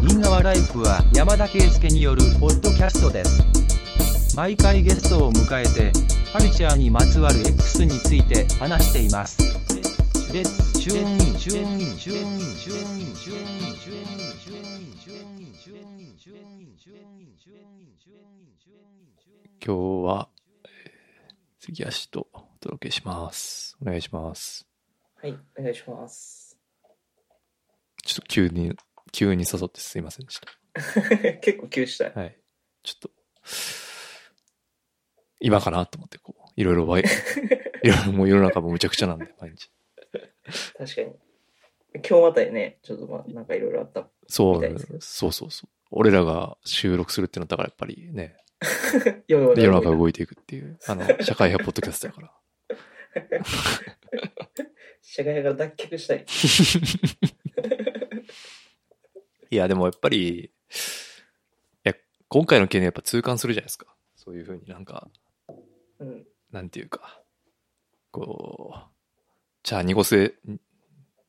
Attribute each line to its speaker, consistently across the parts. Speaker 1: 品川ライフは山田圭介によるポッドキャストです。毎回ゲストを迎えて、カルチャーにまつわる X について話しています。レッツチューンインチューンインチューンインチューンインチューンインチューンインチューンインチューンインチューンインチューンインチューンインチューンインチューンインチューンインチューン
Speaker 2: 今日は、えー杉足とお届けします。お願いします。
Speaker 3: はい、お願いします。
Speaker 2: ちょっと急に、急に誘ってすいませんでし
Speaker 3: 結構急したい。
Speaker 2: た。はい。ちょっと、今かなと思って、こう、いろいろ わい、いろいろもう世の中もむちゃくちゃなんで、毎日。
Speaker 3: 確かに。今日あたりね、ちょっとまあ、なんかいろいろあった。
Speaker 2: そう
Speaker 3: み
Speaker 2: な
Speaker 3: た
Speaker 2: いん
Speaker 3: で
Speaker 2: です
Speaker 3: けど
Speaker 2: す、そうそうそう。俺らが収録するってなったから、やっぱりね、
Speaker 3: 世の
Speaker 2: で世の中
Speaker 3: 中
Speaker 2: 動いていくっていう、あの、社会派ポッドキャストやから。
Speaker 3: 社会から脱却したい。
Speaker 2: いや、でもやっぱり、いや、今回の件でやっぱ痛感するじゃないですか。そういうふうになんか、
Speaker 3: うん。
Speaker 2: なんていうか、こう、じゃあ濁せ、に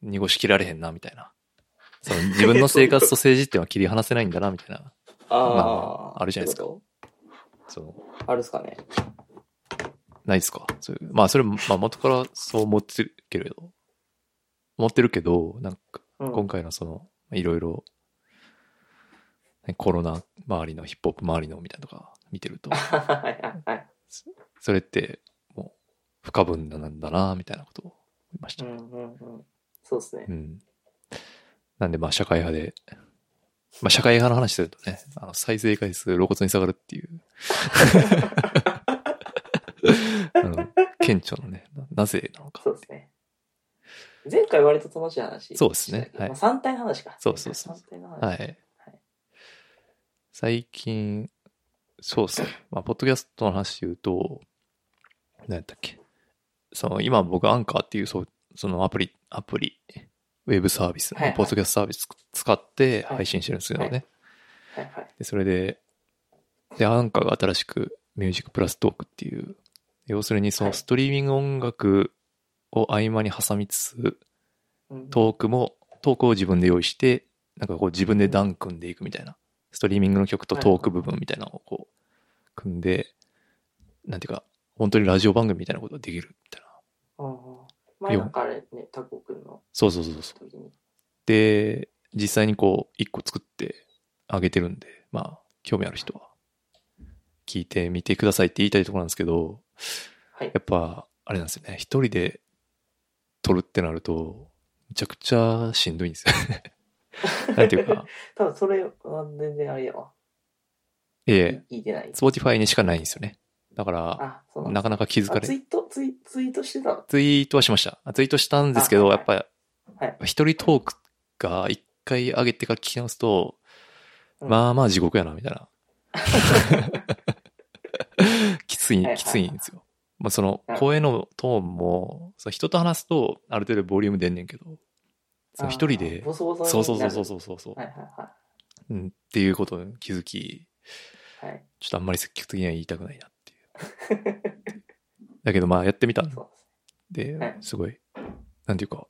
Speaker 2: 濁しきられへんな、みたいな。その自分の生活と政治っていうのは切り離せないんだな、みたいな。ああるじゃないですか
Speaker 3: ってこ
Speaker 2: その、
Speaker 3: と。あるっすかね。
Speaker 2: ないですかそういう。まあ、それ、まあ、元からそう思ってるけれど、思ってるけど、なんか、
Speaker 3: うん
Speaker 2: 今回のその、いろいろ、ねコロナ周りの、ヒップホップ周りの、みたいなのとか見てると、
Speaker 3: はいはいはい。
Speaker 2: それって、もう、不可分なんだな、みたいなことを思いまし
Speaker 3: う
Speaker 2: た。
Speaker 3: んうんうん。そうですね
Speaker 2: う。ん。なんで、まあ、社会派で、まあ、社会派の話するとね、あの再生回数露骨に下がるっていう。 あの、顕著のね、ななぜなのか
Speaker 3: そ。うですね。前回割と楽しい話。
Speaker 2: そうですねはい
Speaker 3: まあ、3体の話か。
Speaker 2: そうそうそう
Speaker 3: 三体の話。
Speaker 2: は。い。最近、そうですね。まあ、ポッドキャストの話で言うと、何やったっけ。その、今僕、アンカーっていう、そうそのアプリ、アプリ、ウェブサービス、
Speaker 3: はいはい
Speaker 2: ポッドキャストサービス使って配信してるんですけどね。
Speaker 3: はいはいはい。
Speaker 2: で、それで、で、アンカーが新しくミュージックプラストークっていう、要するにその
Speaker 3: はい
Speaker 2: ストリーミング音楽を合間に挟みつつ、
Speaker 3: うん、
Speaker 2: トークも、トークを自分で用意して、なんかこう自分で段組んでいくみたいな、ストリーミングの曲とトーク部分みたいなのをこう、組んで、なんていうか、本当にラジオ番組みたいなことができるみたいな。
Speaker 3: うんうん前なんかあれね、タコ君の
Speaker 2: そうそうそうそう。
Speaker 3: 時に。
Speaker 2: で、実際にこう、一個作ってあげてるんで、まあ、興味ある人は、聞いてみてくださいって言いたいところなんですけど、
Speaker 3: はい
Speaker 2: や。っぱ、あれなんですよね、一人で撮るってなると、めちゃくちゃしんどいんですよね。 なんていうか、
Speaker 3: 多分それは全然あれやわ。
Speaker 2: いえ、
Speaker 3: 聞いてない。
Speaker 2: Spotify にしかないんですよね。だから、
Speaker 3: あ、そうなんだ
Speaker 2: なかなか気づか
Speaker 3: あ
Speaker 2: れ
Speaker 3: ツイート、ツイツイートしてたの
Speaker 2: ツイートはしました。あツイートしたんですけど、
Speaker 3: あは
Speaker 2: や
Speaker 3: い
Speaker 2: っぱ、
Speaker 3: はい
Speaker 2: 一人トークが一回上げてから聞き直すと、
Speaker 3: うん
Speaker 2: まあまあ地獄やな、みたいな。 きつい、きついんですよ。まあその
Speaker 3: うん
Speaker 2: 声のトーンも、そう人と話すとある程度ボリューム出んねんけど、その一人
Speaker 3: あー
Speaker 2: で、
Speaker 3: ボソボソ
Speaker 2: そうそうそうそう
Speaker 3: う。
Speaker 2: そうそうそう、
Speaker 3: はいは
Speaker 2: うん。っていうことに気づき、
Speaker 3: いはい。はい。
Speaker 2: ちょっとあんまり積極的には言いたくないなっていう。だけどまあやってみたん
Speaker 3: そうですは
Speaker 2: で
Speaker 3: い、
Speaker 2: すごい、なんていうか、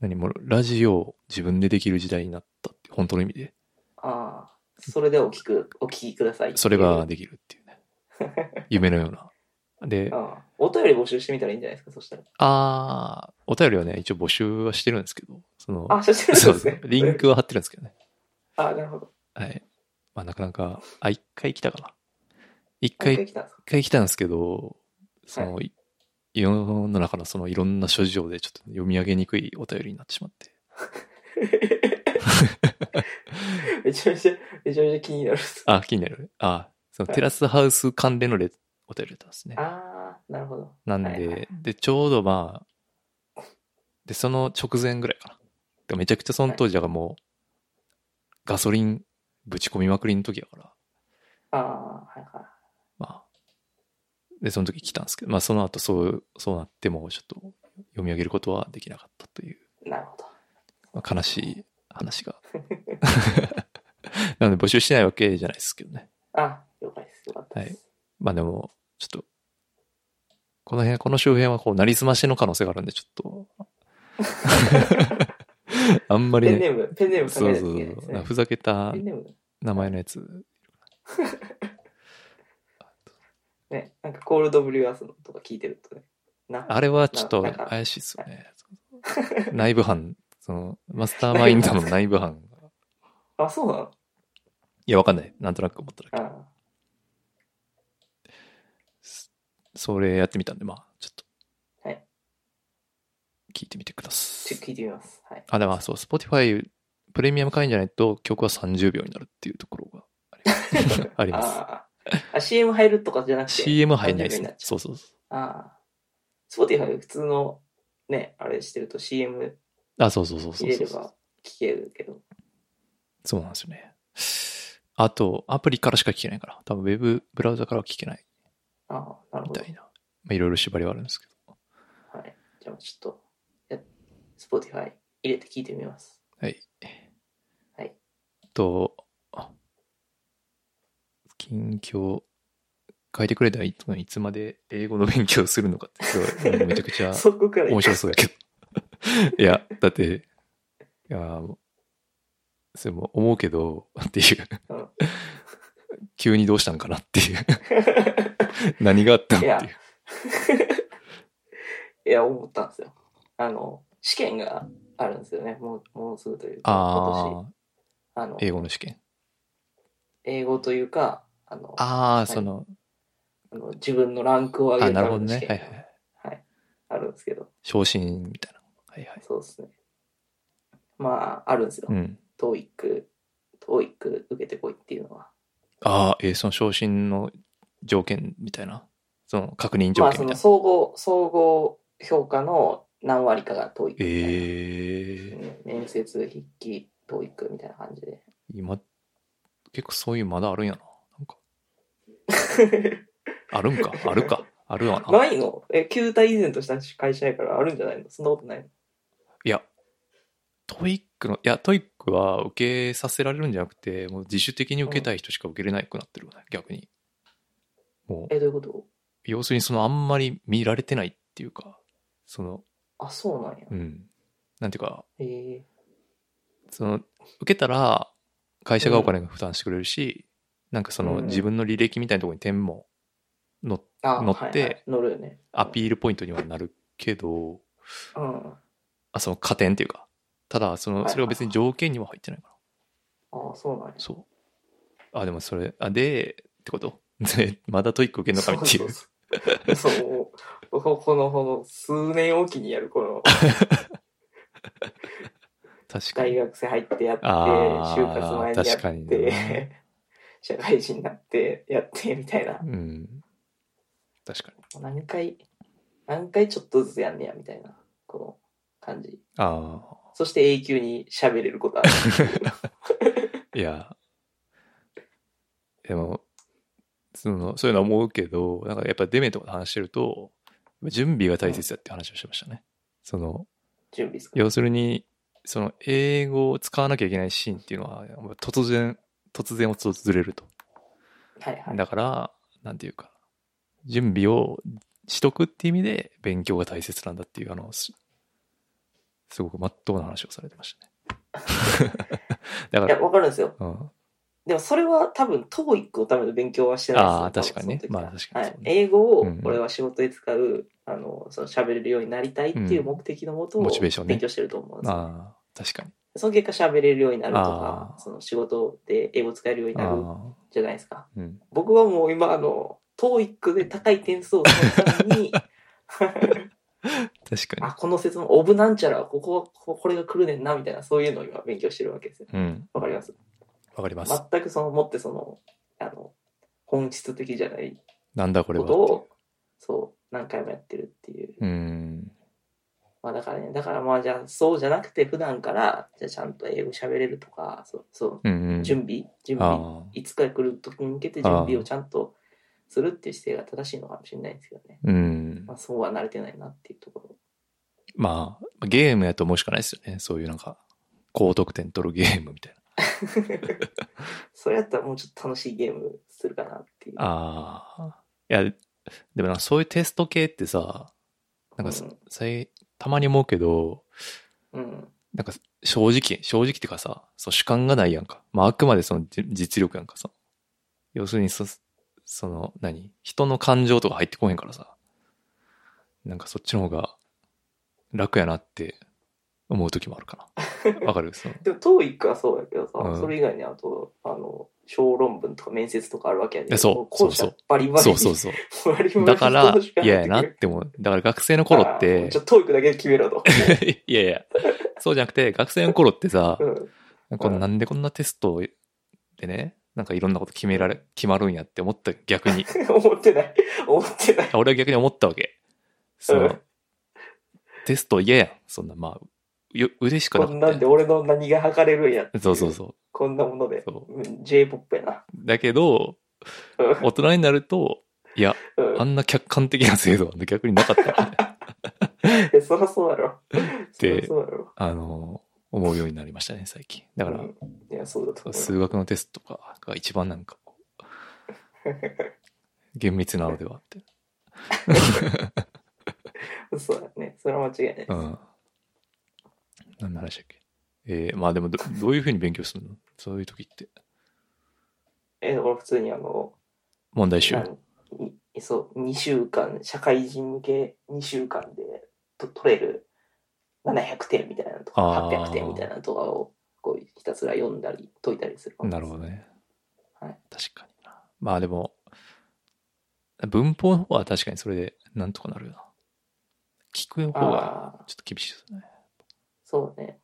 Speaker 2: 何もうラジオを自分でできる時代になったって、本当の意味で、
Speaker 3: ああ、それでお聞く、お聞きください。
Speaker 2: それが。できるっていう ね。夢のような。で
Speaker 3: う、ん。音より募集してみたらいいんじゃないですか、そしたら。
Speaker 2: あー、お便りはね、一応募集はしてるんですけど、その、
Speaker 3: あ、そして
Speaker 2: そ
Speaker 3: そう
Speaker 2: う
Speaker 3: で
Speaker 2: です
Speaker 3: ね
Speaker 2: す。リン。クは貼ってるんですけどね。
Speaker 3: あなるほど。
Speaker 2: はい。まあなかなか、あ、一回来たかな。一
Speaker 3: 一
Speaker 2: 回、
Speaker 3: 回
Speaker 2: 一
Speaker 3: 来たんですか。
Speaker 2: 回来たんですけど、その、い世の中のそのいろんな諸事情でちょっと読み上げにくいお便りになってしまって。
Speaker 3: めちゃめちゃ、めちゃめちゃ気になるっす。
Speaker 2: あ、気になる。あ、その
Speaker 3: はい
Speaker 2: テラスハウス関連のレお便りだったんですね。
Speaker 3: ああ、なるほど。
Speaker 2: なんで、
Speaker 3: はいはい
Speaker 2: で、ちょうどまあ、で、その直前ぐらいかな。でめちゃくちゃその当時だからもう、ガソリンぶち込みまくりの時やから、
Speaker 3: ああ、はいはい。
Speaker 2: まあ、で、その時来たんですけど、まあその後そう、そうなってもちょっと読み上げることはできなかったという、
Speaker 3: なるほど。
Speaker 2: まあ悲しい話 が。 なので募集してないわけじゃないですけどね。
Speaker 3: あ了解です。よかったです。
Speaker 2: まあでも、ちょっと、 この辺、この周辺はこう、なりすましの可能性があるんで、ちょっと、あんまり
Speaker 3: ペン
Speaker 2: ね、
Speaker 3: ネーム、ペンネーム考
Speaker 2: そう
Speaker 3: え
Speaker 2: そう
Speaker 3: ないといけないです
Speaker 2: そう。なんか
Speaker 3: ね。
Speaker 2: ふざけた
Speaker 3: ペンネーム
Speaker 2: 名前のやつ。
Speaker 3: ね、なんかコールドブリュアスのとか聞いてるとね。な
Speaker 2: あれはちょっと
Speaker 3: ななんか
Speaker 2: 怪しいっすよね。内部犯、その、マスターマインドの内部犯が。
Speaker 3: あ、そうなの
Speaker 2: いや、わかんない。なんとなく思っただけ。
Speaker 3: ああ
Speaker 2: それやってみたんで、まあ、ちょっと。
Speaker 3: はい
Speaker 2: 聞いてみてくださ
Speaker 3: ち
Speaker 2: い
Speaker 3: ょっ。と聞いてみます。はい。
Speaker 2: あ、でも、そう、Spotify プレミアム会員じゃないと曲は30秒になるっていうところがあります あります。
Speaker 3: あああ、CM 入るとかじゃなくて。
Speaker 2: CM 入んないです
Speaker 3: 30秒に
Speaker 2: ね
Speaker 3: っ。ちゃ。
Speaker 2: そうそうそう
Speaker 3: ああ。Spotify 普通のね、あれしてると CM
Speaker 2: う。あ、そうそうそうそ
Speaker 3: 入
Speaker 2: う
Speaker 3: れ
Speaker 2: そ
Speaker 3: れ
Speaker 2: う。
Speaker 3: ば聞けるけど。
Speaker 2: そうなんですよね。あと、アプリからしか聞けないから、多分ウェブブラウザからは聞けない
Speaker 3: ああ、な
Speaker 2: み
Speaker 3: るほど
Speaker 2: た。いな。まあ、いろいろ縛りはあるんですけど。
Speaker 3: はい。じゃあちょっとや、Spotify 入れて聞いてみます。
Speaker 2: はい。
Speaker 3: はい。
Speaker 2: と、あ近況、書いてくれたらいいのにいつまで英語の勉強するのかって、すごい、めちゃくちゃ
Speaker 3: そこから
Speaker 2: 面白そうやけど。 いや、だって、いやー、それも思うけど、っていう
Speaker 3: うん。
Speaker 2: 急にどうしたんかなっていう。何があったんっ
Speaker 3: い
Speaker 2: ていう
Speaker 3: や。いや、思ったんですよ。あの、試験があるんですよね。もう、もうすぐというか、今年。
Speaker 2: あ
Speaker 3: あの
Speaker 2: あ、、英語の試験。
Speaker 3: 英語というか、あの、あ
Speaker 2: ああ、
Speaker 3: い
Speaker 2: その、
Speaker 3: の自分のランクを上げ
Speaker 2: あ
Speaker 3: る
Speaker 2: なる
Speaker 3: た
Speaker 2: ほ
Speaker 3: め
Speaker 2: ど
Speaker 3: の
Speaker 2: ね。は
Speaker 3: 試
Speaker 2: い
Speaker 3: 験
Speaker 2: は
Speaker 3: が、
Speaker 2: いはい。
Speaker 3: はい、あるんですけど、
Speaker 2: 昇進みたいな。はいはい。
Speaker 3: そうですね。まあ、あるんですよ
Speaker 2: う。ん。
Speaker 3: トーイック、トーイック受けてこいっていうのは。
Speaker 2: ああ、えーその昇進の条件みたいな。その確認
Speaker 3: ま
Speaker 2: 条
Speaker 3: あ、そ
Speaker 2: 件みたい
Speaker 3: の
Speaker 2: な。
Speaker 3: 総合、総合評価の何割かがトーイックみたいな。
Speaker 2: ええ
Speaker 3: うん面接、筆記、トーイックみたいな感じで。
Speaker 2: 今、結構そういうまだあるんやな。なんか、あるんか、あるか、あるわな。
Speaker 3: ないのえ、旧態依然とした会社やからあるんじゃないのそんなことないの
Speaker 2: いや、トイックの、いや、トイックは受けさせられるんじゃなくて、もう自主的に受けたい人しか受けれなくなってるよね、逆に。もう、
Speaker 3: え、どういうこと
Speaker 2: 要するにそのあんまり見られてないっていうか、その、
Speaker 3: あ、そうなんや。
Speaker 2: うん。なんていうか、
Speaker 3: へえ
Speaker 2: その、受けたら、会社がお金が負担してくれるし、なんかその
Speaker 3: うん
Speaker 2: 自分の履歴みたいなところに点もの
Speaker 3: あ
Speaker 2: 乗って
Speaker 3: はいはい乗るよね。
Speaker 2: アピールポイントにはなるけど、
Speaker 3: うん。
Speaker 2: あ、その加点っていうか、ただ、そ
Speaker 3: はい
Speaker 2: の、
Speaker 3: はい
Speaker 2: それが別に条件には入ってないかな。
Speaker 3: ああ、そうなんや。
Speaker 2: そう。あ、でもそれ、あ、で、ってこと で、まだトイック受けんのかみっていう。
Speaker 3: そうそうそうそうここの、この、数年おきにやる、この、
Speaker 2: 確か
Speaker 3: 大
Speaker 2: に。
Speaker 3: 学生入ってやって、
Speaker 2: あー
Speaker 3: 就活前にや
Speaker 2: 確かに
Speaker 3: っ
Speaker 2: ね
Speaker 3: て、 社会人になってやって、みたいな
Speaker 2: う。ん。確かに。
Speaker 3: 何回、何回ちょっとずつやんねや、みたいな、この感じ。
Speaker 2: ああ。
Speaker 3: そして永久に喋れ ることある。
Speaker 2: いや、でも、その、そういうのは思うけど、なんかやっぱデメとかで話してると、準備が大切だっていう話をしてましたね。その、
Speaker 3: 準備ですか
Speaker 2: 要するに、その、英語を使わなきゃいけないシーンっていうのは、突然、突然訪れると。
Speaker 3: はいはい。
Speaker 2: だから、なんていうか、準備をしとくっていう意味で、勉強が大切なんだっていう、あの、すすごくまっとうな話をされてましたね。 だか
Speaker 3: いや、
Speaker 2: ら、
Speaker 3: わかるんですよ。
Speaker 2: うん。
Speaker 3: でもそれは多分、トーイックのための勉強はしてないですよ
Speaker 2: あー
Speaker 3: 多分
Speaker 2: 確かにね
Speaker 3: その時は
Speaker 2: まあ確かに
Speaker 3: は
Speaker 2: そ
Speaker 3: いう
Speaker 2: ね
Speaker 3: 英語を
Speaker 2: うん
Speaker 3: 俺は仕事で使う、あの、その喋れるようになりたいっていう目的のもと、
Speaker 2: うんモチベーションね
Speaker 3: 勉強してると思うんですよ。
Speaker 2: ああ、確かに。
Speaker 3: その結果喋れるようになるとか
Speaker 2: あ、ー
Speaker 3: その仕事で英語使えるようにな
Speaker 2: あ
Speaker 3: る
Speaker 2: あ、
Speaker 3: じゃないですか。
Speaker 2: うん。
Speaker 3: 僕はもう今、あの、トーイックで高い点数を取るため に、
Speaker 2: 確か
Speaker 3: あ、この説問、オブなんちゃら、ここは、こここれが来るねんな、みたいな、そういうのを今勉強してるわけですよ。
Speaker 2: に。うん。
Speaker 3: わかります
Speaker 2: わかります。
Speaker 3: 全くその、もってその、あの、本質的じゃない
Speaker 2: なんだこれ
Speaker 3: こ
Speaker 2: は
Speaker 3: と
Speaker 2: っ
Speaker 3: を、そう、何回もやってるっていう。
Speaker 2: ていう。うん。
Speaker 3: まあだからね、だからまあじゃあそうじゃなくて普段から、じゃあちゃんと英語喋れるとか、そう、そ
Speaker 2: うんうん。
Speaker 3: う、準備、準備、
Speaker 2: ああ。
Speaker 3: いつか来る時に向けて準備をちゃんとするっていう姿勢が正しいのかもしれないですけどね。
Speaker 2: うん
Speaker 3: ま。あそうは慣れてないなっていうところ。
Speaker 2: まあ、ゲームやと思うしかないですよね。そういうなんか、高得点取るゲームみたいな。
Speaker 3: それやったらもうちょっと楽しいゲームするかなっていう。
Speaker 2: ああ。いや、でもなんかそういうテスト系ってさ、なんかさ
Speaker 3: うん
Speaker 2: さいたまに思うけど、
Speaker 3: うん。
Speaker 2: なんか正直、正直っていうかさ、そう主観がないやんか。まああくまでそのじ実力やんかさ。要するにそ、その、何人の感情とか入ってこへんからさ。なんかそっちの方が楽やなって思う時もあるか な。わかるその
Speaker 3: でも TOEIC はそうやけどさ、
Speaker 2: うん
Speaker 3: それ以外にあとあの小論文とか面接とかあるわけや
Speaker 2: いや
Speaker 3: で
Speaker 2: そう
Speaker 3: 校舎
Speaker 2: そうそう
Speaker 3: バリバリ
Speaker 2: そうそう そう。
Speaker 3: バリバリ
Speaker 2: だから
Speaker 3: 人しか入ってくる
Speaker 2: 嫌やなって思う。だから学生の頃っ
Speaker 3: あー
Speaker 2: て
Speaker 3: ちょ、っと TOEIC だけで決めろと、
Speaker 2: いやいや、そうじゃなくて学生の頃ってさ
Speaker 3: う、ん、
Speaker 2: このなんでこんなテストでね、なんかいろんなこと決められ、決まるんやって思った逆 に。
Speaker 3: 思ってない思ってない
Speaker 2: 俺は逆に思ったわけ。そうの
Speaker 3: ん、
Speaker 2: テスト嫌やん。そんな、まあ、よ嬉しく
Speaker 3: こ
Speaker 2: なか
Speaker 3: ん
Speaker 2: っ
Speaker 3: な
Speaker 2: た
Speaker 3: んで俺の何が測れるんやってい
Speaker 2: そうそうそう。
Speaker 3: こんなもので
Speaker 2: そ
Speaker 3: うん J-POP やな
Speaker 2: だけど、
Speaker 3: うん
Speaker 2: 大人になると、いや、
Speaker 3: うん
Speaker 2: あんな客観的な制度は逆になかったみた いな
Speaker 3: え そらそうやろ。そ
Speaker 2: で
Speaker 3: らそうやろ。
Speaker 2: あの、思うようになりましたね、最近。だから
Speaker 3: う、んいや、そうだと思うよ。
Speaker 2: 数学のテストとかが一番なんかこ う厳密なのではって。
Speaker 3: そうだね。それは間違いないです。
Speaker 2: うん。何の話だっけえー、まあでもど、どういうふうに勉強するのそういう時って。
Speaker 3: え、俺普通にあの、
Speaker 2: 問題集。
Speaker 3: なんいそう、2週間、社会人向け2週間でと取れる700点みたいなのとか、
Speaker 2: あー
Speaker 3: 800点みたいなのとかを、こう、ひたすら読んだり、解いたりする感じ
Speaker 2: な
Speaker 3: です
Speaker 2: るほどね。
Speaker 3: はい
Speaker 2: 確かにな。まあでも、文法の方は確かにそれでなんとかなるよな。聞く方が
Speaker 3: ああ、
Speaker 2: ちょっと厳しいですね。
Speaker 3: そうね。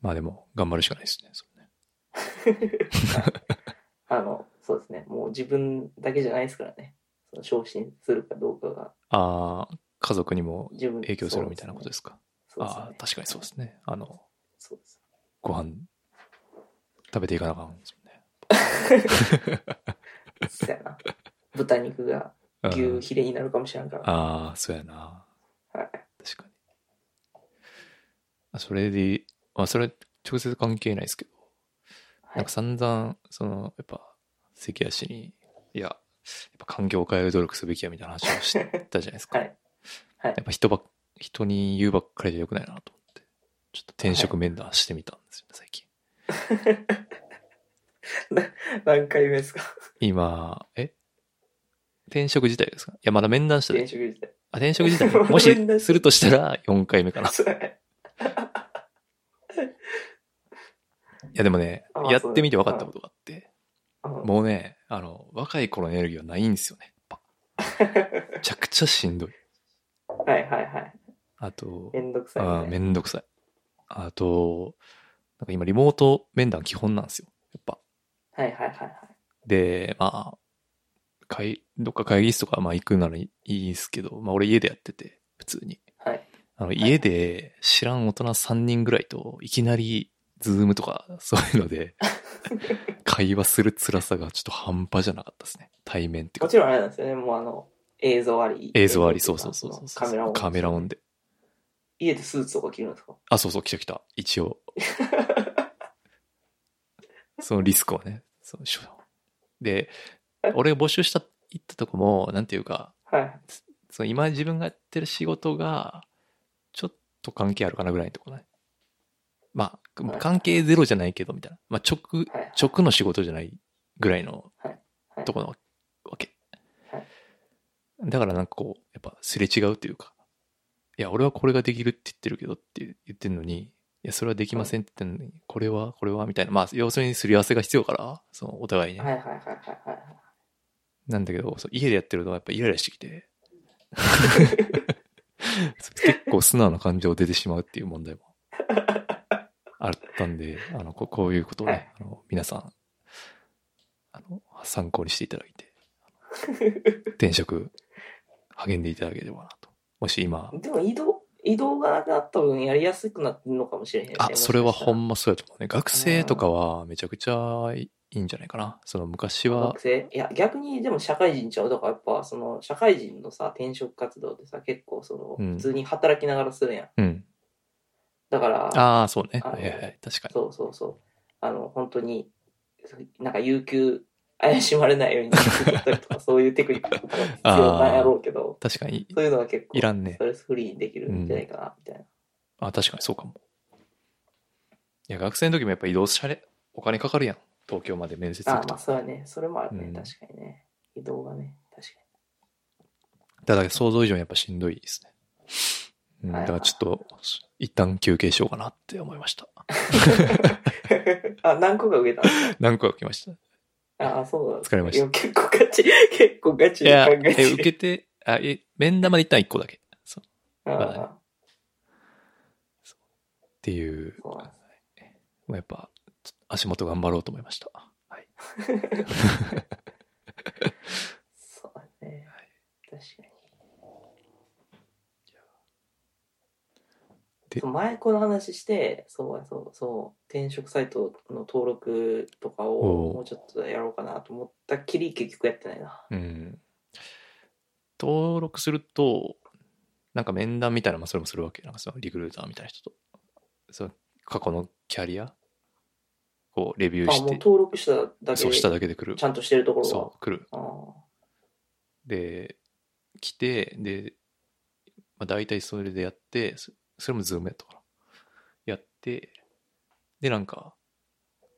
Speaker 2: まあでも、頑張るしかないですね。それね
Speaker 3: あの、そうですね。もう自分だけじゃないですからね。その昇進するかどうかが
Speaker 2: ああ、家族にも
Speaker 3: 自分
Speaker 2: 影響するみたいなことですか。
Speaker 3: そうです
Speaker 2: ああ、
Speaker 3: ね。
Speaker 2: 確かにそうですね。あの、
Speaker 3: そうですね。
Speaker 2: ご飯食べていかなあかんですもんね。
Speaker 3: そうやな。豚肉が
Speaker 2: うん
Speaker 3: 牛ヒレになるかもしれんから。
Speaker 2: ああ、そうやな。
Speaker 3: はい、
Speaker 2: 確かに。あそれで、まあ、それは直接関係ないですけど、
Speaker 3: は
Speaker 2: なん
Speaker 3: い
Speaker 2: か、散々、その、やっぱ、関谷氏に、いや、やっぱ環境を変える努力すべきやみたいな話をしたじゃないですか。
Speaker 3: はいはい
Speaker 2: やっぱ人ばっ、人に言うばっかりじゃよくないなと思って、ちょっと転職面談してみたんですよね、最近。
Speaker 3: 何回目ですか
Speaker 2: 今、え転職自体ですかいや、まだ面談してない
Speaker 3: 転。職時代。
Speaker 2: あ転職自 体、も
Speaker 3: 面談
Speaker 2: し
Speaker 3: して
Speaker 2: するとしたら4回目かな。い
Speaker 3: そうや
Speaker 2: や、でもね
Speaker 3: あ、
Speaker 2: やってみて分かったことがあって、
Speaker 3: あの
Speaker 2: もうね、あの、若い頃のエネルギーはないんですよね。やっ ぱめちゃくちゃしんどい。
Speaker 3: はいはいはい。
Speaker 2: あと
Speaker 3: め、んどくさい、ね。
Speaker 2: あーめんどくさい。あと、なんか今リモート面談基本なんですよ。やっぱ。
Speaker 3: はいはいはいはい。
Speaker 2: で、まあ、会、どっか会議室とか、まあ行くならいいですけど、まあ俺家でやってて、普通に。
Speaker 3: はい。
Speaker 2: あの、家で知らん大人3人ぐらいと、いきなり、ズームとか、そういうの で、会話する辛さがちょっと半端じゃなかったですね。対面っていう
Speaker 3: も
Speaker 2: か、
Speaker 3: ちろんあれなんですよね。もうあの、映像あり。
Speaker 2: 映像あり、そうそうそう
Speaker 3: あ
Speaker 2: そ
Speaker 3: の
Speaker 2: うそう。
Speaker 3: カメラオン。
Speaker 2: カメラオンで。
Speaker 3: 家でスーツとか着るんですか
Speaker 2: あ、そうそう、来た来た。一 応。そのリスクはね。そうしょで、俺が募集した、行ったとこも、なんていうか、
Speaker 3: はい。
Speaker 2: その今自分がやってる仕事が、ちょっと関係あるかなぐらいのとこね。ま
Speaker 3: は
Speaker 2: あ、
Speaker 3: い
Speaker 2: 関係ゼロじゃないけど、みたいな。まあ、直、
Speaker 3: はい
Speaker 2: 直の仕事じゃないぐらいの
Speaker 3: はいはい
Speaker 2: とこなわけ
Speaker 3: はい。
Speaker 2: だからなんかこう、やっぱすれ違うというか、いや、俺はこれができるって言ってるけどって言ってるのに、いや、それはできませんって言ってるのに、これは、これは、みたいな。まあ、要するにすり合わせが必要から、その、お互いね。
Speaker 3: はいはいはいはいはい。
Speaker 2: なんだけど、そう家でやってるとやっぱイライラしてき て、結構素直な感情出てしまうっていう問題もあったんで、あのここういうことをね、
Speaker 3: はい
Speaker 2: あの皆さんあの、参考にしていただい て、転職、励んでいただければなと。もし今、
Speaker 3: でも移動、移動がなくなった分やりやすくなってるのかもしれへん、ね。
Speaker 2: あ、それはほ
Speaker 3: もし
Speaker 2: んまそうやと思うね。学生とかはめちゃくちゃいいんじゃないかな。その昔は
Speaker 3: 学、生いや逆にでも社会人ちゃうだからやっぱその社会人のさ転職活動ってさ結構その、
Speaker 2: うん
Speaker 3: 普通に働きながらするやん
Speaker 2: うん。
Speaker 3: だから
Speaker 2: ああ、そうね。
Speaker 3: あ
Speaker 2: はいはいはい。確かに。
Speaker 3: そうそうそうあの本当になんか有給怪しまれないように作ったりとかそういうテクニックとか必要なんやろうけど
Speaker 2: 確かに、
Speaker 3: そういうのは結構
Speaker 2: いらんね
Speaker 3: ストレスフリーにできるんじゃないかなみたいな、
Speaker 2: あ、確かにそうかも。いや、学生の時もやっぱ移動しゃれ、お金かかるやん。東京まで面接行
Speaker 3: あ
Speaker 2: く
Speaker 3: ま
Speaker 2: と
Speaker 3: あ。そうやねそれもあるね、
Speaker 2: うん
Speaker 3: 確かにね移動がね確か
Speaker 2: ただ想像以上にやっぱしんどいですね。うん、
Speaker 3: はい
Speaker 2: だからちょっと、一旦休憩しようかなって思いました。
Speaker 3: に あ何個か受けた
Speaker 2: 何個か来ました。い
Speaker 3: ああそうだ
Speaker 2: 疲れました
Speaker 3: いや結構ガチ 結構ガチで
Speaker 2: や、
Speaker 3: 考えて
Speaker 2: え、受けて、あ、え、面談まで一旦一個だけ。そう。っ
Speaker 3: ああ
Speaker 2: ていう、
Speaker 3: そうなんです
Speaker 2: やっぱ、足元頑張ろうと思いました。はい。
Speaker 3: そうだね。確か
Speaker 2: で
Speaker 3: に。そう前この話して、そうだそう、そう、転職サイトの登録とか
Speaker 2: おう
Speaker 3: をもうちょっとやろうかなと思ったっきり結局やってないな。
Speaker 2: うん。登録すると、なんか面談みたいな、まあ、それもするわけ。なんかそのリクルーターみたいな人と、その過去のキャリアをレビュー
Speaker 3: あ、
Speaker 2: し
Speaker 3: もう
Speaker 2: て、
Speaker 3: 登録しただけ
Speaker 2: そう
Speaker 3: で、
Speaker 2: しただけで来る
Speaker 3: ち。ゃんとしてるところ
Speaker 2: そう、来る。
Speaker 3: が。
Speaker 2: で、来て、で、まあ、大体それでやって、そそれもズームやったから。やって、で、なんか、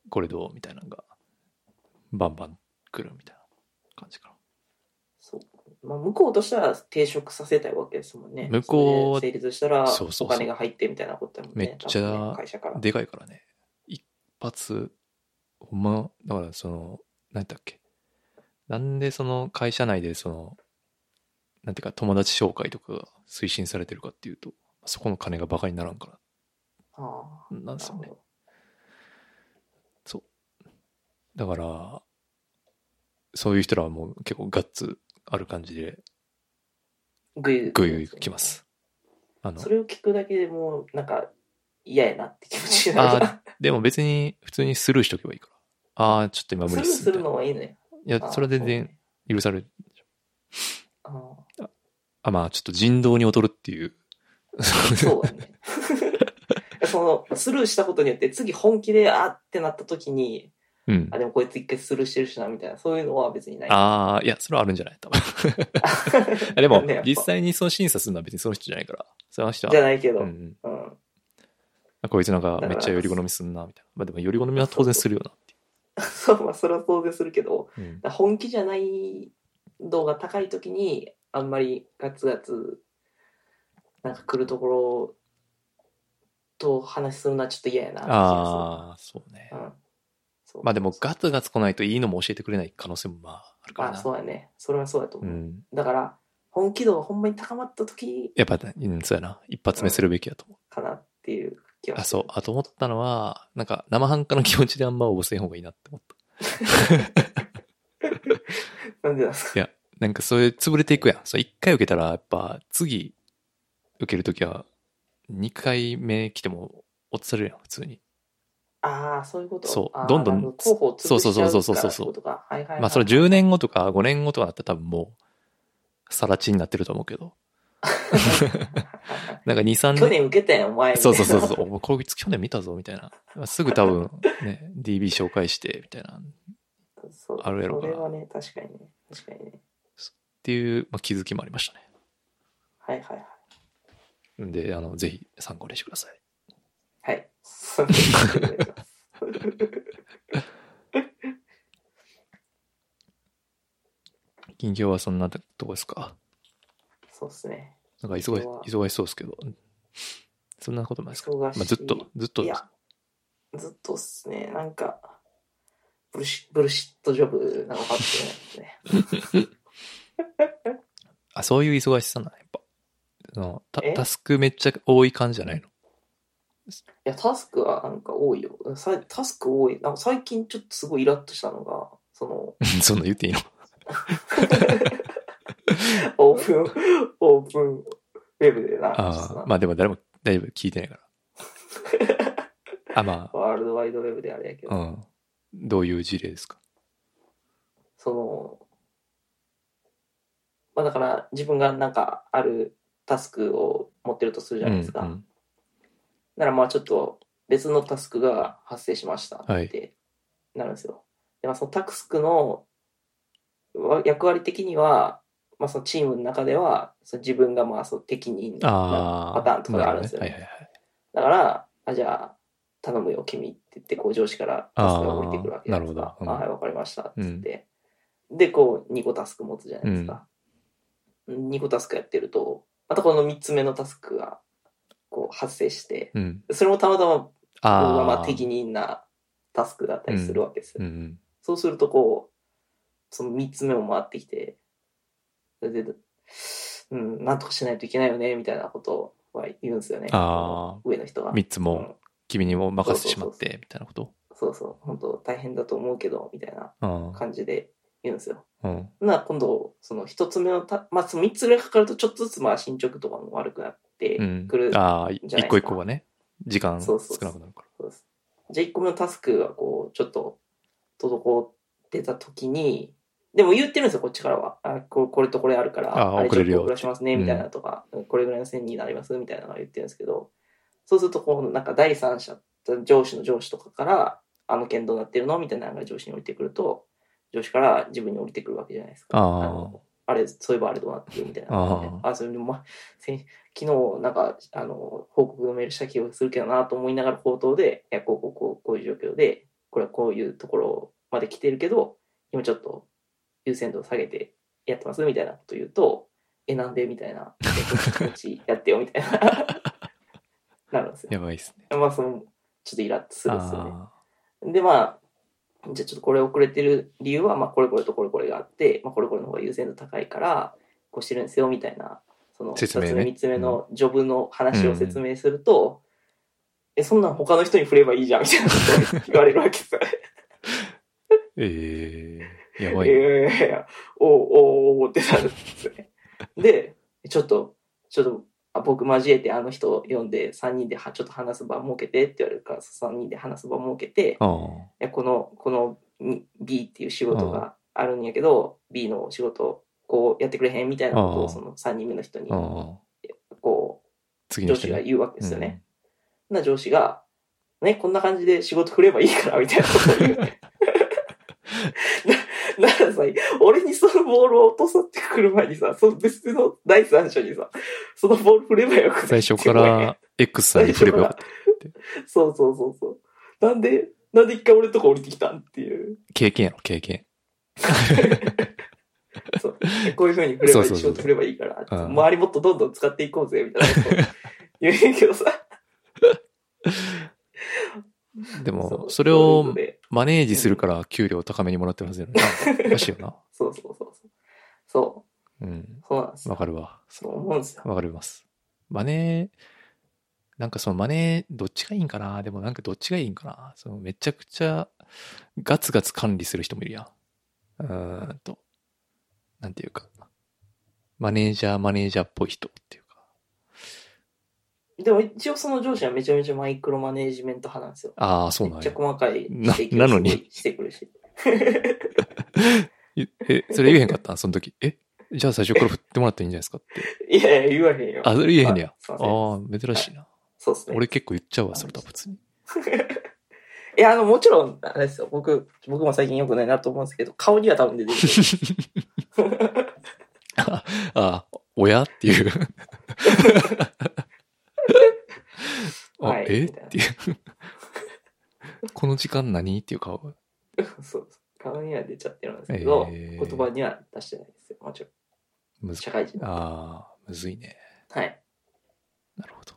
Speaker 2: これどうみたいなのが、バンバン来るみたいな感じかな。
Speaker 3: そうまあ、向こうとしたら定職させたいわけですもんね。
Speaker 2: 向こうは
Speaker 3: それで成立したら
Speaker 2: そうそうそう
Speaker 3: お金が入ってみたいなことだもんね。
Speaker 2: めっちゃ
Speaker 3: 多分ね会社から。
Speaker 2: でかいからね。一発、ほんま、だからその、なんだっけ。なんでその会社内でその、なんていうか友達紹介とかが推進されてるかっていうと、そこの金がバカにならんか
Speaker 3: あ
Speaker 2: らなん
Speaker 3: あ
Speaker 2: ですよ
Speaker 3: な
Speaker 2: ね
Speaker 3: る。ほ
Speaker 2: だから、そういう人らはもう結構ガッツある感じで、
Speaker 3: どぐい
Speaker 2: ぐいぐい来ます。あの
Speaker 3: そ、れを聞くだけでもうなんか嫌やなって気持ちになる
Speaker 2: あでも別に普通にスルーしとけばいいから。ああ、ちょっと今無
Speaker 3: ス
Speaker 2: 理
Speaker 3: ル
Speaker 2: っ
Speaker 3: ー
Speaker 2: す
Speaker 3: す
Speaker 2: みた
Speaker 3: る
Speaker 2: いな。
Speaker 3: のはいいのよ。
Speaker 2: いや、それは全然許される。
Speaker 3: あそ
Speaker 2: あ、まあちょっと人道に劣るっていう。
Speaker 3: うそうだ ね。あーそうだねそのスルーしたことによって次本気であってなった時に
Speaker 2: うん
Speaker 3: あ。でもこいつ一回スルーしてるしなみたいなそういうのは別にない。
Speaker 2: ああ、いや、それはあるんじゃない 多分。
Speaker 3: あ
Speaker 2: でも
Speaker 3: なんだよ、
Speaker 2: 実際にその審査するのは別にその人じゃないから。その人
Speaker 3: じゃ
Speaker 2: は、
Speaker 3: ないけど、
Speaker 2: う
Speaker 3: うん
Speaker 2: んうん。こいつなんかめっちゃより好みすんな、みたいな。まあでも、より好みは当然するよなっ
Speaker 3: そうまあそれは当然するけど
Speaker 2: ていう。うん。
Speaker 3: 本気じゃない度が高い時にあんまりガツガツなんか来るところと話するのはちょっと嫌やなって気が
Speaker 2: ああ、そうね
Speaker 3: する。。うんそう
Speaker 2: まあでも、ガツガツ来ないといいのも教えてくれない可能性もまああるから
Speaker 3: あ
Speaker 2: な。
Speaker 3: そうやねそれはそうやと
Speaker 2: う
Speaker 3: 思う、
Speaker 2: ん。
Speaker 3: だから本気度がほんまに高まった時
Speaker 2: やっぱ、うん、そうやな。一発目するべきやと思う。
Speaker 3: かなっていう気は
Speaker 2: あ、そう。あと思ったのは、なんか、生半可な気持ちであんま応募せん方がいいなって思った。
Speaker 3: なんでなんです
Speaker 2: い
Speaker 3: か
Speaker 2: や、なんかそれ潰れていくやん。それ一回受けたら、やっぱ次受けるときは、二回目来ても落とされるやん、普通に。
Speaker 3: ああそういうこと
Speaker 2: そう
Speaker 3: あー
Speaker 2: どんどん
Speaker 3: なるほ候補を潰しちゃうから
Speaker 2: そうそうそうそうそう
Speaker 3: ってことかはいはいはい
Speaker 2: まあそれ10年後とか5年後とかだったら多分もう、さらちになってると思うけ ど。なんか2、3
Speaker 3: 去
Speaker 2: 年。
Speaker 3: 年受けたやんお前
Speaker 2: そうそうそう
Speaker 3: う
Speaker 2: そう。お前これ去年見たぞ、みたいな。すぐ多分、ね、DB 紹介して、みたいな。っ
Speaker 3: そう
Speaker 2: あるやろ
Speaker 3: そ
Speaker 2: から
Speaker 3: れはね確かにね確かにね
Speaker 2: ていう、まあ、気づきもありましたね。
Speaker 3: はいはいはい
Speaker 2: んで、あの、ぜひ参考にしてください。
Speaker 3: はいそういうことでございます
Speaker 2: 近況はそんなとこですか。
Speaker 3: そうっすね
Speaker 2: なんか忙し
Speaker 3: 近況は
Speaker 2: 忙しそうですけど。そんなことないですか。まあ、
Speaker 3: 忙しい
Speaker 2: ずっと、ずっと
Speaker 3: い
Speaker 2: です
Speaker 3: や。ずっとっすねなんかブルシブルシットジョブなのかっていうですね
Speaker 2: あ、そういう忙しさなの、やっぱ。そのタ
Speaker 3: え
Speaker 2: タスクめっちゃ多い感じじゃないの
Speaker 3: いや、タスクはなんか多いよ。さタスク多い。なんか最近ちょっとすごいイラッとしたのが、その、
Speaker 2: そんな言っていいの
Speaker 3: オープン、オープンウェブでな、ちょっと
Speaker 2: あ
Speaker 3: な
Speaker 2: あ、まあでも誰も、だいぶ聞いてないから。あ、ま
Speaker 3: ワールドワイドウェブであれやけど、
Speaker 2: あ、うん。どういう事例ですか
Speaker 3: その、まあだから自分がなんかあるタスクを持ってるとするじゃないですか。
Speaker 2: うんうん
Speaker 3: ならまあちょっと別のタスクが発生しました
Speaker 2: はい
Speaker 3: ってなるんですよ。でまあ、そのタスクのわ役割的には、まあ、そのチームの中ではその自分がまあその適任の
Speaker 2: ああ。
Speaker 3: パターンとかがあるんですよ、ね
Speaker 2: なほどねはいはいはい。
Speaker 3: だから、あ、じゃあ、頼むよ、君って言って、こう、上司からタスクが降りてくるわけじゃないですか。
Speaker 2: あーなるほどうん
Speaker 3: あはい、わかりました。って言って。で、こう、2個タスク持つじゃないですか。2個タスクやってると、またこの3つ目のタスクが、こう、発生して、
Speaker 2: うん。
Speaker 3: それもたまたま、僕
Speaker 2: ああ。
Speaker 3: がまあ適任なタスクだったりするわけですよ。
Speaker 2: うんうん。
Speaker 3: そうするとこう、その3つ目も回ってきて、それで、うん、なんとかしないといけないよね、みたいなことは言うんですよね。
Speaker 2: あ
Speaker 3: 上の人が。
Speaker 2: 三つ
Speaker 3: う
Speaker 2: も
Speaker 3: ん
Speaker 2: 君にも任せてしまっ
Speaker 3: そう
Speaker 2: て、みたいなこと。
Speaker 3: そうそう、本当大変だと思うけど、みたいな
Speaker 2: うん。
Speaker 3: 感じで言うんですよ。
Speaker 2: うん。
Speaker 3: な、今度、その1つ目のた、まあ、その3つ目がかかると、ちょっとずつ、まあ、進捗とかも悪くなって
Speaker 2: うん
Speaker 3: くる。。
Speaker 2: ああ、い
Speaker 3: じゃないですか
Speaker 2: 一個一個がね、時間
Speaker 3: そ
Speaker 2: 少
Speaker 3: うそうそう
Speaker 2: なくなるか
Speaker 3: そうですじゃあ1個目のタスクが、こう、ちょっと、滞ってた時に、でも言ってるんですよ、こっちからは。あここれとこれあるから、
Speaker 2: あ
Speaker 3: れ
Speaker 2: 遅れるよ
Speaker 3: ちょっと遅らしますね、
Speaker 2: うん
Speaker 3: みたいなとか、これぐらいの線になります、みたいなのは言ってるんですけど、そうすると、こう、なんか第三者、上司の上司とかから、あの件どうなってるのみたいなのが上司に降りてくると、上司から自分に降りてくるわけじゃないですか。
Speaker 2: あー
Speaker 3: のあれ、そういえばあれどうなってるみたいな。
Speaker 2: あ
Speaker 3: あ、それでも、まあ、先昨日、なんか、あの、報告のメールした気がするけどなと思いながら口頭で、いや、こう、こう、こう、こういう状況で、これはこういうところまで来てるけど、今ちょっと優先度を下げてやってますみたいなこと言うと、え、なんでみたいな、いやこっちやってよ、みた いな、なるんですよ
Speaker 2: ら。。やばいっすね。
Speaker 3: まあ、その、ちょっとイラッとするんですよね。
Speaker 2: あ
Speaker 3: で、まあ、じゃあちょっとこれ遅れてる理由は、まあ、これこれとこれこれがあって、まあ、これこれの方が優先度高いから、こうしてるんですよ、みたいな、その、
Speaker 2: 説明ね
Speaker 3: 二つ目、三つ目のジョブの話を説明すると、え、そんなん他の人に振ればいいじゃん、みたいな ことを言われるわけですよね。
Speaker 2: あ。ええー。やばいね。
Speaker 3: ええおうおうおうってなるんですよね。で、ちょっと、ちょっと、あ僕交えてあの人呼んで3人ではちょっと話す場設けてって言われるから3人で話す場設けて
Speaker 2: ああ。
Speaker 3: いやこのこのん B っていう仕事があるんやけど、B の仕事こうやってくれへんみたいなこと
Speaker 2: う
Speaker 3: を
Speaker 2: ん
Speaker 3: その3人目の人に
Speaker 2: ああ。
Speaker 3: こう
Speaker 2: 次の
Speaker 3: 上
Speaker 2: 人
Speaker 3: 司
Speaker 2: ね
Speaker 3: が言うわけですよね。。な上司が、ね、こんな感じで仕事くればいいからみたいなことを言う。 なならさ、俺にそのボールを落とさってくる前にさ、その別の第三者にさ、そのボール振ればよ
Speaker 2: う
Speaker 3: くなん
Speaker 2: 最
Speaker 3: い
Speaker 2: 初 か、ら X さんに振ればよかった。
Speaker 3: そうそうそうそう。なんで、なんで一回俺のとこ降りてきたんっていう。
Speaker 2: 経験やろ、経験。
Speaker 3: そうこういうふうに振ればい
Speaker 2: そうそうそう
Speaker 3: い、仕事振ればいいから、
Speaker 2: うん
Speaker 3: 周りもっとどんどん使っていこうぜ、みたいなこと言うねんけどさ。
Speaker 2: でも
Speaker 3: そ、う
Speaker 2: それ
Speaker 3: そういうの
Speaker 2: を
Speaker 3: で
Speaker 2: マネージするから給料高めにもらってるはずやろな。 おかしいよな。
Speaker 3: そうそうそうそう。そ
Speaker 2: うん
Speaker 3: う、。そうなんですよ
Speaker 2: わかるわ。
Speaker 3: そう思うんですよ。
Speaker 2: わかります。マネー、なんかそのマネー、どっちがいいんかなでもなんかどっちがいいんかなそのめちゃくちゃガツガツ管理する人もいるやん。うーんと、なんていうか、マネージャー、マネージャーっぽい人っていうか。
Speaker 3: でも一応その上司はめちゃめちゃマイクロマネージメント派なんですよ。
Speaker 2: ああ、そうな
Speaker 3: めっ
Speaker 2: ん
Speaker 3: ちゃ
Speaker 2: や。
Speaker 3: 細かい
Speaker 2: な
Speaker 3: 指摘を
Speaker 2: なのに
Speaker 3: すごいしてくるし。
Speaker 2: ええ、それ言えへんかったんその時。えじゃあ最初から振ってもらっていいんじゃないですかって。
Speaker 3: いやいや、言わへんよ。
Speaker 2: あ、それ言えへんねや。
Speaker 3: すい
Speaker 2: ああ
Speaker 3: ません
Speaker 2: ー、珍しいな。
Speaker 3: そうですね。
Speaker 2: 俺結構言っちゃうわ、それ多分普通に。
Speaker 3: いや、あの、もちろん、あれですよ。僕、僕も最近良くないなと思うんですけど、顔には多分出てくる。
Speaker 2: ああ、親って いう。あ、
Speaker 3: はい
Speaker 2: えっ
Speaker 3: みたいな
Speaker 2: ていう。この時間何っていう顔が。
Speaker 3: そうそう顔には出ちゃってるんですけど、
Speaker 2: えー
Speaker 3: 言葉には出してないですよ。もちろん。
Speaker 2: むず
Speaker 3: 社会人。
Speaker 2: ああ、むずいね。
Speaker 3: はい。
Speaker 2: なるほど。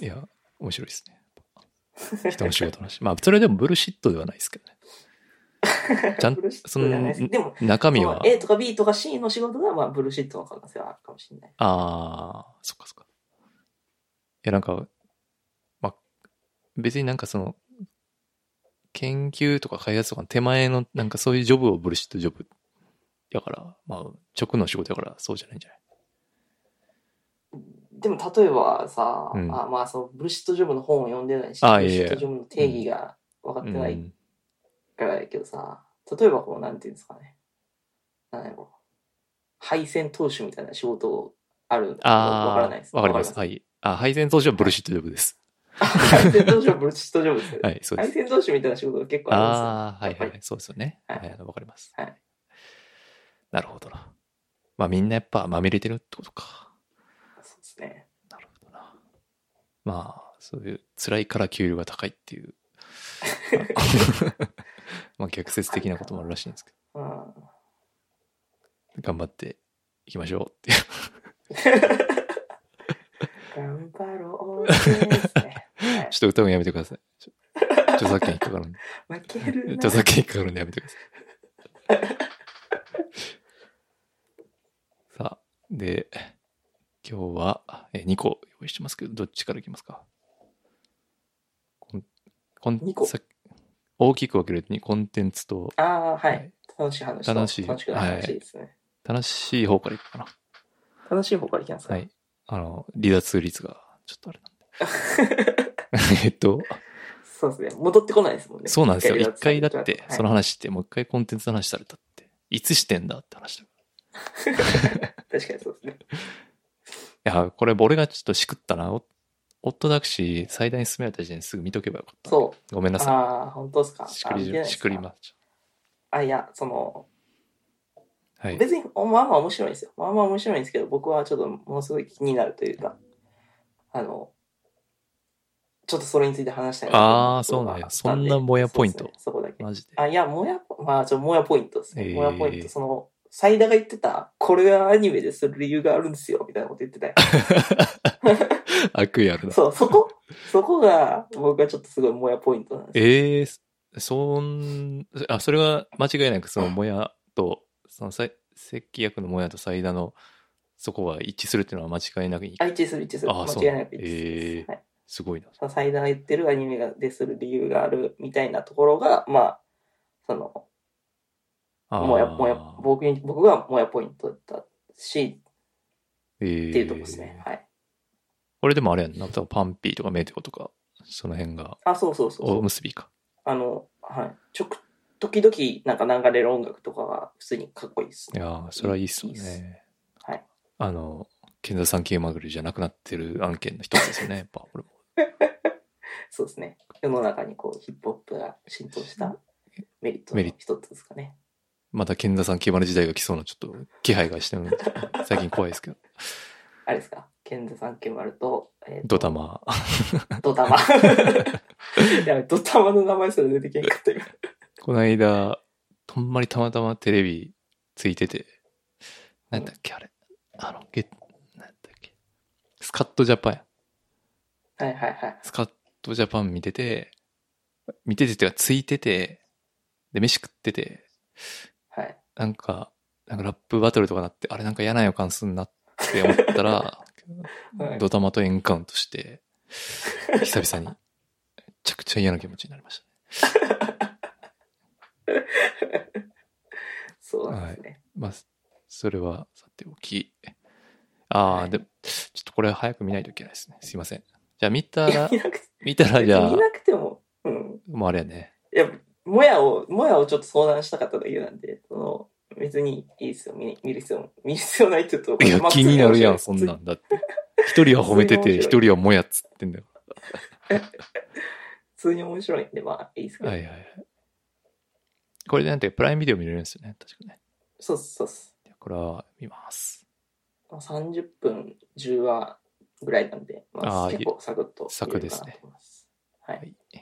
Speaker 2: いや、面白いです ね。人の仕事の話。まあ、それでもブルシットではないですけど ね。ちゃん
Speaker 3: ブルシッ
Speaker 2: そ
Speaker 3: トじゃない
Speaker 2: の
Speaker 3: ですけどでも、
Speaker 2: 中身 は
Speaker 3: まあ、A とか B とか C の仕事が、まあ、ブルーシットの可能性はあるかもしれない。
Speaker 2: ああ、そっかそっか。いや、なんか、まあ、別になんかその、研究とか開発とかの手前の、なんかそういうジョブをブルシットジョブやから、まあ、直の仕事やからそうじゃないんじゃない
Speaker 3: でも、例えばさ、
Speaker 2: うん
Speaker 3: あまあ、そのブルーシットジョブの本を読んでないし、
Speaker 2: あ
Speaker 3: ブルー
Speaker 2: い
Speaker 3: シ
Speaker 2: やいや
Speaker 3: ットジョブの定義が分かってな
Speaker 2: う
Speaker 3: い
Speaker 2: ん
Speaker 3: からやけどさ、例えばこう、なんていうんですかね。なんやろう。配線投手みたいな仕事あるんだけど、
Speaker 2: ああ、
Speaker 3: 分からないです。
Speaker 2: わかります。はい。あ、配線当時はブルシットジョブです。
Speaker 3: 配線投手はブルーシットジョブですよね。
Speaker 2: はい、そうで
Speaker 3: 配
Speaker 2: す。
Speaker 3: 線投手みたいな仕事が結構あ
Speaker 2: ああ、はい
Speaker 3: るんですよ。
Speaker 2: はいはい、そうですよね。は
Speaker 3: はいい、
Speaker 2: わかります。
Speaker 3: はい。
Speaker 2: なるほどな。まあ、みんなやっぱまみれてるってことか。
Speaker 3: そうですね。
Speaker 2: なるほどな。まあ、そういう、辛いから給料が高いって いう、まあ逆説的なこともあるらしいんですけ
Speaker 3: ああ
Speaker 2: ど、頑張っていきましょうっていう。
Speaker 3: 頑張ろうですね。はい
Speaker 2: ちょっと歌うのやめてください。ちょ著作権引っかかるんで。
Speaker 3: 負けるな
Speaker 2: 著。作権引っかかるんでやめてくださ い。さあ、で、今日はえ2個用意してますけど、どっちからいきますかこんこん
Speaker 3: 二個
Speaker 2: さ大きく分けるとにコンテンツと
Speaker 3: ああ、はい。楽しい話と。
Speaker 2: 楽しい
Speaker 3: 楽しくない話ですね。
Speaker 2: 楽しい方からいくかな。
Speaker 3: 楽しい方からいきますか。
Speaker 2: はい。あの、離脱率がちょっとあれなんで。 えっと、
Speaker 3: そうですね。戻ってこないですもんね。
Speaker 2: そうなんですよ。一回だ
Speaker 3: 離脱
Speaker 2: って、
Speaker 3: はい
Speaker 2: その話って、もう一回コンテンツの話されたって、いつしてんだって話だ。
Speaker 3: 確かにそうですね。
Speaker 2: いや、これ、俺がちょっとしくったな。おオットダクシー最大に進められた時点ですぐ見とけばよかった。
Speaker 3: そ
Speaker 2: ごめんな
Speaker 3: う。
Speaker 2: さ
Speaker 3: ああ、本当ですか。
Speaker 2: い。しく
Speaker 3: あ見て
Speaker 2: り、
Speaker 3: ないですか
Speaker 2: しくりまっち
Speaker 3: あ、いや、その、
Speaker 2: ゃう。はい。
Speaker 3: 別に、まあまあ面白いんですよ。まあまあ面白いんですけど、僕はちょっとものすごい気になるというか、あの、ちょっとそれについて話したい
Speaker 2: あー
Speaker 3: と
Speaker 2: そう
Speaker 3: ころが
Speaker 2: なんや
Speaker 3: あったで
Speaker 2: そんなもやポイント
Speaker 3: そうですねそこだけ。
Speaker 2: マジで。
Speaker 3: あ、いや、もや、まあ、ちょ、もやポイントですね。
Speaker 2: えー
Speaker 3: もやポイント、その、サイダが言ってた、これはアニメでする理由があるんですよ、みたいなこと言ってたよ。
Speaker 2: 悪意あるな。
Speaker 3: そう、そこ、そこが、僕はちょっとすごいもやポイントなんですよ。
Speaker 2: ええそん、あ、それは間違いなく、その、もやと、その、さい石器役のもやとサイダの、そこは一致するっていうのは間違いなく、
Speaker 3: あ、一致する一致する。
Speaker 2: あそう
Speaker 3: 間違いなく一致す
Speaker 2: え
Speaker 3: る
Speaker 2: ー。
Speaker 3: はい
Speaker 2: すごいな。
Speaker 3: そのサイダーが言ってるアニメがでする理由があるみたいなところが、まあ、その、
Speaker 2: あー
Speaker 3: もや、もや、僕に、僕はもやポイントだったし、
Speaker 2: えー
Speaker 3: っていうとこですね。はい。
Speaker 2: 俺でもあれやんな。多分パンピーとかメーテコとか、その辺が、
Speaker 3: あ、そうそうそうそう
Speaker 2: おむすびか。
Speaker 3: あの、はい。ちょく、時々なんか流れる音楽とかが普通にかっこいいです
Speaker 2: い
Speaker 3: ね。
Speaker 2: やーそれはいいっすよ
Speaker 3: いいっす
Speaker 2: ね。
Speaker 3: はい。
Speaker 2: あの、健座さん系まぐれじゃなくなってる案件の一つですよね。やっぱ俺も。
Speaker 3: そうですね。世の中にこう、ヒップホップが浸透したメリットの
Speaker 2: メリッ
Speaker 3: 一つですかね。
Speaker 2: また健座さん系まる時代が来そうなちょっと気配がしてるんで、最近怖いですけど。
Speaker 3: あれですか。ケンズさん決まると、えーと
Speaker 2: ドタマ。
Speaker 3: ド タマ。 いや、ドタマの名前すら出てけんかった今
Speaker 2: この間、とんまりたまたまテレビついてて、なんだっけあれ。あの、ゲなんだっけ。スカットジャパンや。
Speaker 3: はいはいはい。
Speaker 2: スカットジャパン見てて、見ててっていうか、ついてて、で、飯食ってて、
Speaker 3: はい。
Speaker 2: なんか、なんかラップバトルとかなって、あれなんか嫌な予感すんなって思ったら、
Speaker 3: はい
Speaker 2: ドタマとエンカウントして、久々に、めちゃくちゃ嫌な気持ちになりまし
Speaker 3: そうなんですね。
Speaker 2: た。まあ、それはさておき。あ
Speaker 3: は
Speaker 2: あ、
Speaker 3: い
Speaker 2: でも、ちょっとこれ早く見ないといけないですね。すいません。じゃあ見た
Speaker 3: いや
Speaker 2: ら
Speaker 3: 見、なくて、
Speaker 2: 見たらじゃあ
Speaker 3: 見、なくても、うん。
Speaker 2: もうあれやね。
Speaker 3: いや、もやを、もやをちょっと相談したかっただけなんで、その、別にいいですよ。見見る必要も、見る必要ないって言うと。
Speaker 2: いや、
Speaker 3: まあ
Speaker 2: 気になるやん、そん。
Speaker 3: 普通
Speaker 2: な
Speaker 3: に
Speaker 2: んだって。一人は褒めてて、
Speaker 3: 普
Speaker 2: 一
Speaker 3: 通
Speaker 2: 人はもやっつってんだよ。
Speaker 3: 普通に面白いんで、まあ、いいですけど。
Speaker 2: はいはいはい。これでなんてプライムビデオ見れるんですよね。確かね。
Speaker 3: そうっす、そうっす。
Speaker 2: いやこれは見ます。
Speaker 3: まあ30分10話ぐらいなんで、ま
Speaker 2: あ
Speaker 3: あ、
Speaker 2: ー
Speaker 3: 結構サクッと。
Speaker 2: サクですね。
Speaker 3: は。
Speaker 2: はいい。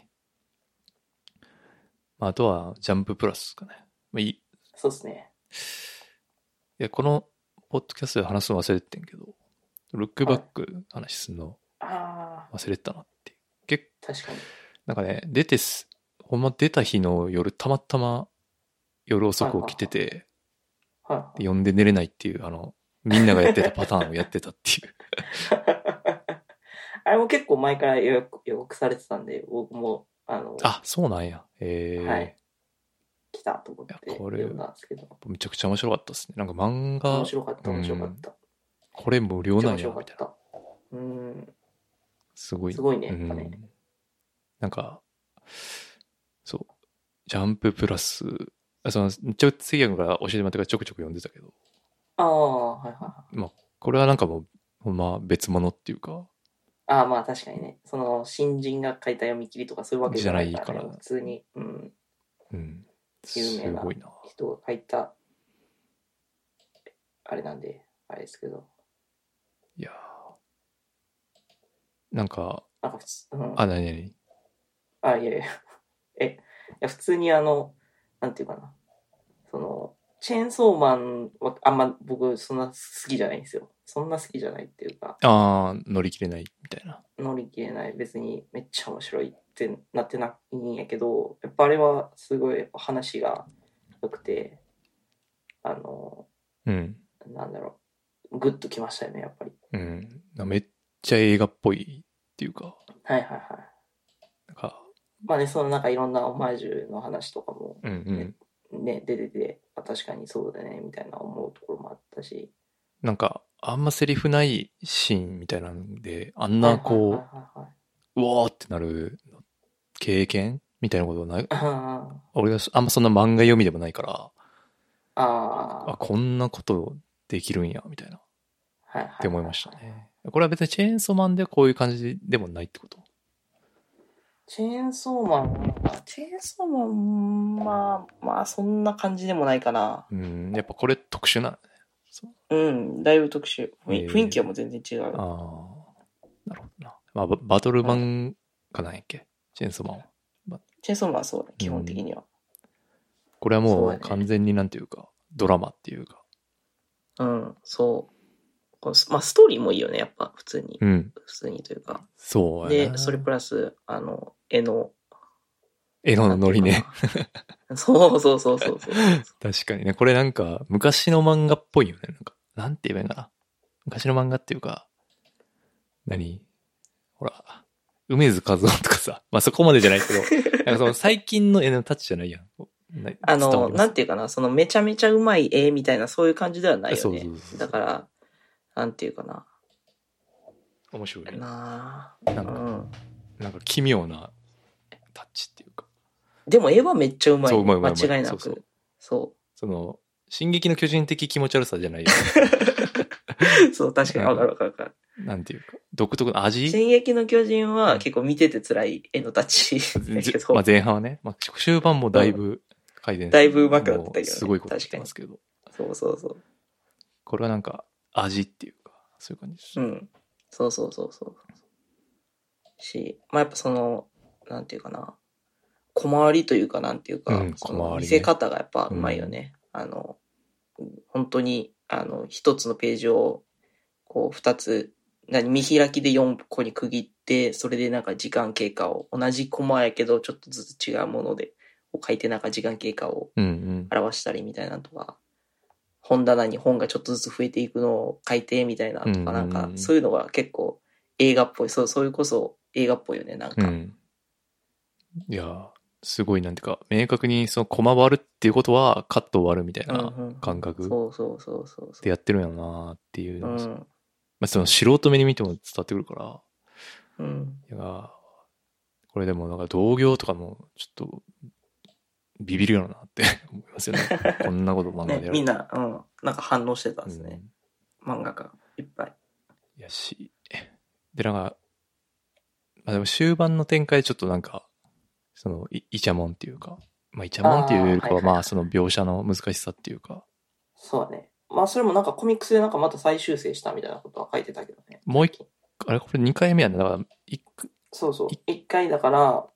Speaker 2: まあ、あとは、ジャンププラスですかね。まあ、いい。い
Speaker 3: そうっすね。
Speaker 2: や、この、ポッドキャストで話すの忘れてんけど、ルックバックの話すんの
Speaker 3: あ
Speaker 2: 忘れてたなっていう。結
Speaker 3: あ、確かに。
Speaker 2: なんかね、出てす、ほんま出た日の夜、たまたま夜遅く起きてて、
Speaker 3: は
Speaker 2: で呼んで寝れないっていう、あの、みんながやってたパターンをやってたっていう。
Speaker 3: いはい。あれも結構前から予約予告されてたんで、僕も、 あの、
Speaker 2: あ、そうなんや。えー
Speaker 3: はい来たと思って
Speaker 2: いやこれ
Speaker 3: 読んだんですけど、
Speaker 2: めちゃくちゃ面白かったですね。なんか漫
Speaker 3: 面
Speaker 2: 画、
Speaker 3: 白かった、
Speaker 2: うん
Speaker 3: 面白かった。
Speaker 2: これ無料なん
Speaker 3: 面
Speaker 2: や、
Speaker 3: 白か
Speaker 2: み
Speaker 3: った
Speaker 2: いな。
Speaker 3: た。うん、
Speaker 2: すごい。
Speaker 3: すごいね、やっ
Speaker 2: う
Speaker 3: ぱね。
Speaker 2: んなんか、そう、ジャンププラス、あその、ちょ、次やから教えてもらってからちょくちょく読んでたけど、
Speaker 3: ああ、はいはいはい。
Speaker 2: これはなんかもう、ほんま別物っていうか、
Speaker 3: ああ、まあ確かにね、その、新人が書いた読み切りとかそういうわけじゃないから、ね、
Speaker 2: じゃないから
Speaker 3: 普通に、うん、
Speaker 2: うん、
Speaker 3: 有
Speaker 2: す
Speaker 3: 名な
Speaker 2: ごいな。
Speaker 3: 人が書いた、あれなんで、あれですけど。
Speaker 2: いやーなんか、
Speaker 3: なんか普通、うん、
Speaker 2: あ、なになに
Speaker 3: あ、いやい や。え、いや普通にあの、なんていうかな。その、チェーンソーマンはあんま僕そんな好きじゃないんですよ。そんな好きじゃないっていうか、
Speaker 2: ああ、乗り切れないみたいな。
Speaker 3: 乗り切れない。別にめっちゃ面白いってなってないんやけど、やっぱあれはすごいやっぱ話が良くて、あの、
Speaker 2: うん。
Speaker 3: なんだろう。グッときましたよね、やっぱり。
Speaker 2: うん。めっちゃ映画っぽいっていうか、
Speaker 3: はいはいはい。
Speaker 2: なんか、
Speaker 3: まあね、そのなんかいろんなオマージュの話とかも
Speaker 2: うんうん。
Speaker 3: ね、出てて、あ確かにそうだね、みたいな思うところもあったし。
Speaker 2: なんか、あんまセリフないシーンみたいなんで、あんな
Speaker 3: はい
Speaker 2: こ
Speaker 3: はいは
Speaker 2: う、うわーってなる経験みたいなことない。
Speaker 3: いはいはい。
Speaker 2: 俺はあんまそんな漫画読みでもないから、
Speaker 3: ああ
Speaker 2: あ、、こんなことできるんや、みたいな、っ
Speaker 3: はいはい。って
Speaker 2: 思いました。ね。これは別にチェーンソーマンでこういう感じでもないってこと
Speaker 3: チェーンソーマンは、チェーンソーマン、まあ、まあ、そんな感じでもないかな。
Speaker 2: うん、やっぱこれ特殊なのね。そう
Speaker 3: うん、だいぶ特殊。
Speaker 2: え
Speaker 3: 雰
Speaker 2: ー
Speaker 3: 雰囲気はもう全然違う。
Speaker 2: ああ、なるほどな。まあ、ババトルマンかなんやっけ、チェーンソーマンは。
Speaker 3: チェーンソーマンはそうだ、基本的には。
Speaker 2: これは
Speaker 3: そう
Speaker 2: も
Speaker 3: だ
Speaker 2: う
Speaker 3: ね
Speaker 2: 完全になんていうか、ドラマっていうか。
Speaker 3: うん、そう。このスまあ、ストーリーもいいよね、やっぱ、普通に。
Speaker 2: うん、
Speaker 3: 普通にというか。
Speaker 2: そうやな
Speaker 3: で、それプラス、あの、絵の。
Speaker 2: 絵のノリね。
Speaker 3: なんていうかな。そうそうそうそうそう。
Speaker 2: 確かにね。これなんか、昔の漫画っぽいよね。なんか、なんて言えばいいんかな。昔の漫画っていうか、何ほら、梅津和夫とかさ、まあそこまでじゃないけど、 なんかその最近の絵のタッチじゃないやん。な
Speaker 3: あ
Speaker 2: 伝わ
Speaker 3: の、
Speaker 2: ります
Speaker 3: なんていうかな、そのめちゃめちゃうまい絵みたいな、そういう感じではないよ
Speaker 2: そう
Speaker 3: ね
Speaker 2: そうそう。
Speaker 3: だから、なんていうかな。
Speaker 2: 面白いね。
Speaker 3: なあ
Speaker 2: なん
Speaker 3: う
Speaker 2: か、
Speaker 3: ん。
Speaker 2: なんか奇妙なタッチっていうか。
Speaker 3: でも絵はめっちゃうまい。
Speaker 2: そううまいうまいうまい
Speaker 3: 間違いなく。
Speaker 2: そ
Speaker 3: そうう
Speaker 2: そうその、進撃の巨人的気持ち悪さじゃないよ。
Speaker 3: そう。 確かに。
Speaker 2: うん
Speaker 3: わかるわかるわかる。
Speaker 2: なんていうか、独特の味
Speaker 3: 進撃の巨人は結構見てて辛い絵のタッチだ けど。
Speaker 2: まあ、前半はね、まあ、終盤もだいぶ改善
Speaker 3: だいぶ上手くなっ
Speaker 2: も
Speaker 3: てたけどね
Speaker 2: うすごいことしてますけど、
Speaker 3: そうそうそう。
Speaker 2: これはなんか味っていうか、そういう感じです。
Speaker 3: うん。そうそうそうそう。し、まあやっぱその、なんていうかな、小回りというかなんていうか、
Speaker 2: うん
Speaker 3: その
Speaker 2: 小回りね
Speaker 3: 見せ方がやっぱうまいよね。あの、本当に、あの、一つのページを、こう、二つ、何、見開きで4個に区切って、それでなんか時間経過を、同じコマやけど、ちょっとずつ違うもので、こう書いてなんか時間経過を
Speaker 2: うんうん。
Speaker 3: 表したりみたいなのとか、本棚に本がちょっとずつ増えていくのを書いてみたいなとか、
Speaker 2: うんうんうん
Speaker 3: なんかそういうのが結構映画っぽい、そう、それこそ映画っぽいよね、なん
Speaker 2: う
Speaker 3: か。
Speaker 2: ん。いやー、すごいなんていうか、明確にその駒割るっていうことはカット終わるみたい
Speaker 3: うんうん
Speaker 2: な感覚
Speaker 3: そうそうそうそうそう。
Speaker 2: でやってるんやろなーっていう
Speaker 3: う
Speaker 2: のが、ま
Speaker 3: ん。
Speaker 2: あ、その素人目に見ても伝わってくるから、
Speaker 3: うん。
Speaker 2: いやーこれでもなんか同業とかもちょっとビビるよなって 思いますよね。こんなこと漫画で
Speaker 3: ね
Speaker 2: や、る。
Speaker 3: みんな、うん、なんか反応してたんです
Speaker 2: う
Speaker 3: ね
Speaker 2: ん。
Speaker 3: 漫画がいっぱい。
Speaker 2: やし。で、なんか、まあでも終盤の展開ちょっとなんか、その、いイチャモンっていうか、まあイチャモンっていうよりかは
Speaker 3: あーはいはいはい
Speaker 2: まあその描写の難しさっていうか、
Speaker 3: そうだね。まあそれもなんかコミックスでなんかまた再修正したみたいなことは書いてたけどね。
Speaker 2: もう一あれこれ2回目やんな。だから、一回
Speaker 3: そうそう。一回だから、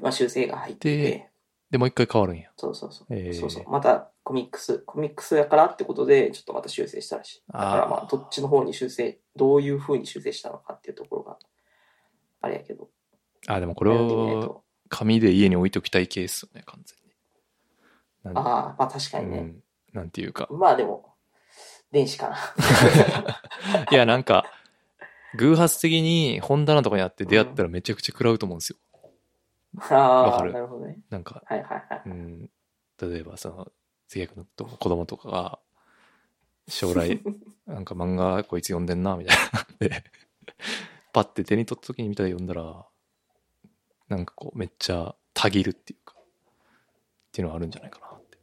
Speaker 3: まあ修正が入って
Speaker 2: ででもう一回変わるんや。
Speaker 3: そうそうそう。
Speaker 2: えー
Speaker 3: そうそう。またコミックス、コミックスやからってことで、ちょっとまた修正したらしい。だ
Speaker 2: あー
Speaker 3: からまあ、どっちの方に修正、どういう風に修正したのかっていうところが、あれやけど。
Speaker 2: あ、でもこ
Speaker 3: こ
Speaker 2: れを紙で家に置いときたいケースよね、完全に。なん
Speaker 3: ああ、まあ確かにね。
Speaker 2: うん、なんていうか。
Speaker 3: まあでも、電子かな。
Speaker 2: いや、なんか、偶発的に本棚とかにあって出会ったらめちゃくちゃ食らうと思うんですよ。 わ
Speaker 3: あ
Speaker 2: か
Speaker 3: あ、
Speaker 2: る
Speaker 3: なるほどね。
Speaker 2: なんか、
Speaker 3: はいはいはい。
Speaker 2: うん、例えばその、つやくのと子供とかが、将 来、なんか漫画こいつ読んでんな、みたいな。で、パッて手に取った時に見たら読んだら、なんかこう、めっちゃたぎるっていうか、っていうのはあるんじゃないかなって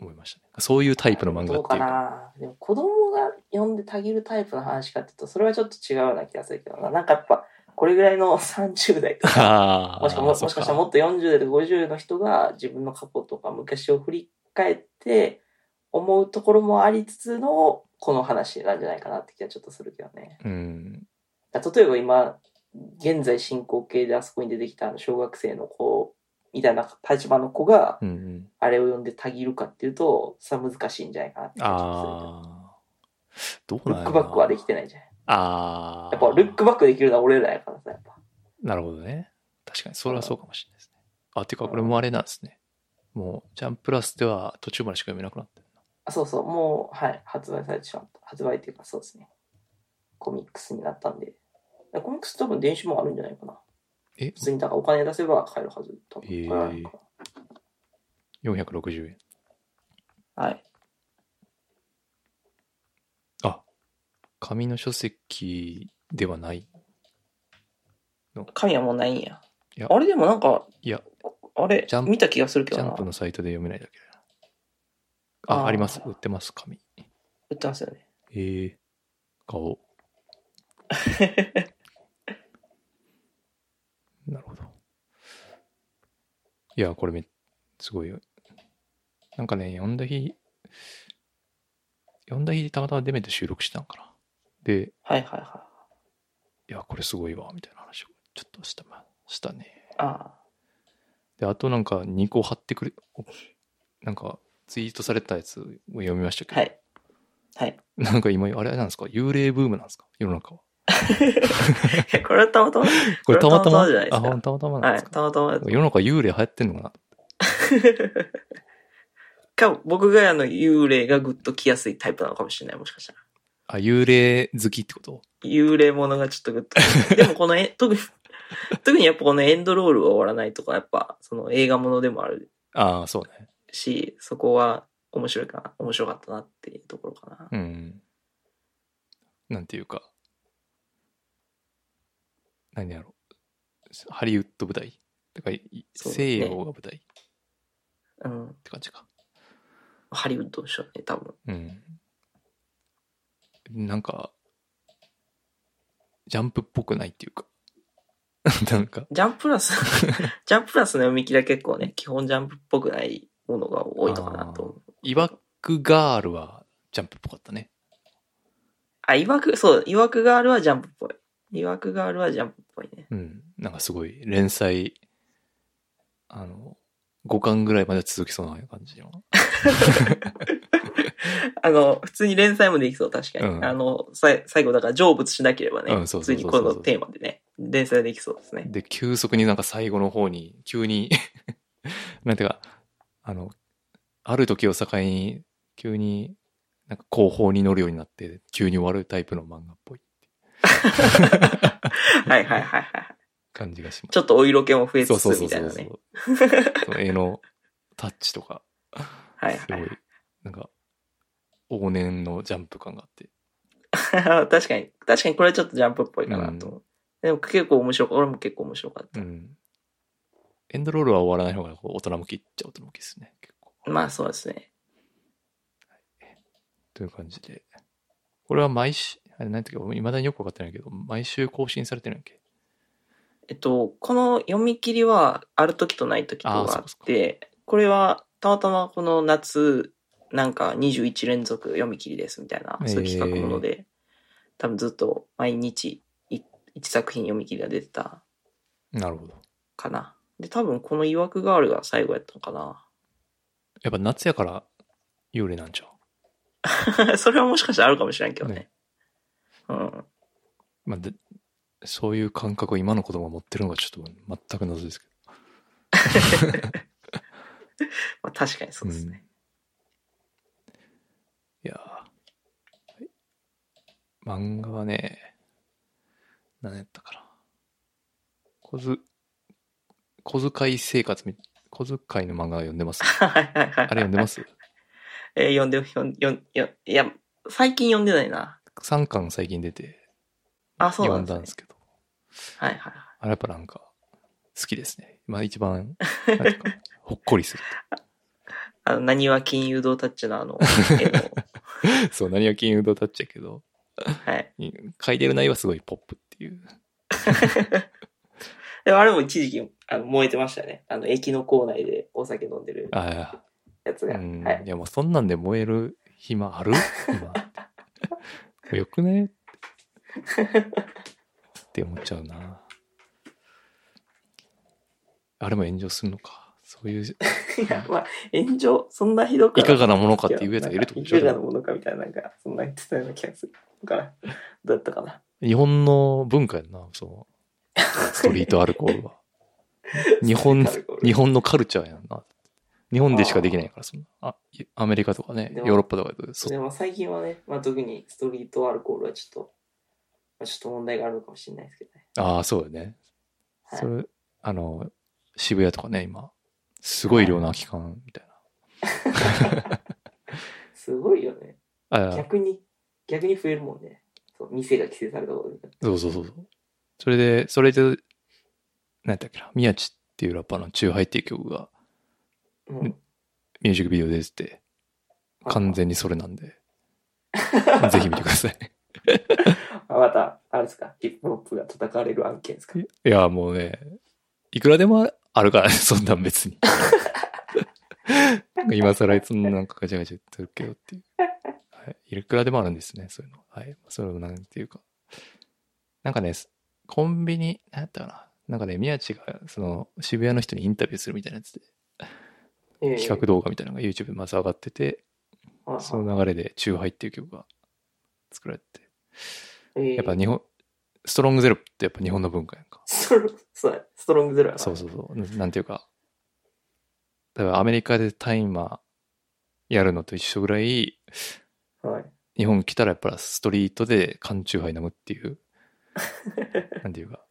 Speaker 2: 思いましたね。そういうタイプの漫画
Speaker 3: ど
Speaker 2: っ
Speaker 3: う
Speaker 2: てい
Speaker 3: か
Speaker 2: うか。
Speaker 3: な。でも子供が読んでたぎるタイプの話かっていうと、それはちょっと違うような気がするけどな。なんかやっぱ、これぐらいの30代 とか、
Speaker 2: あー
Speaker 3: もしかももし
Speaker 2: そ
Speaker 3: か
Speaker 2: っ
Speaker 3: したらもっと40代とか50の人が自分の過去とか昔を振り返って思うところもありつつのこの話なんじゃないかなって気はちょっとするけどね。
Speaker 2: うん。
Speaker 3: だ例えば今現在進行形であそこに出てきたあの小学生の子みたいな立場の子が、
Speaker 2: うんうん。
Speaker 3: あれを読んでたぎるかっていうと、さ難しいんじゃないかなって気が
Speaker 2: あー。ど
Speaker 3: す
Speaker 2: う
Speaker 3: る。
Speaker 2: なんや
Speaker 3: ルッ
Speaker 2: ろ
Speaker 3: ク
Speaker 2: な
Speaker 3: バックはできてないじゃん。
Speaker 2: ああ。
Speaker 3: やっぱルックバックできるのは俺らやからさ、やっぱ。
Speaker 2: なるほどね。確かに、それはそうかもしれないですね。あ、ていうか、これもあれなんですね。もう、ジャンプラスでは途中までしか読めなくなってるな。
Speaker 3: あそうそう、もう、はい、発売されてしまった。発売っていうか、そうですね。コミックスになったんで。コミックス多分電子もあるんじゃないかな。
Speaker 2: え
Speaker 3: 普、通にだからお金出せば買えるはず。多分
Speaker 2: へー
Speaker 3: 買えないのか
Speaker 2: 460円。
Speaker 3: なはい。
Speaker 2: 紙の書籍ではない。
Speaker 3: 紙はもうないんや。
Speaker 2: いや
Speaker 3: あれでもなんか、
Speaker 2: いや、
Speaker 3: あれ
Speaker 2: ジャン、プ
Speaker 3: 見た気がするけ
Speaker 2: ジ
Speaker 3: どな
Speaker 2: ャンプ。のサイトで読めないだけだな。あ、
Speaker 3: あー
Speaker 2: あります。売ってます、紙。
Speaker 3: 売ってますよね。
Speaker 2: ええ顔。 なるほど。いや、これめ、すごいよ。なんかね、読んだ日、読んだ日、たまたまデメて収録したんかな。で、
Speaker 3: はいはいはい
Speaker 2: や、これすごいわ、みたいな話をちょっとした、ましたね。
Speaker 3: い。あ
Speaker 2: で、あとなんか2個貼ってくれ、おなんかツイートされたやつを読みましたけ
Speaker 3: あ、
Speaker 2: ど、
Speaker 3: はい。はい。
Speaker 2: なんか今、あれなんですか幽霊ブームなんですか世の中は。
Speaker 3: これはたま たま、
Speaker 2: これたまたま
Speaker 3: これたまたまじゃないですか
Speaker 2: あ、ほんとたまたまなん
Speaker 3: は
Speaker 2: で
Speaker 3: い
Speaker 2: す、か、
Speaker 3: たまたまやつ
Speaker 2: 世の中幽霊流行ってんのかな
Speaker 3: か、僕があの、幽霊がグッと来やすいタイプなのかもしれない、もしかしたら。
Speaker 2: あ、幽霊好きってこと
Speaker 3: 幽霊ものがちょっとグッと来 る。でもこのえ、特に、特にやっぱこのエンドロールが終わらないとか、やっぱ、その映画ものでもある
Speaker 2: ああ、そうね。
Speaker 3: し、そこは面白いかな、面白かったなっていうところかな。
Speaker 2: うん。なんていうか。何やろう。ハリウッド舞台てか、い
Speaker 3: そうね
Speaker 2: 西洋が舞台っ
Speaker 3: うん。
Speaker 2: て感じか。
Speaker 3: ハリウッドでしょうね、多分。
Speaker 2: うん。なんか、ジャンプっぽくないっていうか。 なんか、
Speaker 3: ジャンプラス、 ジャンプラスの読み切りは結構ね、基本ジャンプっぽくないものが多いのかなと思う。
Speaker 2: イワクガールはジャンプっぽかったね。
Speaker 3: あ、いわく、そう、いわくガールはジャンプっぽい。いわくガールはジャンプっぽいね。
Speaker 2: うん。なんかすごい、連載、あの、5巻ぐらいまで続きそうな感じの。
Speaker 3: あの、普通に連載もできそう、確かに。
Speaker 2: うん
Speaker 3: あの、さい最後、だから成仏しなければね、
Speaker 2: うんそ
Speaker 3: 普
Speaker 2: うそうそうそう
Speaker 3: 通にこのテーマでね、連載できそうですね。
Speaker 2: で、急速になんか最後の方に、急に、 なんていうか、あの、ある時を境に、急に、なんか後方に乗るようになって、急に終わるタイプの漫画っぽい
Speaker 3: はいはいはいはい。
Speaker 2: 感じがします。
Speaker 3: ちょっとお色気も増え
Speaker 2: そう
Speaker 3: つ
Speaker 2: そう
Speaker 3: つ
Speaker 2: そう
Speaker 3: みた
Speaker 2: そ
Speaker 3: いうな
Speaker 2: そ
Speaker 3: ね。
Speaker 2: う。その絵のタッチとか、
Speaker 3: はい
Speaker 2: すご
Speaker 3: はいい。、
Speaker 2: なんか、往年のジャンプ感があって。
Speaker 3: 確かに、確かにこれはちょっとジャンプっぽいかなと思う。でも結構面白か俺も結構面白かっ
Speaker 2: う
Speaker 3: た。
Speaker 2: ん。エンドロールは終わらない方がこう大人向きっちゃ大人向きですね。結構。
Speaker 3: まあそうですね。
Speaker 2: という感じで。これは毎週、あれ、なんていうか、いまだによくわかってないけど、毎週更新されてるんやっけ
Speaker 3: えっと、この読み切りは、ある時とない時とが
Speaker 2: あーそ
Speaker 3: あ
Speaker 2: うかそ
Speaker 3: っ
Speaker 2: う
Speaker 3: て、これは、たまたまこの夏、なんか21連続読み切りですみたいな、そういう企画もので、多分ずっと毎日い一作品読み切りが出てた
Speaker 2: なるほど。
Speaker 3: かな。で、多分この曰くガールが最後やったのか
Speaker 2: やっぱ夏やから幽霊なんちゃう
Speaker 3: な。 それはもしかしたらあるかもしれんけどね。
Speaker 2: ね
Speaker 3: うん。
Speaker 2: まあ、でそういう感覚を今の子供が持ってるのがちょっと全く謎ですけ
Speaker 3: まあ確かにそ
Speaker 2: ど。
Speaker 3: うですね。
Speaker 2: うんいやーはい漫画はね、何やったかな。小ず、小遣い生活み、小遣いの漫画読んでます。
Speaker 3: はいはい
Speaker 2: あれ
Speaker 3: はい。
Speaker 2: 読んでます
Speaker 3: えー読んで、読ん、読ん、読ん、いや、最近読んでないな。
Speaker 2: 3巻最近出て
Speaker 3: あ、そうな
Speaker 2: 読
Speaker 3: ん
Speaker 2: んだ
Speaker 3: ですね
Speaker 2: んですけど、
Speaker 3: はいはいはい。
Speaker 2: あれやっぱなんか好きですね。まあ一番、なんていうかほっこ りする
Speaker 3: あの、何は金融道タッチの あの、絵の、
Speaker 2: と。そう、何が金融道タッチやけど、
Speaker 3: はい。
Speaker 2: 書いてる内容はすごいポップっていう。
Speaker 3: でもあれも一時期、あの、燃えてましたよね。あの、駅の構内でお酒飲んでる
Speaker 2: あ
Speaker 3: やつ
Speaker 2: あ、
Speaker 3: が。
Speaker 2: うん。、
Speaker 3: はいい。
Speaker 2: やもうそんなんで燃える暇ある今。よくねって思っちゃうな。あれも炎上するのか。そういう、
Speaker 3: いや、まあ、炎上、そんなひどく
Speaker 2: い
Speaker 3: は
Speaker 2: かがなものかっていうやつがいるってこと
Speaker 3: い
Speaker 2: でしょ
Speaker 3: かがなものかみたいな、なんか、そんな言ってたような気がするから、どうやったかな。
Speaker 2: 日本の文化やんな、その、ストリートアルコールは。日本、日本のカルチャーやんな。日本でしかできないから、そんな。あ、いアメリカとかね、
Speaker 3: で
Speaker 2: ヨ
Speaker 3: も
Speaker 2: ーロッパとかで、そ
Speaker 3: でも最近はね、まあ、特にストリートアルコールはちょっと、まあ、ちょっと問題があるのかもしれないですけどね。
Speaker 2: ああ、そうだね。
Speaker 3: はい
Speaker 2: それ、あの、渋谷とかね、今、すごい量の空き缶みたい
Speaker 3: すごいよね。
Speaker 2: な。あ
Speaker 3: 逆に、逆に増えるもんね。そう店が規制されたことによって
Speaker 2: そうそうそうそう。それで、それで、なんだっけな、宮地っていうラッパーのチューハイっていう曲が
Speaker 3: うん
Speaker 2: ミュージックビデオで出てて、完全にそれなんで、ぜひ見てください。
Speaker 3: あまた、あれですか、ヒップホップが叩かれる案件ですか。
Speaker 2: いや、もうね、いくらでもあるからね、 そんなん別に。なんか今更そんななんかガチャガチャ言ってるけどっていう。はい。いくらでもあるんですね、そういうの。はい。それをなんていうか。なんかね、すコンビニ、なんやったかな。なんかね、宮地が、その、渋谷の人にインタビューするみたいなやつで、
Speaker 3: ええ
Speaker 2: 企画動画みたいなのが YouTube にまず上がってて、
Speaker 3: はいはい
Speaker 2: その流れで、チューハイっていう曲が作られて。
Speaker 3: ええ
Speaker 2: やっぱ日本、ストロングゼロってやっぱ日本の文化やんか。
Speaker 3: ストロ そうだストロングゼロやな
Speaker 2: そうそうそう。ななんていうか、例えばアメリカで大麻やるのと一緒ぐらい、
Speaker 3: はい。
Speaker 2: 日本来たらやっぱりストリートで缶チューハイ飲むっていう、なんていうか、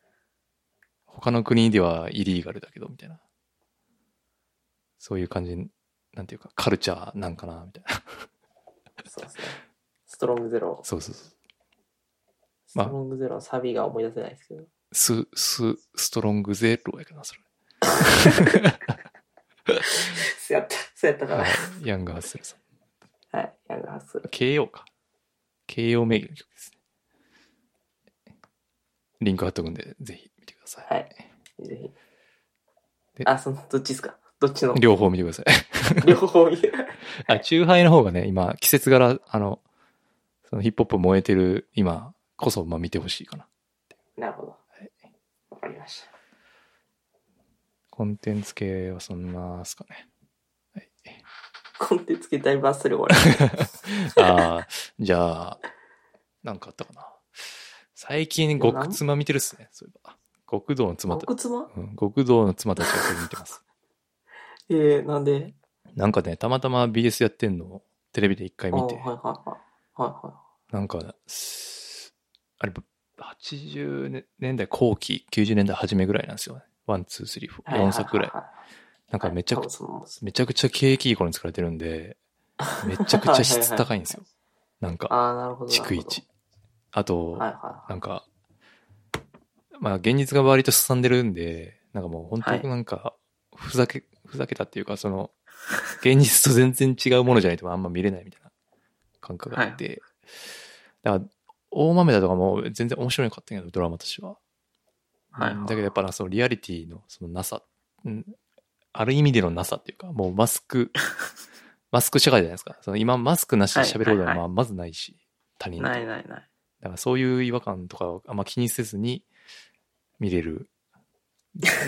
Speaker 2: 他の国ではイリーガルだけど、みたいな。そういう感じ、なんていうか、カルチャーなんかな、みたいな。
Speaker 3: そうですね。ストロングゼロ。
Speaker 2: そうそうそう。
Speaker 3: ス
Speaker 2: ま
Speaker 3: ト
Speaker 2: あ
Speaker 3: ロングゼロのサビが思い出せないですけど。
Speaker 2: ス、ス、ストロングゼロやけどな、それ。
Speaker 3: そうやった、そうやったかな。
Speaker 2: ヤングハッスルさん。
Speaker 3: はい。ヤングハッスル。
Speaker 2: KO か。KO 名義の曲ですね。リンク貼っとくんで、ぜひ見てください。
Speaker 3: はいぜひ。
Speaker 2: で
Speaker 3: あ、その、どっちですかどっちの
Speaker 2: 両方見てく ださい。
Speaker 3: 両方見る。
Speaker 2: あ、チューハイの方がね、今、季節柄、あの、そのヒップホップ燃えてる今こそ、まあ見てほしいかな。
Speaker 3: なるほど。わかりました。
Speaker 2: コンテンツ系はそんなっすかね。
Speaker 3: コンテンツ系だいぶあっさり終わ
Speaker 2: ああ、 じゃあ、なんかあったかな。最近、極妻見てるっすね、そういえば。極道の
Speaker 3: り。
Speaker 2: 妻た
Speaker 3: おつま
Speaker 2: うん、極道の妻たちがそれ見てます。
Speaker 3: えー、なんで
Speaker 2: なんかね、たまたま BS やってんのをテレビで一回
Speaker 3: あー
Speaker 2: 見
Speaker 3: はい
Speaker 2: て、
Speaker 3: はいはい。はいは
Speaker 2: なんか、すあれ、ば80年代後期、90年代初めぐらいなんですよね。ワン、ツー、スリー、フォ
Speaker 3: い。
Speaker 2: ー、4作ぐらい。なんかめちゃくちゃ、
Speaker 3: ち
Speaker 2: めちゃくちゃ景気いい頃に作られてるんで、めちゃくちゃ質高いんですよ。 なんか、
Speaker 3: ああ、なるほど。
Speaker 2: 逐一。。あと、
Speaker 3: はいはい
Speaker 2: な
Speaker 3: はい。
Speaker 2: んか、まあ現実が割とすさんでるんで、なんかもう本当になんか、ふざけ、ふざけたっていうか、その、現実と全然違うものじゃないとあんま見れないみたいな感覚があって、だから、大豆だとかも全然面白いかったんやけど、ドラマとしては。
Speaker 3: はい
Speaker 2: だけどやっぱな、そのリアリティのそのなさ、うんある意味でのなさっていうか、もうマス ク、マスク社会じゃないですか。その今マスクなしで喋ること
Speaker 3: はいは
Speaker 2: はいまあまずないし、他人と
Speaker 3: ないないない。
Speaker 2: だからそういう違和感とかをあんま気にせずに見れる。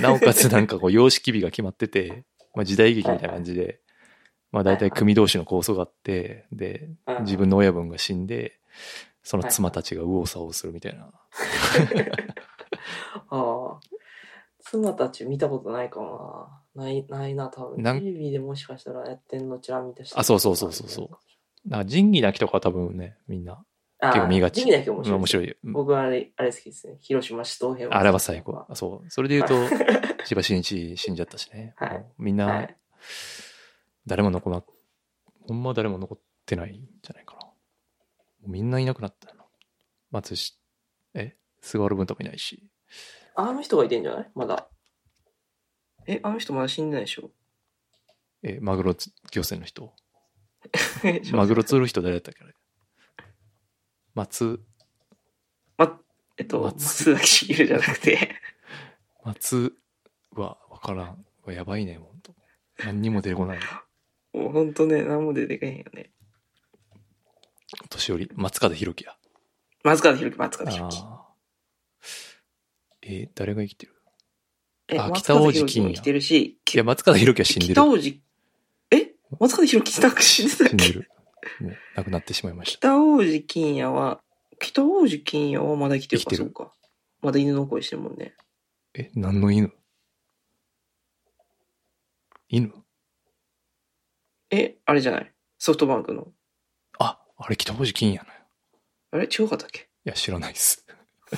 Speaker 2: なおかつ なんかこう様式美が決まってて、まあ時代劇みたいな感じで、まあ大体組同士の構想があって、で、
Speaker 3: うん
Speaker 2: 自分の親分が死んで、その妻たちが右往左往するみたいな。
Speaker 3: ああ。妻たち見たことないかもな。ない、ないな、多分。
Speaker 2: なん
Speaker 3: テレビでもしかしたらやってんのちら見たし。
Speaker 2: あそうそうそうそうそう。なんか仁義なきとかは多分ね、みんな
Speaker 3: ああ
Speaker 2: 結構見がち。
Speaker 3: 仁義なき面白い。
Speaker 2: 面白い。うん
Speaker 3: 僕はあれ、あれ好きですね。広島市東編
Speaker 2: あれは最高。そう。それで言うと、 千葉真一死んじゃったしね。
Speaker 3: はい
Speaker 2: もうみんな、
Speaker 3: はい
Speaker 2: 誰も残な、ほんま誰も残ってないんじゃないかな。もうみんないなくなったよな。松し、え菅原文太もいないし。
Speaker 3: あの人がいてんじゃないまだ。え、あの人まだ死んでないで しょ
Speaker 2: え、マグロつ漁船の人。マグロ釣る人誰だったっけあれ松、
Speaker 3: えっと、
Speaker 2: 松
Speaker 3: 松崎しげるじゃなくて。
Speaker 2: 松はわからん。うわやばいね、ほんと。何にも出てこない。
Speaker 3: もうほんとね、何も出てけへんよね。
Speaker 2: 年寄り、松方弘樹や。
Speaker 3: 松川ひろき、松川ひろき。
Speaker 2: ああ。えー誰が生きてる
Speaker 3: え、
Speaker 2: あ
Speaker 3: 松
Speaker 2: 北
Speaker 3: 方
Speaker 2: 大路
Speaker 3: 弘樹
Speaker 2: 金
Speaker 3: も
Speaker 2: 也
Speaker 3: 来てるし、
Speaker 2: いや、松方弘樹は死んでる。
Speaker 3: 北大路、え松方弘樹死んでたっ
Speaker 2: 死んで
Speaker 3: け
Speaker 2: る。もう亡くなってしまいました。
Speaker 3: 北大路金也は、北大路金也はまだ生きてる
Speaker 2: 生き
Speaker 3: か、
Speaker 2: て
Speaker 3: そ
Speaker 2: る
Speaker 3: うか。まだ犬の声してるもんね。
Speaker 2: え、何の犬犬
Speaker 3: え、あれじゃないソフトバンクの。
Speaker 2: あ、あれ北大路金やな。い
Speaker 3: あれ違うかったっけ
Speaker 2: や、知らないっす。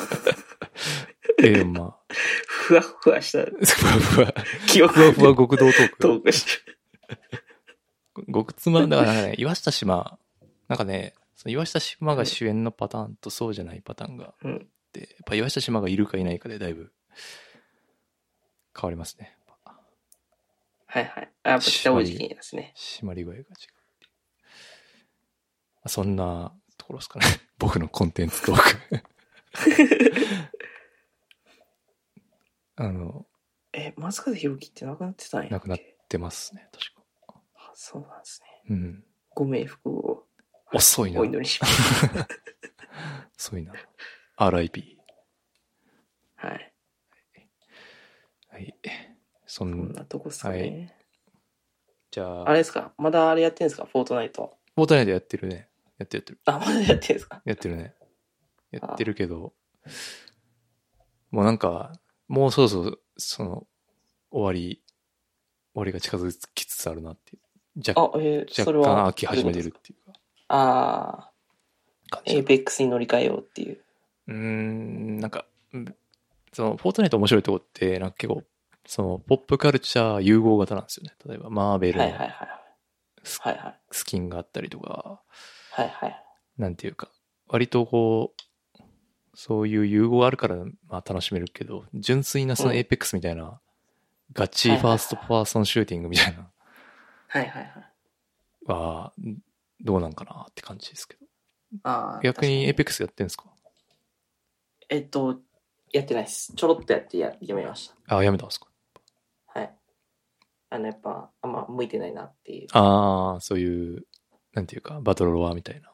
Speaker 2: ええ、まあ。
Speaker 3: ふわふわした
Speaker 2: ふわふわ、
Speaker 3: 記憶
Speaker 2: ふわふわ極道トー
Speaker 3: ト
Speaker 2: ク。
Speaker 3: ークして
Speaker 2: 極妻、だからね、岩下島、なんかね、その岩下島が主演のパターンとそうじゃないパターンがあって、
Speaker 3: うん
Speaker 2: やっぱ岩下島がいるかいないかでだいぶ変わりますね。
Speaker 3: はいはい。あ、やっぱ北大路金也ですね。
Speaker 2: 締まり具合が違うっていうまあそんなところですかね。 僕のコンテンツトー ク。あの、
Speaker 3: え、松方弘樹って亡くなってたんやっけ。
Speaker 2: 亡くなってますね、確か。
Speaker 3: あそうなんですね。
Speaker 2: うん。
Speaker 3: ご冥福を
Speaker 2: 遅いな
Speaker 3: お。祈りします。
Speaker 2: 遅いな。RIP。
Speaker 3: はい。
Speaker 2: はい。そ
Speaker 3: こん
Speaker 2: ん
Speaker 3: なとこっすかね。
Speaker 2: じゃあ、
Speaker 3: あれですかまだあれやってんですかフォートナイト。
Speaker 2: フォートナイトやってるね。やってるやってる。
Speaker 3: あ、まだやってんですか
Speaker 2: やってるね。やってるけど、もうなんか、もうそろそろ、その、終わり、終わりが近づきつつあるなっていう。若
Speaker 3: あ、えー、そ
Speaker 2: 若
Speaker 3: れ
Speaker 2: 干
Speaker 3: は。
Speaker 2: 飽き始めてるっていうか
Speaker 3: ああ、
Speaker 2: 感
Speaker 3: エ
Speaker 2: じ
Speaker 3: イ。ペックスに乗り換えようっていう。
Speaker 2: うーん、なんか、うんその、フォートナイト面白いとこって、なんか結構、その、ポップカルチャー融合型なんですよね。例えば、マーベル
Speaker 3: はい
Speaker 2: の
Speaker 3: はいはい。
Speaker 2: ス
Speaker 3: はいはい。
Speaker 2: スキンがあったりとか、
Speaker 3: はいはい。
Speaker 2: なんていうか、割とこう、そういう融合あるから、まあ楽しめるけど、純粋なその
Speaker 3: うん
Speaker 2: エイペックスみたいな、ガチ
Speaker 3: はいは
Speaker 2: ファ
Speaker 3: いは
Speaker 2: ー
Speaker 3: い
Speaker 2: ストパーソンシューティングみたいな
Speaker 3: はいはいはい。
Speaker 2: のは、どうなんかなって感じですけど。
Speaker 3: あー
Speaker 2: 逆にエイ
Speaker 3: 確か
Speaker 2: ペックスやってんですか
Speaker 3: えっと、やってないです。ちょろっとやってややめまし
Speaker 2: あ、やめたんですか
Speaker 3: た。はい。あの、やっぱ、あんま向いてないなっていう。
Speaker 2: ああ、そういう、なんていうか、バトルロワーみたいな。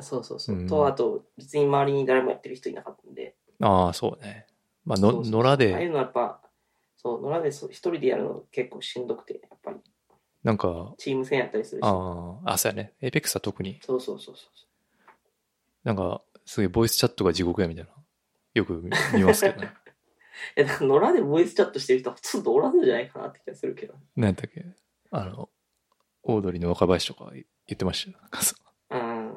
Speaker 3: そうそうそう。
Speaker 2: うん
Speaker 3: と、あと、別に周りに誰もやってる人いなかったんで、
Speaker 2: ああ、そうね。まあ、
Speaker 3: そう
Speaker 2: の、
Speaker 3: そう
Speaker 2: 野良
Speaker 3: ああい
Speaker 2: で、
Speaker 3: うのはやっぱ、そう、野良でそう一人でやるの結構しんどくて、やっぱり、
Speaker 2: なんか、
Speaker 3: チーム戦やったりするし。
Speaker 2: ああ、あ、そうやね。エイペックスは特に、
Speaker 3: そうそうそうそう。
Speaker 2: なんか、すげえボイスチャットが地獄やみたいな。よく見見ますけどね。
Speaker 3: え、だから野良でボイスチャットしてる人はほとんどおらんのじゃないかなって気がするけど。
Speaker 2: なんだっけあの、オードリーの若林とか言ってましたよ。なんかそう
Speaker 3: うん。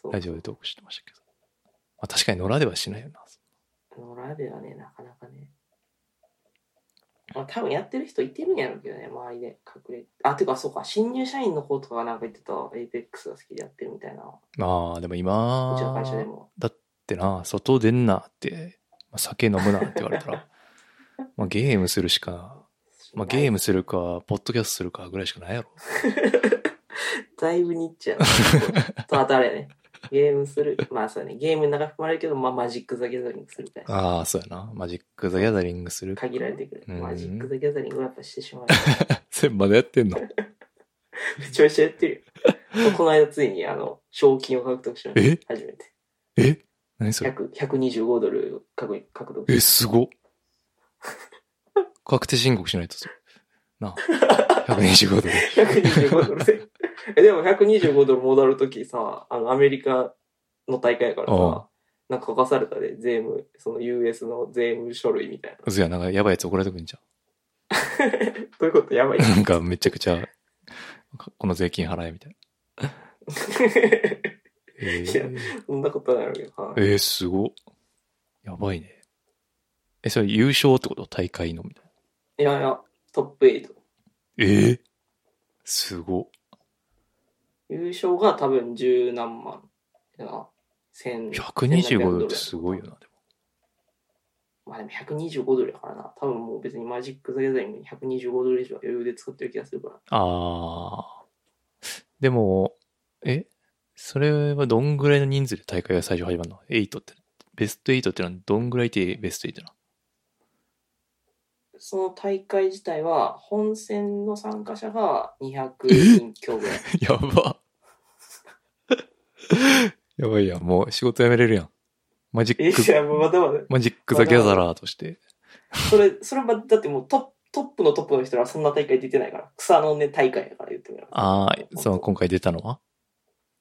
Speaker 3: そう。
Speaker 2: ラジオでトークしてましたけど。まあ、確かに野良ではしないよな。
Speaker 3: 野良ではね、なかなかね。まあ、多分やってる人いてるんやろうけどね、周りで隠れ。あ、てか、そうか、新入社員の子とかがなんか言ってた、エイペックスが好きでやってるみたいな、う
Speaker 2: まあ、でも
Speaker 3: ちの
Speaker 2: 今、
Speaker 3: 会社でも。
Speaker 2: だってな、外出んなって、まあ、酒飲むなって言われた ら、まあゲームするしか、まあゲームするか、ポッドキャストするかぐらいしかないやろ。
Speaker 3: だいぶニッ チやな。と、あとあれやね。ゲームする。まあそうやね。ゲームの中含まれるけど、まあマジック・ザ・ギャザリングするみたいな。
Speaker 2: ああ、そうやな。マジック・ザ・ギャザリングするか。
Speaker 3: 限られてくる。
Speaker 2: うん
Speaker 3: マジック・ザ・ギャザリングはやっぱしてしまう。
Speaker 2: それまだやってんの
Speaker 3: めちゃめちゃやってる よ。この間ついに、あの、賞金を獲得しまし
Speaker 2: え
Speaker 3: た。初めて。
Speaker 2: え何それ
Speaker 3: 100 125ドル獲獲得。
Speaker 2: え、すごっ。確定申告しないとそれなあ。125ドル。
Speaker 3: 125ド ルで。えでも125ドル戻るときさ、あの、アメリカの大会やから
Speaker 2: あ
Speaker 3: さ、なんか書かされたで、税務、その US の税務書類みたいな。
Speaker 2: 嘘や、なんかやばいやつ怒られてくんじ
Speaker 3: どういうことや ばい
Speaker 2: ゃん。なんかめちゃくちゃ、この税金払えみたいな。えー、
Speaker 3: そんなことないわけど。はい
Speaker 2: えーすごっ。やばいね。え、それ優勝ってこと大会のみたいな。
Speaker 3: いやいや、トップ8。
Speaker 2: えーすごっ。
Speaker 3: 優勝が多分十何万。な千
Speaker 2: 125ドルってすごいよな、でも。
Speaker 3: まあでも125ドルやからな。多分もう別にマジック・ザ・ギャザリングに125ドル以上は余裕で使ってる気がするから。
Speaker 2: あー。でも、えそれはどんぐらいの人数で大会が最初始まるの ?8 って。ベスト8ってのはどんぐらいでベスト8なの
Speaker 3: その大会自体は本戦の参加者が200人 強ぐらい。
Speaker 2: やば。やばいやん、もう仕事辞めれるやん。マジ
Speaker 3: え、
Speaker 2: ッ
Speaker 3: い
Speaker 2: ク、
Speaker 3: や、もうまだまだ。
Speaker 2: マジック・ザ・ギャザラーとして。
Speaker 3: それ、それはだってもうトップ、トップのトップの人はそんな大会出てないから、草の根大会だから言ってみれば。
Speaker 2: ああ、その今回出たのは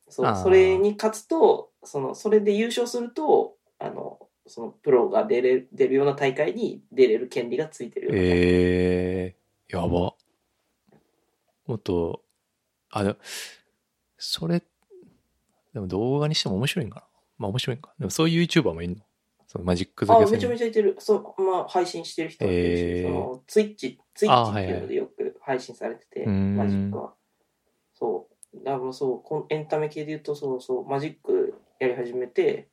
Speaker 3: そ
Speaker 2: あ
Speaker 3: う
Speaker 2: ー
Speaker 3: それに勝つとそのそれで優勝するとあのそのプロが出れ出るような大会に出れる権利がついてるような
Speaker 2: ええー、やば。もっと、あ、でもそれ、でも動画にしても面白いんかな。まあ面白いんか。でもそういう YouTuber もいるのそのマジックザ
Speaker 3: あ
Speaker 2: ギャザ
Speaker 3: めちゃめちゃいてるそう、まあ、配信してる人がいるし、
Speaker 2: えー
Speaker 3: そのツイッチツイ
Speaker 2: あ
Speaker 3: ッ
Speaker 2: は
Speaker 3: チっ
Speaker 2: い
Speaker 3: ていう
Speaker 2: は
Speaker 3: の
Speaker 2: い
Speaker 3: でよく配信されてて、
Speaker 2: うーん
Speaker 3: マジックはそうだからもうそうこんエンタメ系で言うとそうそうマジックやり始めて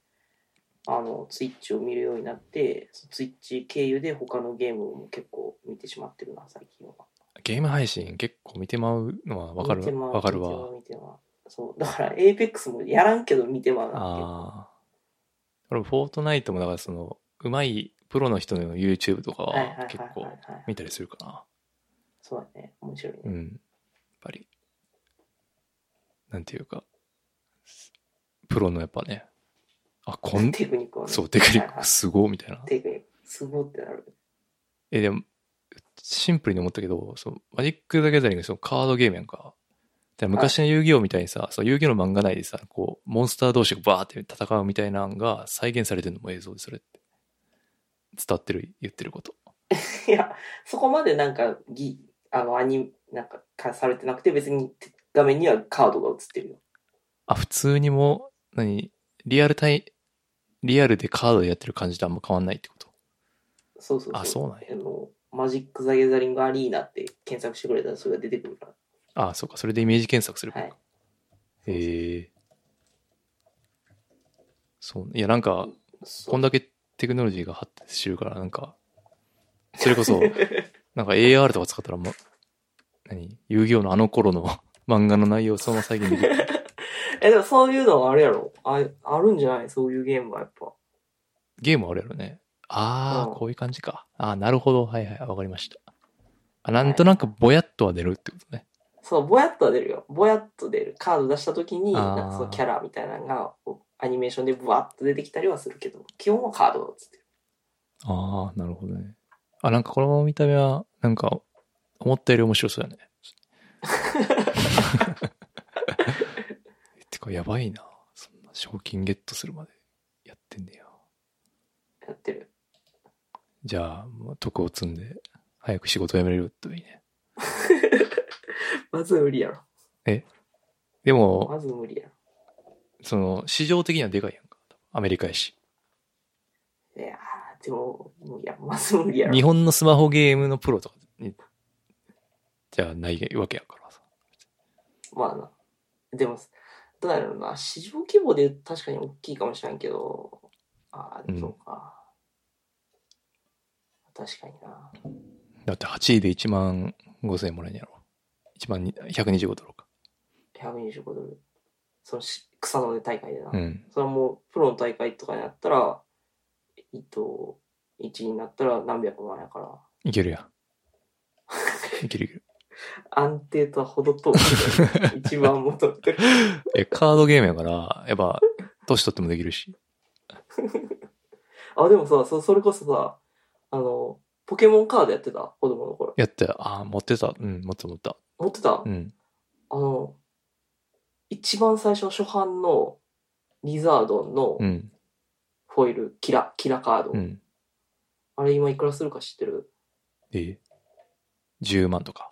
Speaker 3: あのツイッチを見るようになってそうツイッチ経由で他のゲームも結構見てしまってるな最近は
Speaker 2: ゲーム配信結構見てまうのはわか
Speaker 3: 見て
Speaker 2: る
Speaker 3: まう
Speaker 2: わかる
Speaker 3: 見てま
Speaker 2: わ
Speaker 3: う。見てまうそうだからエイペックスもやらんけど見てまうな
Speaker 2: ああ。俺もフォートナイトもだからその、うまいプロの人の YouTube とか
Speaker 3: はいはいはいはい
Speaker 2: は結
Speaker 3: はい
Speaker 2: 構見たりするかな。
Speaker 3: そうだね面白いね、
Speaker 2: うん。やっぱり、なんていうか、プロのやっぱね、あ、こん、
Speaker 3: テクニックはね
Speaker 2: そう、テクニッ
Speaker 3: はいは
Speaker 2: クすごいみたいな。
Speaker 3: いテクニックすごってなる
Speaker 2: え、でも、シンプルに思ったけど、そのマジック・ザ・ギャザリング、そのカードゲームやんか。で昔の遊戯王みたいにさ、そう遊戯王の漫画内でさ、こう、モンスター同士がバーって戦うみたいなのが再現されてるのも映像でそれって。伝わってる、言ってること。
Speaker 3: いやそこまでなんかぎあのアニメなんかかされてなくて別に画面にはカードが映ってるよ
Speaker 2: あ、普通にもう、何、リアルタイ、リアルでカードでやってる感じとあんま変わんないってこと
Speaker 3: そうそうそう
Speaker 2: あそうなんや
Speaker 3: あのマジック・ザ・ギャザリング・アリーナって検索してくれたらそれが出てくるか
Speaker 2: あそうか。それでイメージ検索する
Speaker 3: ら
Speaker 2: か。
Speaker 3: はい
Speaker 2: へえ。そう。いや、なんか、
Speaker 3: そ
Speaker 2: こ
Speaker 3: うん
Speaker 2: だけテクノロジーが発展してるから、なんか、それこ そ、なんか AR とか使ったら、ま、何遊戯王のあの頃の 漫画の内容をそのまま再現できる。
Speaker 3: えでもそういうのはあれやろああるんじゃないそういうゲームはやっぱ
Speaker 2: ゲームはあれやろね。あ
Speaker 3: うん
Speaker 2: あ、こういう感じか。ああ、なるほど。はいはい。わかりました。あなんとなくぼやっとは出るってことね。
Speaker 3: そう、ぼやっとは出るよ。ぼやっと出る。カード出した時に、
Speaker 2: あー
Speaker 3: なんかそのキャラみたいなのが、こうアニメーションでぶわっと出てきたりはするけど、基本はカードをつってる。
Speaker 2: ああ、なるほどね。あ、なんかこの見た目は、なんか、思ったより面白そうやね。てか、やばいな。そんな賞金ゲットするまでやってんねや。
Speaker 3: やってる。
Speaker 2: じゃあ、もう徳を積んで、早く仕事辞めれるといいね。
Speaker 3: まず無理やろ。
Speaker 2: でも、
Speaker 3: まず無理や
Speaker 2: その、市場的にはでかいやんか。アメリカやし。
Speaker 3: ろ。いやー、でも、もういや、まず無理やろ。
Speaker 2: 日本のスマホゲームのプロとかに、じゃあないわけやからさ。
Speaker 3: まあな。でも、どうやろうな。市場規模で確かに大きいかもしれんけど、あ
Speaker 2: うん
Speaker 3: ー、そうか。確かにな。
Speaker 2: だって8位で1万5000円もらえんやろ。1万125ドルか。
Speaker 3: 125ドル。そのし草の根大会でな。
Speaker 2: うん。
Speaker 3: それはもうプロの大会とかになったら、えっと、1になったら何百万やから、
Speaker 2: いけるやん。いけるいける。
Speaker 3: 安定とは程遠 くて一番元ってる。
Speaker 2: え、カードゲームやから、やっぱ、年取ってもできるし。
Speaker 3: あ、でもさ、そそれこそさ、あの、ポケモンカードやってた子供の頃。
Speaker 2: やって、ああ、持ってた。うん、持ってた持った。
Speaker 3: 持ってた、
Speaker 2: うん。
Speaker 3: あの、一番最初初版のリザードンの
Speaker 2: うん。
Speaker 3: フォイル、キラ、キラカード。
Speaker 2: うん。
Speaker 3: あれ今いくらするか知ってる
Speaker 2: で、10万とか。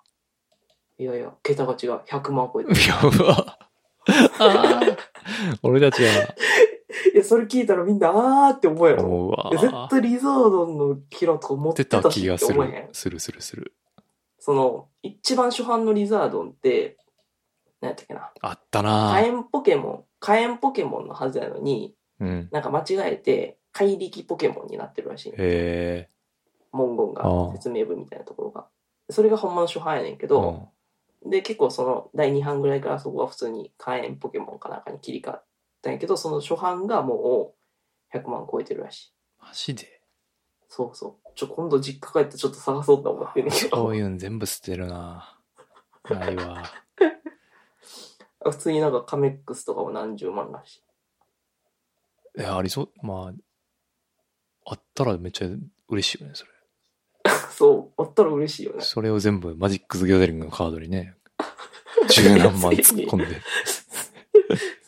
Speaker 3: いやいや、桁が違う。100万超えてる。
Speaker 2: やば。あー俺たちは、
Speaker 3: いや、それ聞いたらみんな、あーって思うやろ。
Speaker 2: 思う
Speaker 3: いや絶
Speaker 2: わ。持
Speaker 3: 対リザードンのキラとか持っ
Speaker 2: って
Speaker 3: て
Speaker 2: た
Speaker 3: た
Speaker 2: 気
Speaker 3: し
Speaker 2: が
Speaker 3: って
Speaker 2: す
Speaker 3: 思え
Speaker 2: る
Speaker 3: へん。。
Speaker 2: するするする。
Speaker 3: その、一番初版のリザードンって、何やったっけな。
Speaker 2: あった
Speaker 3: 火
Speaker 2: な
Speaker 3: 炎ポケモン、火炎ポケモンのはずやのに、
Speaker 2: うん。
Speaker 3: なんか間違えて、怪力ポケモンになってるらしいね。
Speaker 2: へえ。
Speaker 3: 文言が
Speaker 2: ああ、
Speaker 3: 説明文みたいなところが。それが本物の初版やねんけ
Speaker 2: う
Speaker 3: ど、で、結構その第2版ぐらいからそこは普通に火炎ポケモンかなんかに切り替わったんやけど、その初版がもう100万超えてるらしい。
Speaker 2: ん。マジで。
Speaker 3: そうそう。ちょ、今度実家帰ってちょっと探そうと思ってんねんけど。
Speaker 2: そういうの全部捨てるなないわ。
Speaker 3: 普通になんかカメックスとかも何十万らしい。
Speaker 2: いや、ありそう。まあ、あったらめっちゃ嬉しいよね、それ。
Speaker 3: そう、あったら嬉しい よね。
Speaker 2: それを全部マジックズ・ギャザリングのカードに ね、十何万突っ込んで。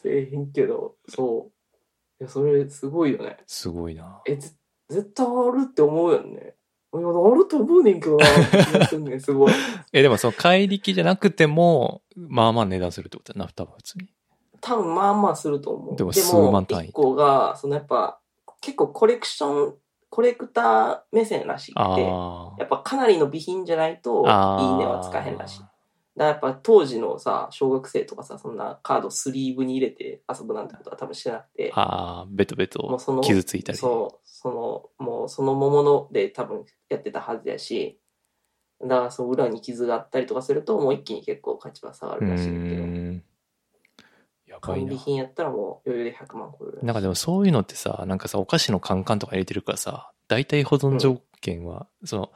Speaker 3: せえへんけど、そう。いや、それすごいよね。
Speaker 2: すごいな。
Speaker 3: え、ぜ絶対あるって思うよね。いや、あると思うねんけ どな、って気がすんねん、すごい。
Speaker 2: え、でもその怪力じゃなくても、まあまあ値段するってことだな、多分普通に。
Speaker 3: 多分まあまあすると思う。
Speaker 2: でも数万単位
Speaker 3: 1個が、そのやっぱ、結構コレクション、コレクター目線らしくて、
Speaker 2: あ
Speaker 3: やっぱかなりの備品じゃないと、いいね
Speaker 2: あ。
Speaker 3: は使えへんらしい。だからやっぱ当時のさ、小学生とかさ、そんなカードスリーブに入れて遊ぶなんてことは多分してなくて、
Speaker 2: ああ、ベトベ
Speaker 3: もう
Speaker 2: ト
Speaker 3: その、
Speaker 2: 傷ついたり。
Speaker 3: そう、その、もうその桃ので多分やってたはずやし、だからその裏に傷があったりとかすると、もう一気に結構価値は下が
Speaker 2: う
Speaker 3: るらしいんだけど、
Speaker 2: ーん。やば
Speaker 3: 完
Speaker 2: いな
Speaker 3: 備。品やったらもう余裕で100万超えるらしい。
Speaker 2: なんかでもそういうのってさ、なんかさ、お菓子のカンカンとか入れてるからさ、大体保存条件は、その、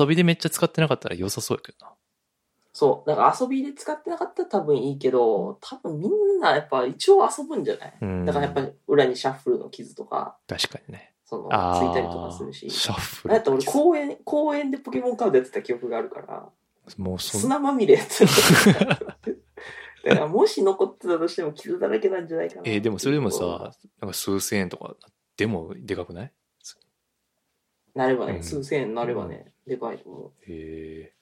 Speaker 2: 遊びでめっちゃ使ってなかったら良さそうやけどな。
Speaker 3: そう、なんか遊びで使ってなかったら多分いいけど、多分みんなやっぱ一応遊ぶんじゃない
Speaker 2: うん
Speaker 3: だからやっぱり裏にシャッフルの傷とか、
Speaker 2: 確かにね。
Speaker 3: その、つ
Speaker 2: ああ。
Speaker 3: いたりとかするし。
Speaker 2: シャッフ
Speaker 3: だって俺
Speaker 2: ル。
Speaker 3: 公園、公園でポケモンカードやってた記憶があるから、
Speaker 2: もうそん
Speaker 3: 砂まみれやってた。だからもし残ってたとしても傷だらけなんじゃないかな。
Speaker 2: えーでもそれでもさ、、なんか数千円とか、でもでかくない
Speaker 3: なれば
Speaker 2: う
Speaker 3: ね、
Speaker 2: ん
Speaker 3: 数千円になればね、でかいと思う。
Speaker 2: え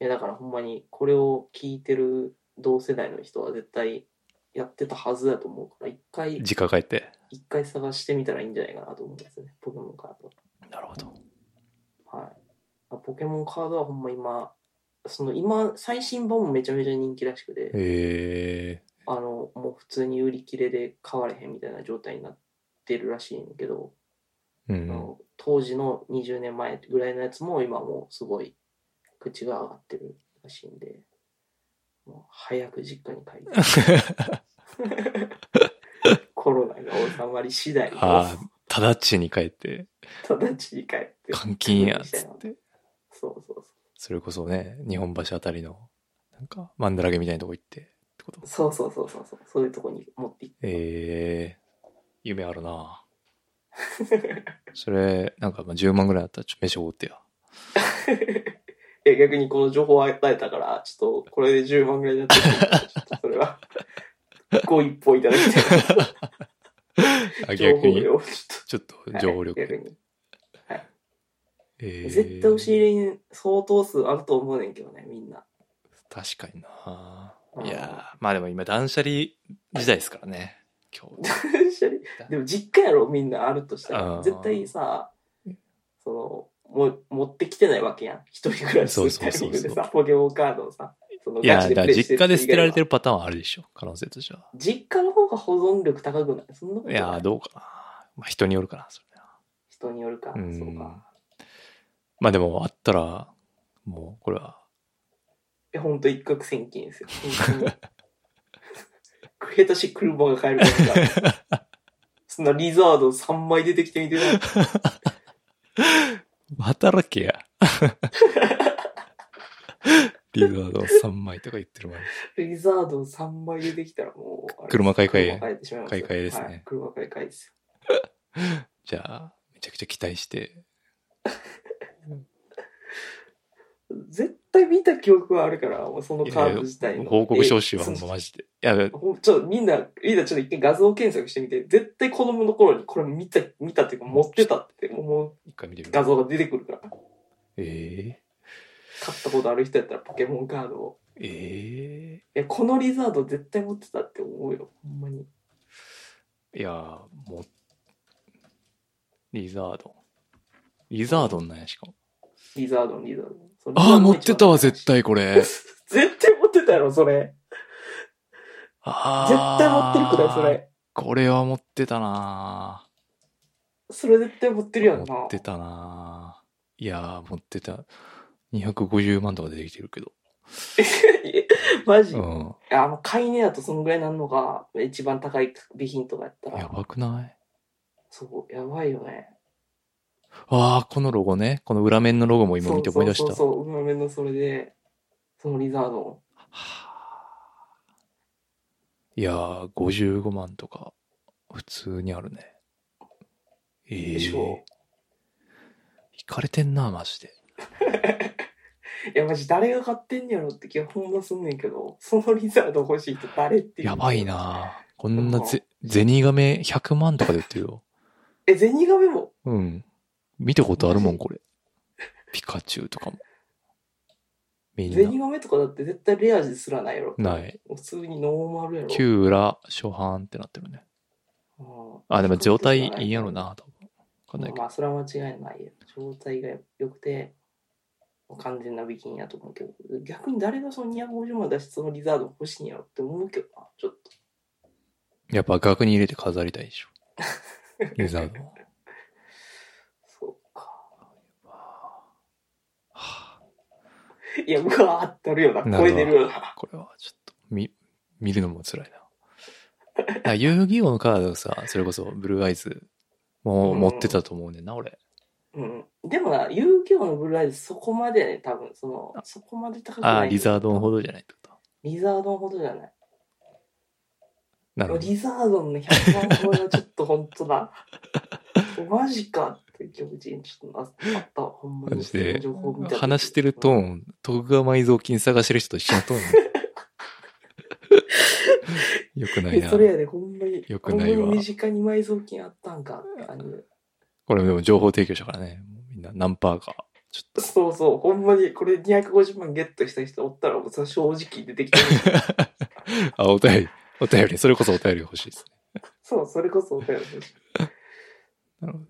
Speaker 3: いやだからほんまにこれを聞いてる同世代の人は絶対やってたはずだと思うから、一回
Speaker 2: ー、、時間変えて。
Speaker 3: 一回探してみたらいいんじゃないかなと思うんですね、ポケモンカード。
Speaker 2: なるほど。
Speaker 3: はい。ポケモンカードはほんま今、その今、最新版もめちゃめちゃ人気らしくて、
Speaker 2: え
Speaker 3: あの、もう普通に売り切れで買われへんみたいな状態になってるらしいんだけど、
Speaker 2: ー、う
Speaker 3: あ
Speaker 2: ん。
Speaker 3: の当時の20年前ぐらいのやつも今もうすごい口が上がってるらしいんで、もう早く実家に帰り たいコロナが収まり次第、
Speaker 2: ああ、直ちに変えて、
Speaker 3: 直ちに帰って。
Speaker 2: 監禁や、つって。
Speaker 3: そうそうそう。
Speaker 2: それこそね、日本橋あたりの、なんか、マンダラゲみたいなとこ行って、ってこと。
Speaker 3: そうそうそうそうそう。そういうとこに持っていっ
Speaker 2: えー、夢あるな
Speaker 3: て。
Speaker 2: それ、なんかまあ10万ぐらいだったら、ちょっと飯おごってや。
Speaker 3: いや、逆にこの情報を与えたから、ちょっとこれで10万ぐらいになってるからちょっとそ れは、ご一報いただきたい。
Speaker 2: あ
Speaker 3: 情
Speaker 2: 逆
Speaker 3: 報
Speaker 2: に、
Speaker 3: 量をちょっ
Speaker 2: ちょっと
Speaker 3: と。はい
Speaker 2: 情報
Speaker 3: 逆
Speaker 2: 力。
Speaker 3: に。
Speaker 2: えー
Speaker 3: 絶対押し入れに相当数あると思うねんけどね、みんな。
Speaker 2: 確かにな
Speaker 3: うん
Speaker 2: いやーまあでも今断捨離時代ですからね。今 日。
Speaker 3: 一緒にでも実家やろ、みんなあるとした
Speaker 2: う
Speaker 3: ら。
Speaker 2: ん
Speaker 3: 絶対さ、その、も持ってきてないわけやん。一人暮らしするタイミングで
Speaker 2: そうそうそう
Speaker 3: さ、ポケモンカードをさ、その
Speaker 2: いや、
Speaker 3: ガチ
Speaker 2: だから
Speaker 3: でプレイして
Speaker 2: 実家で捨てられて
Speaker 3: る
Speaker 2: るパターンはあるでしょ。可能性としては。
Speaker 3: 以外は。実家の方が保存力高くないそんなこと
Speaker 2: い
Speaker 3: ない
Speaker 2: やーどうかな。まあ人によるかな、それな
Speaker 3: 人によるか、
Speaker 2: うん
Speaker 3: そうか。
Speaker 2: まあでもあったら、もうこれは、
Speaker 3: いや、ほんと一攫千金ですよ。ほんとに。下手し車が買えるからさ。 そんなリザード3枚出てきてみてない。
Speaker 2: 働けや。 リザード3枚とか言ってる前に。
Speaker 3: リザード3枚出てきたらもうあれです、
Speaker 2: 車買い替え
Speaker 3: 車買えてしまいますよ
Speaker 2: 買い替えですね
Speaker 3: はい車買い替えですよ。
Speaker 2: じゃあ、めちゃくちゃ期待して。
Speaker 3: 絶対見た記憶はあるから、もうそのカード自体の。
Speaker 2: 報告してほしいわ、
Speaker 3: え
Speaker 2: ほん
Speaker 3: そ
Speaker 2: ま
Speaker 3: の
Speaker 2: マジで。いや、
Speaker 3: ほんちょっとみんな、みんなちょっと一回画像検索してみて、絶対子供の頃にこれ見た、見たっていうか持ってたって思う
Speaker 2: 一回見てみる。
Speaker 3: 画像が出てくるから。
Speaker 2: え
Speaker 3: 買ったことある人やったらポケモンカードを。
Speaker 2: ー、え
Speaker 3: いや、このリザード絶対持ってたって思うよ。ほんまに。
Speaker 2: ー、いやー、もう、リザードン。リザードンなんや、しかも。
Speaker 3: リザードのリザード。そのリ
Speaker 2: あ
Speaker 3: ザー
Speaker 2: あ、
Speaker 3: ド
Speaker 2: 持
Speaker 3: の
Speaker 2: ってたわ、
Speaker 3: 一番
Speaker 2: 絶対これ。
Speaker 3: 絶対持ってたやろ、それ。
Speaker 2: あ
Speaker 3: 絶
Speaker 2: あ。
Speaker 3: 対持ってるくない、そ。れ。
Speaker 2: これは持ってたな
Speaker 3: それ絶対持ってるやんな。
Speaker 2: 持 ってたなーいやー、持ってた。250万とか出てきてるけど。
Speaker 3: マジ、
Speaker 2: うん。
Speaker 3: あの、買い値だとそのぐらいなんのが、一番高い備品とかやった
Speaker 2: や
Speaker 3: ら。
Speaker 2: ばくない
Speaker 3: そう、やばいよね。
Speaker 2: ああ、このロゴね。この裏面のロゴも今見て思い出した。
Speaker 3: そうそうそうそう、うまめのそれで、そのリザード。
Speaker 2: いやー、55万とか、普通にあるね。ええ
Speaker 3: でし
Speaker 2: ー
Speaker 3: ょ。
Speaker 2: いかれてんな、マジで。
Speaker 3: いや、マジ誰が買ってんやろって基本はすんねんけど、そのリザード欲しいって誰っていう。
Speaker 2: やばいなぁこんなぜ、ゼニガメ100万とかで売ってるよ。
Speaker 3: え、ゼニガメも。
Speaker 2: うん。見たことあるもん、これ。ピカチュウと かも。み
Speaker 3: ゼニ
Speaker 2: ん
Speaker 3: ガメとかだって絶対レアですらないやろ。
Speaker 2: な。ない。
Speaker 3: 普通にノーマルやろ。
Speaker 2: キューラ、初版ってなってるね。
Speaker 3: うん
Speaker 2: あ、でも状態いいんやろな、多分。わかんないけど。
Speaker 3: まあ、それは間違いないよ。状態が良くて、完全な美金やと思うけど、逆に誰がその250万出してそのリザード欲しいんやろって思うけどな、ちょっと。
Speaker 2: やっぱ額に入れて飾りたい でしょ。リザードを。
Speaker 3: そうか。
Speaker 2: はい
Speaker 3: や、うわーってなるよ
Speaker 2: な
Speaker 3: な。
Speaker 2: るわ
Speaker 3: 声出るよな。
Speaker 2: あこれはちょっと、見、見るのも辛いな。あ遊戯王のカードさ、それこそブルーアイズも持ってたと思うねんな、俺。
Speaker 3: うん。でもな、遊戯王のブルーアイズそこまでやね、多分、その、そこまで高くない。
Speaker 2: あリザードンほ
Speaker 3: ど。
Speaker 2: どじゃないってこと。
Speaker 3: リザードンほどじゃない。
Speaker 2: なるほど。
Speaker 3: リザードンの100万超えはちょっと本当だ。 マジかって気持ちにちょっとなったわ、ほんま
Speaker 2: マ
Speaker 3: に。
Speaker 2: ジで
Speaker 3: 情報見た時
Speaker 2: 話してるトーン、徳川埋蔵金探してる人と一緒のトーン。よくない
Speaker 3: え
Speaker 2: な。
Speaker 3: それやで、ほんまに。
Speaker 2: よくないわ
Speaker 3: ほんまに身近に埋蔵金あったんかって感じ。
Speaker 2: これでも情報提供者からね、もうみんな何パーか。ちょっと、
Speaker 3: そうそう、ほんまにこれ250万ゲットした人おったら、もうそれ正直出てきてる。
Speaker 2: あ、お便り、お便り、それこそお便り欲しいですね。
Speaker 3: そう、それこそお便り欲しい
Speaker 2: なるほど。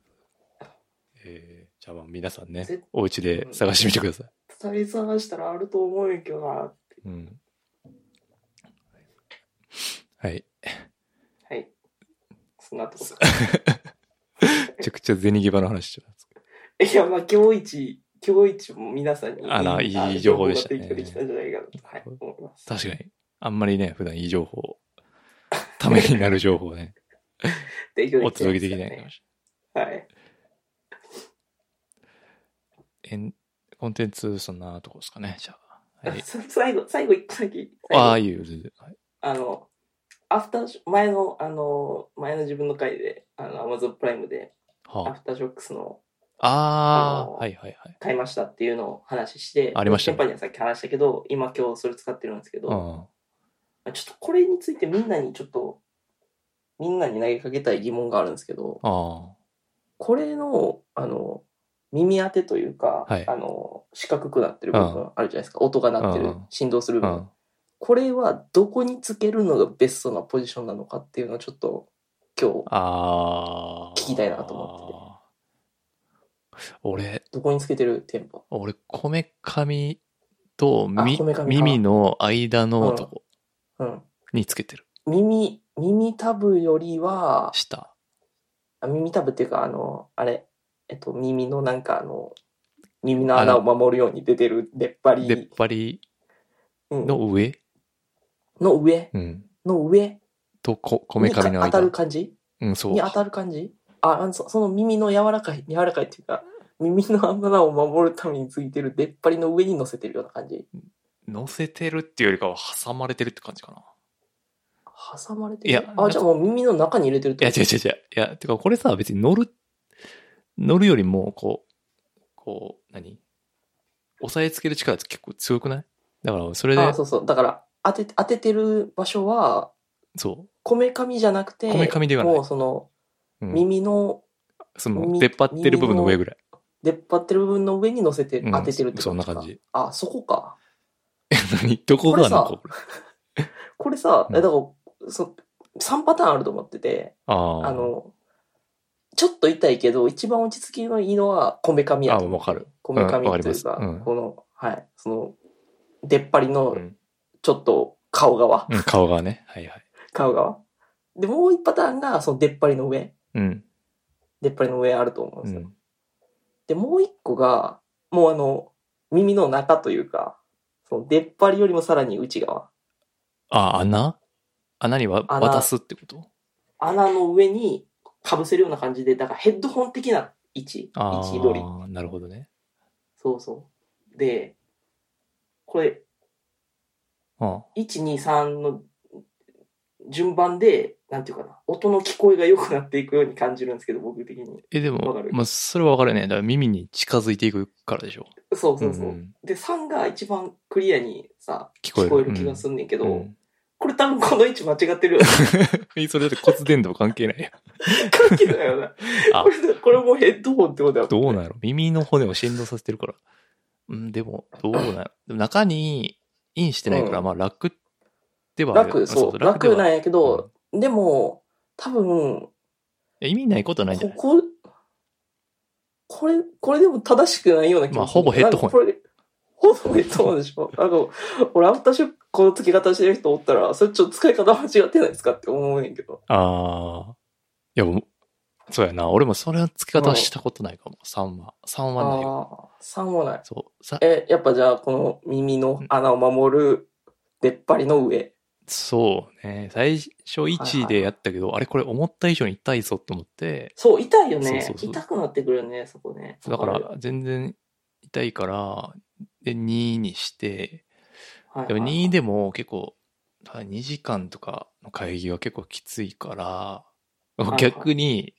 Speaker 2: えー、じゃあまあ皆さんね
Speaker 3: ぜ、
Speaker 2: お家で探してみてください。
Speaker 3: 二人探したらあると思うんやけどな。は
Speaker 2: うん。はい。
Speaker 3: い。そんなとこですか
Speaker 2: めちゃくちゃ銭際の話しちゃう。
Speaker 3: いや、まあ、今日一、今日一も皆さんに
Speaker 2: あらいい情報でしたね
Speaker 3: 情報が提供できたんじゃないかなと、はい、思います。
Speaker 2: 確かに。あんまりね、普段いい情報、ためになる情報をね、
Speaker 3: 提供
Speaker 2: お
Speaker 3: できたん
Speaker 2: 届け
Speaker 3: す
Speaker 2: で
Speaker 3: よ
Speaker 2: き
Speaker 3: ね
Speaker 2: ないかもし
Speaker 3: はい。、
Speaker 2: れない。えんコンテンツ、そんなとこですかね、じゃあ。はい
Speaker 3: 最後、最後一個だけ。
Speaker 2: ああ、
Speaker 3: 最後
Speaker 2: いいよ、全然。はい
Speaker 3: あの、アフターショ、前の、あの、前の自分の回で、あの、アマゾンプライムで、ア
Speaker 2: は
Speaker 3: フターショックスの
Speaker 2: あ。あ
Speaker 3: あ
Speaker 2: あー、
Speaker 3: の
Speaker 2: はいはいはい。
Speaker 3: 買いましたっていうのを話して、
Speaker 2: ありましたね
Speaker 3: 先輩にはさっき話したけど、今今日それ使ってるんですけど、
Speaker 2: うん。
Speaker 3: ちょっとこれについてみんなにちょっと、みんなに投げかけたい疑問があるんですけど、
Speaker 2: あ
Speaker 3: これの、あの、耳当てというか、
Speaker 2: はい
Speaker 3: あの、四角くなってる部分あるじゃないですか。音が鳴って
Speaker 2: う
Speaker 3: る
Speaker 2: ん、
Speaker 3: 振動する
Speaker 2: あ。う
Speaker 3: 部
Speaker 2: ん
Speaker 3: 分。。これはどこにつけるのがベストなポジションなのかっていうのをちょっと今日、
Speaker 2: ああ。
Speaker 3: 聞きたいなと思
Speaker 2: ってて。俺、
Speaker 3: どこにつけてるテンポ。
Speaker 2: 俺、こめかみと
Speaker 3: あ
Speaker 2: み
Speaker 3: こめかみか
Speaker 2: 耳の間のとこ
Speaker 3: うん。
Speaker 2: につけてる。
Speaker 3: 耳、耳タブよりは、
Speaker 2: 下。
Speaker 3: あ耳タブっていうか、あの、あれ、えっと、耳のなんかあの、耳の穴を守るように出てる出っ張
Speaker 2: 出っ
Speaker 3: り、
Speaker 2: 張り
Speaker 3: うん
Speaker 2: の上
Speaker 3: の上、
Speaker 2: うん。
Speaker 3: の上
Speaker 2: とこ、こめ
Speaker 3: に
Speaker 2: か
Speaker 3: か
Speaker 2: みの間。
Speaker 3: 当たる感じ
Speaker 2: うん、そう。
Speaker 3: に当たる感じああのそその耳の柔らかい柔らかいっていうか耳の穴を守るためについてる出っ張りの上に乗せてるような感じ
Speaker 2: 乗せてるっていうよりかは挟まれてるって感じかな。
Speaker 3: 挟まれてる
Speaker 2: いや
Speaker 3: あじゃあもう耳の中に入れてるっ
Speaker 2: い
Speaker 3: て
Speaker 2: や、
Speaker 3: こ
Speaker 2: 違う違う違う。いや、てかこれさ、別に乗る、乗るよりも、こう、こう、何押さえつける力って結構強くないだから、それ
Speaker 3: と
Speaker 2: で
Speaker 3: あ、そうそうだから当て当ててる場所は
Speaker 2: そ
Speaker 3: こめかみじゃなくて
Speaker 2: こめかみではない
Speaker 3: もうその
Speaker 2: う。うん、
Speaker 3: 耳の
Speaker 2: その、
Speaker 3: み
Speaker 2: 出っ張ってる部分の上ぐらい。
Speaker 3: 出っ張ってる部分の上に乗せて、
Speaker 2: うん
Speaker 3: 当ててるってこと
Speaker 2: そんな
Speaker 3: か
Speaker 2: 感じ。
Speaker 3: あそこか
Speaker 2: 何どこがなんか、
Speaker 3: こ
Speaker 2: これ
Speaker 3: これさ、
Speaker 2: うん
Speaker 3: えだからそ3パターンあると思ってて
Speaker 2: ああ。
Speaker 3: あ、の、ちょっと痛いけど、一番落ち着きのいいのは、こめかみやと思う
Speaker 2: あわかる。
Speaker 3: こめかみ
Speaker 2: うんわかりま
Speaker 3: という
Speaker 2: す
Speaker 3: か、
Speaker 2: うん
Speaker 3: この、はい、その、出っ張りの
Speaker 2: う、ん。
Speaker 3: ちょっと顔側、
Speaker 2: うん顔がね。はいはい。
Speaker 3: 顔側。で、もう一パターンが、その出っ張りの上、
Speaker 2: うん。
Speaker 3: 出っ張りの上あると思うんで
Speaker 2: う
Speaker 3: すよ。
Speaker 2: ん。
Speaker 3: で、もう一個が、もうあの、耳の中というか、その出っ張りよりもさらに内側。
Speaker 2: あ、穴穴には
Speaker 3: 穴
Speaker 2: 渡すってこと
Speaker 3: 穴の上に被せるような感じで、だからヘッドホン的な位置、位
Speaker 2: あ
Speaker 3: 置取り。
Speaker 2: あ、なるほどね。
Speaker 3: そうそう。で、これ、
Speaker 2: うん。
Speaker 3: 123の順番で、なんていうかな、音の聞こえが良くなっていくように感じるんですけど、僕的に。
Speaker 2: え、で
Speaker 3: わ
Speaker 2: も
Speaker 3: かる、
Speaker 2: まあ、それはわかるよね。だから耳に近づいていくからでしょ。
Speaker 3: そうそうそう。
Speaker 2: ん
Speaker 3: で、3が一番クリアにさ、
Speaker 2: 聞こえ
Speaker 3: 聞
Speaker 2: る
Speaker 3: こえる気がすんねんけど、
Speaker 2: うんうん
Speaker 3: これ多分この位置間違ってるよ。
Speaker 2: それだって骨伝導関係ないや
Speaker 3: 関係ないよな。
Speaker 2: あ
Speaker 3: これこれもヘッドホンってことだよ。
Speaker 2: どうなんやろ耳の骨を振動させてるから。うん、でも、どうなんやろでも中にインしてないから、
Speaker 3: うん
Speaker 2: まあ楽ではあるよ
Speaker 3: 楽、そう、
Speaker 2: では
Speaker 3: 楽なんやけ
Speaker 2: うん
Speaker 3: ど、でも、多分、
Speaker 2: いや意味ないことはないんじゃない
Speaker 3: ここ、これ、これでも正しくないような気
Speaker 2: まあほぼヘッドホン
Speaker 3: なんかこれほぼヘッドホンでし ょ。あの、俺、アフターショックこの付け方してる人おったら、それちょっと使い方間違ってないですかって思うねんけど。
Speaker 2: ああ。いや、もうそうやな。俺もそれは付け方はしたことないかも。3は。3
Speaker 3: ああ
Speaker 2: はないわ。
Speaker 3: ー、3もない。
Speaker 2: そう。さ
Speaker 3: え、やっぱじゃあ、この耳の穴を守る出っ張りの上。
Speaker 2: そうね。最初1でやったけど、あれこれ思った以上に痛いぞと思って、
Speaker 3: そう、痛いよね。
Speaker 2: そうそうそう
Speaker 3: 痛くなってくるよね、そこね。
Speaker 2: だか
Speaker 3: はい
Speaker 2: ら全然痛いから、で、2にして、
Speaker 3: はい、
Speaker 2: でも2でも結構、2時間とかの会議は結構きついから、
Speaker 3: はい
Speaker 2: 逆に、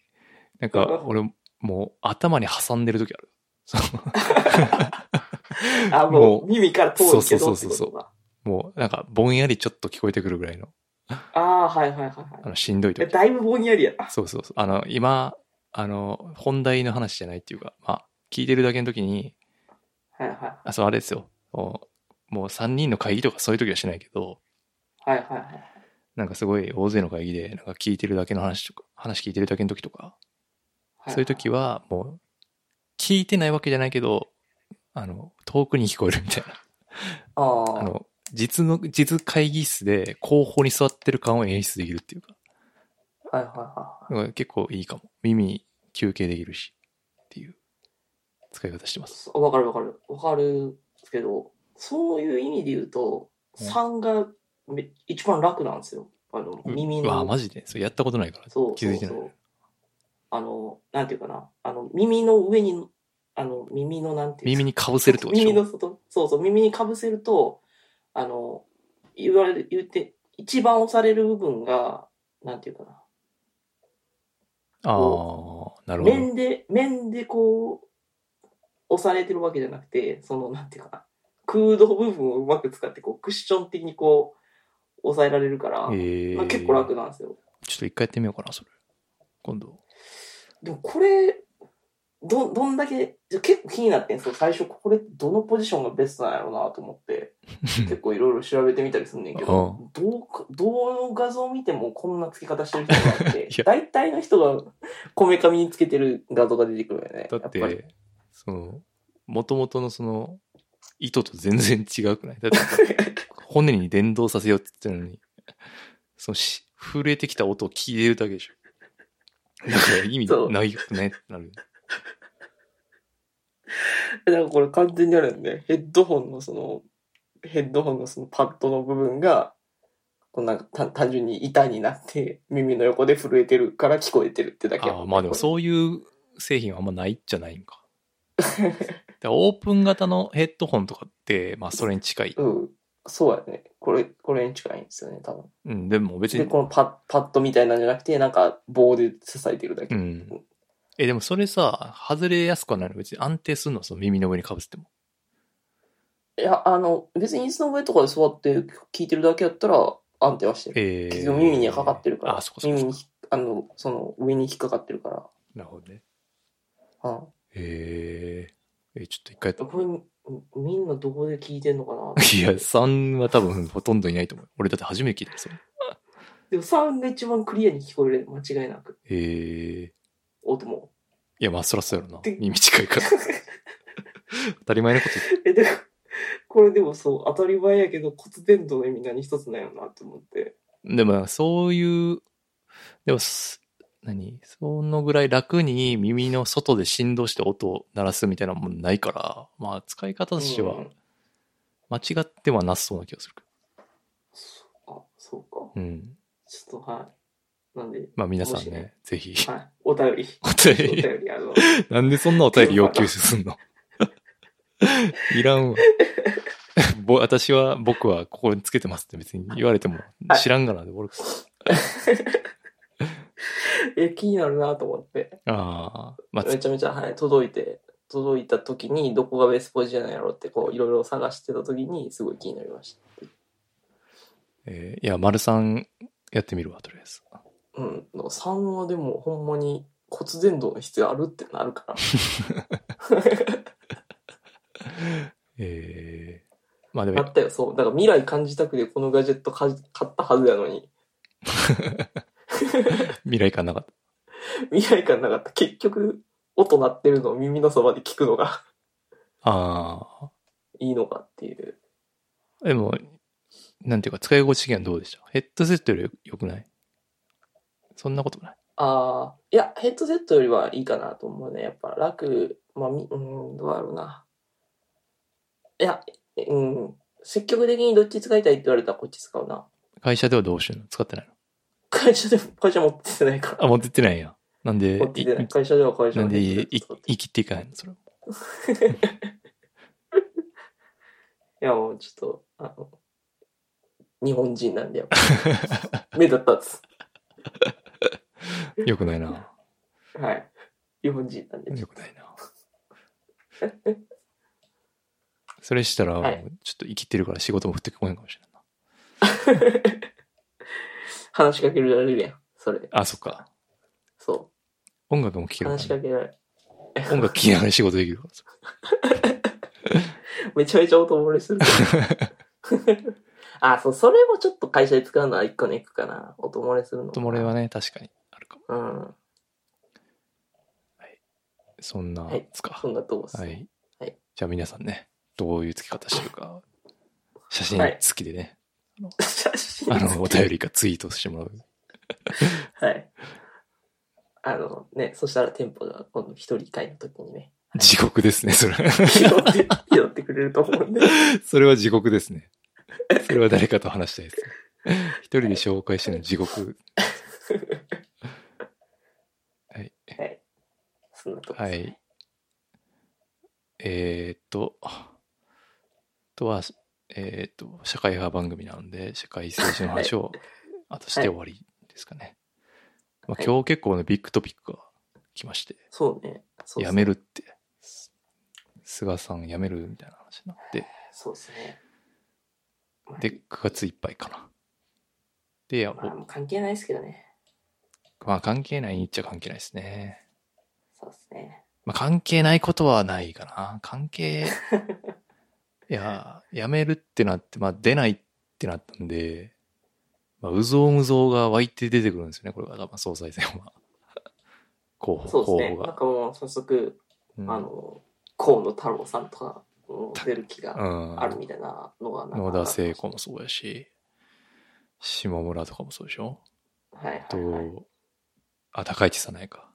Speaker 2: なん
Speaker 3: うんう
Speaker 2: か
Speaker 3: ん
Speaker 2: 俺もう頭に挟んでる時ある。そう
Speaker 3: あ、
Speaker 2: も
Speaker 3: も
Speaker 2: う
Speaker 3: う耳から遠いけ
Speaker 2: そ
Speaker 3: ど
Speaker 2: う
Speaker 3: っ
Speaker 2: そ
Speaker 3: て
Speaker 2: う
Speaker 3: こ
Speaker 2: そうそう
Speaker 3: とか。
Speaker 2: もうなんかぼんやりちょっと聞こえてくるぐらいの、
Speaker 3: ああー、はいはいはい
Speaker 2: あ
Speaker 3: は
Speaker 2: のしんどい
Speaker 3: い。
Speaker 2: 時。
Speaker 3: だいぶぼんやりやな。
Speaker 2: そうそうそう。あの、今、あの、本題の話じゃないっていうか、まあ、聞いてるだけの時に、
Speaker 3: はいはい。
Speaker 2: あ、そう、あれですよ。もう、もう3人の会議とかそういう時はしないけど、
Speaker 3: はいはいはい。
Speaker 2: なんかすごい大勢の会議で、なんか聞いてるだけの話とか、話聞いてるだけの時とか、そういう時
Speaker 3: は
Speaker 2: は、もう、聞いてないわけじゃないけど、あの、遠くに聞こえるみたいな。
Speaker 3: いはいはい。あ
Speaker 2: あ
Speaker 3: あ
Speaker 2: の、実の、実会議室で後方に座ってる感を演出できるっていうか、
Speaker 3: はいはいは
Speaker 2: なんか結構いいかも。耳休憩できるし、っていう使い方してま
Speaker 3: い
Speaker 2: す。
Speaker 3: そう。わかるわかる。わかるけど、そういう意味で言うと、
Speaker 2: うん
Speaker 3: 3がめ一番楽なんですよ。あの、
Speaker 2: う
Speaker 3: 耳
Speaker 2: うわ、マ
Speaker 3: の。
Speaker 2: ジで。それやったことないから。
Speaker 3: そう
Speaker 2: 気
Speaker 3: そ
Speaker 2: づ
Speaker 3: う
Speaker 2: いてない
Speaker 3: そう。あの、なんていうかな。あの、耳の上に、あの、耳のなんていう
Speaker 2: 耳
Speaker 3: に
Speaker 2: にかぶせるってことでしょ
Speaker 3: 耳の外。そうそう、耳にかぶせると、あの、言われる、言って、一番押される部分が、なんていうかな。
Speaker 2: ああ、なるほど。
Speaker 3: 面で、面でこう、押されてるわけじゃなくて、その、なんていうかな、空洞部分をうまく使って、こう、クッション的にこう、抑えられるから、
Speaker 2: ええ
Speaker 3: まあ、結構楽なんですよ。
Speaker 2: ちょっと一回やってみようかな、それ。今度。
Speaker 3: でも、これ、ど、どんだけ、じゃあ結構気になってんすよ。最初、これ、どのポジションがベストなんやろうなと思 って、結構いろいろ調べてみたりすんねんけど、どうか、どの画像見てもこんな付け方してる人がい
Speaker 2: い
Speaker 3: て
Speaker 2: や、
Speaker 3: 大体の人がこめかみにつけてる画像が出てくるよね。
Speaker 2: だっ
Speaker 3: やぱり
Speaker 2: て、その、もともとのその、意図と全然違うくないだって、 骨に伝導させようって言ってるのに、そのし、震えてきた音を聞いてるだけでしょ。だから意味ないよねってなる。
Speaker 3: なんかこれ完全にあるんで、ヘッドホンのその、ヘッドホンのそのパッドの部分が、こんなた単純に板になって、耳の横で震えてるから聞こえてるってだけ。
Speaker 2: ああ、まあでも
Speaker 3: う。
Speaker 2: そういう製品はあんまないじゃない んか。でオープン型のヘッドホンとかって、まあそれに近い。
Speaker 3: うん。そうやね。これ、これに近いんですよね、多分。
Speaker 2: うん、でも別
Speaker 3: で、
Speaker 2: に。
Speaker 3: このパッ、パッドみたいなんじゃなくて、なんか棒で支えてるだけ。
Speaker 2: うん。え、でもそれさ、外れやすくはないの別に安定するのその耳の上にかぶせても。
Speaker 3: いや、あの、別に椅子の上とかで座って聞いてるだけやったら、安定はしてる。
Speaker 2: えー
Speaker 3: 結局耳にはかかってるから、
Speaker 2: あ、そこそこ
Speaker 3: 耳
Speaker 2: そこ
Speaker 3: に。ひ、あの、その、上に引っかかってるか
Speaker 2: なるほどね。
Speaker 3: ら。うん。
Speaker 2: えー、え、ちょっと一回やっ
Speaker 3: これみみんなどこで聞いてんのかな
Speaker 2: た。いや、3は多分ほとんどいないと思う。俺だって初めて聞いたんですよ。
Speaker 3: でも3が一番クリアに聞こえる間違いなく
Speaker 2: えー、い
Speaker 3: 音も
Speaker 2: や、まあそらそうやろな
Speaker 3: で。
Speaker 2: 耳近いから。 当たり前のこと言って
Speaker 3: えでもこれでもそう当たり前やけど骨伝導の意味何一つないよなと思って
Speaker 2: でもなんかそういう、でもす、何そのぐらい楽に耳の外で振動して音を鳴らすみたいなもんないから、まあ使い方として
Speaker 3: う
Speaker 2: は
Speaker 3: ん
Speaker 2: 間違ってはなさそうな気がするけ
Speaker 3: あそうか
Speaker 2: ど。うん。
Speaker 3: ちょっとはいなんで
Speaker 2: まあ皆さん
Speaker 3: もしね
Speaker 2: ね、ぜひ、
Speaker 3: はいお便り
Speaker 2: お便
Speaker 3: お
Speaker 2: り、
Speaker 3: 便りあの
Speaker 2: なんでそんなお便り要求す んのいら んわ。ぼ私は、僕はここにつけてますって別に言われても
Speaker 3: はい
Speaker 2: 知らんがなで、ボルクス。
Speaker 3: え、気になるなと思って。
Speaker 2: ああ、まあ、
Speaker 3: め
Speaker 2: つ
Speaker 3: ちゃめちゃ、はい、届いて、届いた時に、どこがベースポジじゃないやろって、こう、いろいろ探してた時に、すごい気になりまし
Speaker 2: えーいや、丸さんやってみるわ、とりあえず。
Speaker 3: た。うん。だから3はでも、ほんまに骨伝導の必要あるってなるから。
Speaker 2: えー、まあで
Speaker 3: あ
Speaker 2: も、
Speaker 3: ったよ、そう。だから未来感じたくて、このガジェットか買ったはずやのに、
Speaker 2: 未来感なかっ
Speaker 3: 未来感なかった。結局、音鳴ってるのを耳のそばで聞くのが
Speaker 2: た。あ
Speaker 3: いいのかっていう。
Speaker 2: あ、でも、なんていうか、使い心地期限どうでしたヘッドセットより良くないそんなことない。
Speaker 3: ああ、いや、ヘッドセットよりはいいかなと思うね。やっぱ楽、まあ、みうん、どうやろうな。いや、うん、積極的にどっち使いたいって言われたらこっち使うな。
Speaker 2: 会社ではどうしてるの使ってないの
Speaker 3: 会社でも、会社持ってってないか
Speaker 2: あ、持ってってないんや。なんで、
Speaker 3: ら。持ってってない。
Speaker 2: い
Speaker 3: 会社では会社
Speaker 2: なん
Speaker 3: のヘ
Speaker 2: で、
Speaker 3: ッド
Speaker 2: い
Speaker 3: セッ
Speaker 2: い
Speaker 3: ト使って
Speaker 2: 生きていかないのそれ。
Speaker 3: いや、もうちょっと、あの、日本人なんだよ。 目立ったつ。
Speaker 2: 良く ないな。
Speaker 3: はい。日本人なんで。
Speaker 2: 良くないな。それしたら、
Speaker 3: はい
Speaker 2: もうちょっと生きてるから仕事も降ってこないかもしれないな。
Speaker 3: 話しかけられるやん。それ。
Speaker 2: あ、そっか。
Speaker 3: そ
Speaker 2: 音楽も聴
Speaker 3: う。
Speaker 2: ける
Speaker 3: 話し
Speaker 2: から
Speaker 3: か
Speaker 2: ね、
Speaker 3: けられる。
Speaker 2: 音楽聴きながら仕事で きるから。
Speaker 3: めちゃめちゃ音漏 れする。あ、そう、それもちょっと会社で使うのは一個ネックかな。音漏れするの。
Speaker 2: 音漏れ。はね、確かにあるかも。
Speaker 3: うん。
Speaker 2: そんな
Speaker 3: はい
Speaker 2: つか。
Speaker 3: そんなとこっす。
Speaker 2: は
Speaker 3: はい。
Speaker 2: い。
Speaker 3: はい
Speaker 2: じゃあ皆さんね、どういう付き方してるか、写真
Speaker 3: はい
Speaker 2: 付きでね、
Speaker 3: 写真
Speaker 2: あの、お便りかツイートしてもらう。
Speaker 3: はい。あのね、そしたら店舗が今度一人会の時 にね、
Speaker 2: 地獄ですね、それ。
Speaker 3: 拾って、拾ってくれると思うんで。
Speaker 2: それは地獄ですね。それは誰かと話したいです。一人で紹介してるの地獄。はい。
Speaker 3: はい。そんなとこっ
Speaker 2: は
Speaker 3: す。
Speaker 2: い。えー、っと、あとは、えー、っと、社会派番組なので、社会政治の話を、あとして終わりですかね。まあ、
Speaker 3: はい
Speaker 2: 今日結構ね、ビッグトピックが来まして、
Speaker 3: そうね。そうっすね
Speaker 2: 辞めるって、す菅さん辞めるみたいな話になって、
Speaker 3: そうですね。
Speaker 2: で、9月いっぱいかな。で、お
Speaker 3: まあ、関係ないですけどね。
Speaker 2: まあ関係ないっちゃ関係ないですね。
Speaker 3: そうですね。
Speaker 2: まあ関係ないことはないかな。関係、いや、辞めるってなって、まあ出ないってなったんで、まあ、うぞうむぞうが湧いて出てくるんですよね、これが、まあ、総裁選は。候補、
Speaker 3: そう
Speaker 2: 候
Speaker 3: で
Speaker 2: 補
Speaker 3: すね。なん
Speaker 2: が。
Speaker 3: かもう早速、
Speaker 2: うん
Speaker 3: あの、河野太郎さんとかも出る気が
Speaker 2: うん
Speaker 3: あるみたいなのがなんか
Speaker 2: 野田聖子もそうやし、下村とかもそうでしょ
Speaker 3: はいはいはい。
Speaker 2: と、あ、高市さんないか。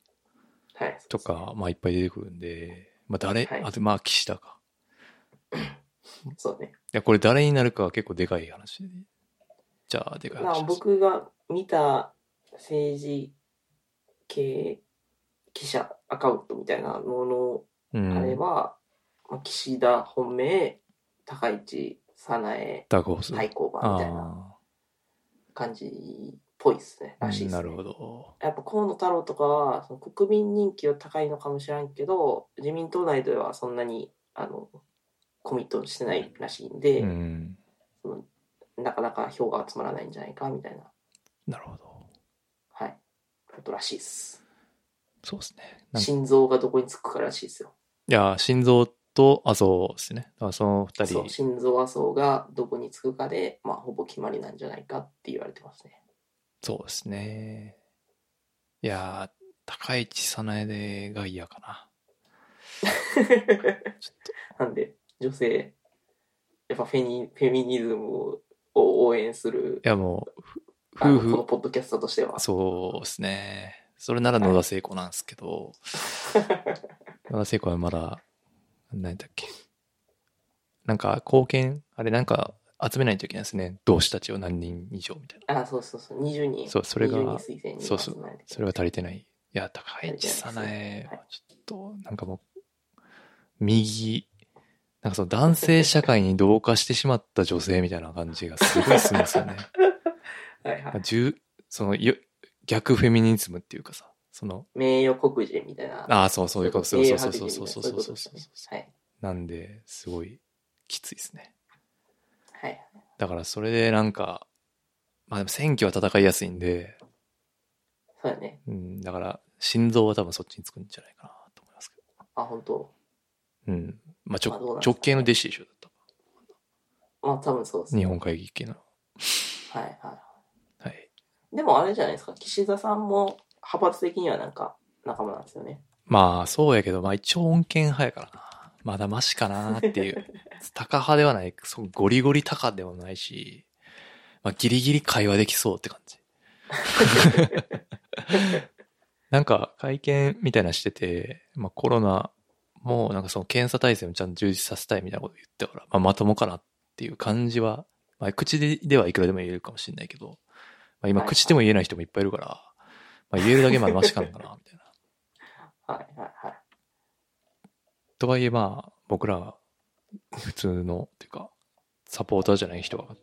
Speaker 3: はい、
Speaker 2: とか、まあいっぱい出てくるんで、まあ誰、
Speaker 3: はい
Speaker 2: あとまあ岸田か。
Speaker 3: そうね。
Speaker 2: いや、これ誰になるかは結構でかい話。じゃあ、でかい
Speaker 3: まあ
Speaker 2: 話です。
Speaker 3: 僕が見た政治系記者アカウントみたいなの
Speaker 2: う
Speaker 3: のあれ
Speaker 2: ん。
Speaker 3: は、まあ岸田本命、高市早苗、
Speaker 2: ダークホース。
Speaker 3: 対抗馬みたいな
Speaker 2: あ
Speaker 3: 感じっぽいですね。
Speaker 2: あ
Speaker 3: らしい
Speaker 2: ー、
Speaker 3: です、ね。
Speaker 2: なるほど。
Speaker 3: やっぱ河野太郎とかはその国民人気は高いのかもしれんけど自民党内ではそんなにあのコミットしてないらしいんで、
Speaker 2: うん。
Speaker 3: そのなかなか票が集まらないんじゃないかみたいな、
Speaker 2: なるほど。
Speaker 3: はい、ことらしいです
Speaker 2: そうですね。なんか
Speaker 3: 心臓がどこにつくからしいですよ
Speaker 2: いやー、心臓と麻生ですね。だからその二
Speaker 3: そ
Speaker 2: 人
Speaker 3: う。心臓麻生がどこにつくかで、まあ、ほぼ決まりなんじゃないかって言われてますね
Speaker 2: そうですね。いやー、高市早苗でが嫌かな。
Speaker 3: なんで女性やっぱフェニフェミニズムを応援する
Speaker 2: いや、もう、ふ
Speaker 3: あの
Speaker 2: 夫婦
Speaker 3: このポッドキャストとしては
Speaker 2: そうですね。それなら野田聖子なんですけど、野田聖子はまだ、何だっけ。なんか、貢献、あれ、なんか、集めないといけないですね。同志たちを何人以上みたいな。
Speaker 3: あ、そうそうそう、20人。
Speaker 2: そうそれが
Speaker 3: 20人推薦に
Speaker 2: そうそう
Speaker 3: 集まれて
Speaker 2: それは足りてない。いや、高市早苗はちょっと、なんかもう、右、なんかその男性社会に同化してしまった女性みたいな感じがすごいするんですよね。
Speaker 3: はいはい。
Speaker 2: 10そのよ逆フェミニズムっていうかさ、その、
Speaker 3: 名誉黒人みたいな。
Speaker 2: ああ、そうそういうこと、そう
Speaker 3: 名
Speaker 2: そう
Speaker 3: 誉
Speaker 2: そう
Speaker 3: 白
Speaker 2: そうそ
Speaker 3: 人
Speaker 2: う
Speaker 3: みた
Speaker 2: そ
Speaker 3: いうな
Speaker 2: そうそうそ
Speaker 3: いこと
Speaker 2: う
Speaker 3: ですねはい。
Speaker 2: なんで、すごいきついですね。
Speaker 3: はい。
Speaker 2: だからそれでなんか、まあでも選挙は戦いやすいんで、
Speaker 3: そうだね。
Speaker 2: うん、だから心臓は多分そっちにつくんじゃないかなと思いますけ
Speaker 3: あ、本当。
Speaker 2: ど。うん。まあ
Speaker 3: まあどうなん
Speaker 2: 直
Speaker 3: ですか
Speaker 2: 直系の弟子でしょ、だった
Speaker 3: まあ、多分そうです
Speaker 2: 日
Speaker 3: ね。
Speaker 2: 本会議系の。
Speaker 3: はいは
Speaker 2: はい。
Speaker 3: い。でも、あれじゃないですか。岸田さんも、派閥的にはなんか、仲間なんですよね。
Speaker 2: まあそうやけど、まあ一応穏健派やからな。まだマシかなっていう。高派ではない、そうゴリゴリ高でもないし、まあギリギリ会話できそうって感じ。なんか会見みたいなのしてて、まあコロナもなんかその検査体制もちゃんと充実させたいみたいなこと言ってたから、まあまともかなっていう感じは、まあ口でではいくらでも言えるかもしれないけど、まあ今
Speaker 3: はい
Speaker 2: 口でも言えない人もいっぱいいるから、まあ言えるだけまだマシかなのかな、みたいな。
Speaker 3: はいはいはい。
Speaker 2: とはいえまあ僕らは普通のっていうかサポーターじゃない人が直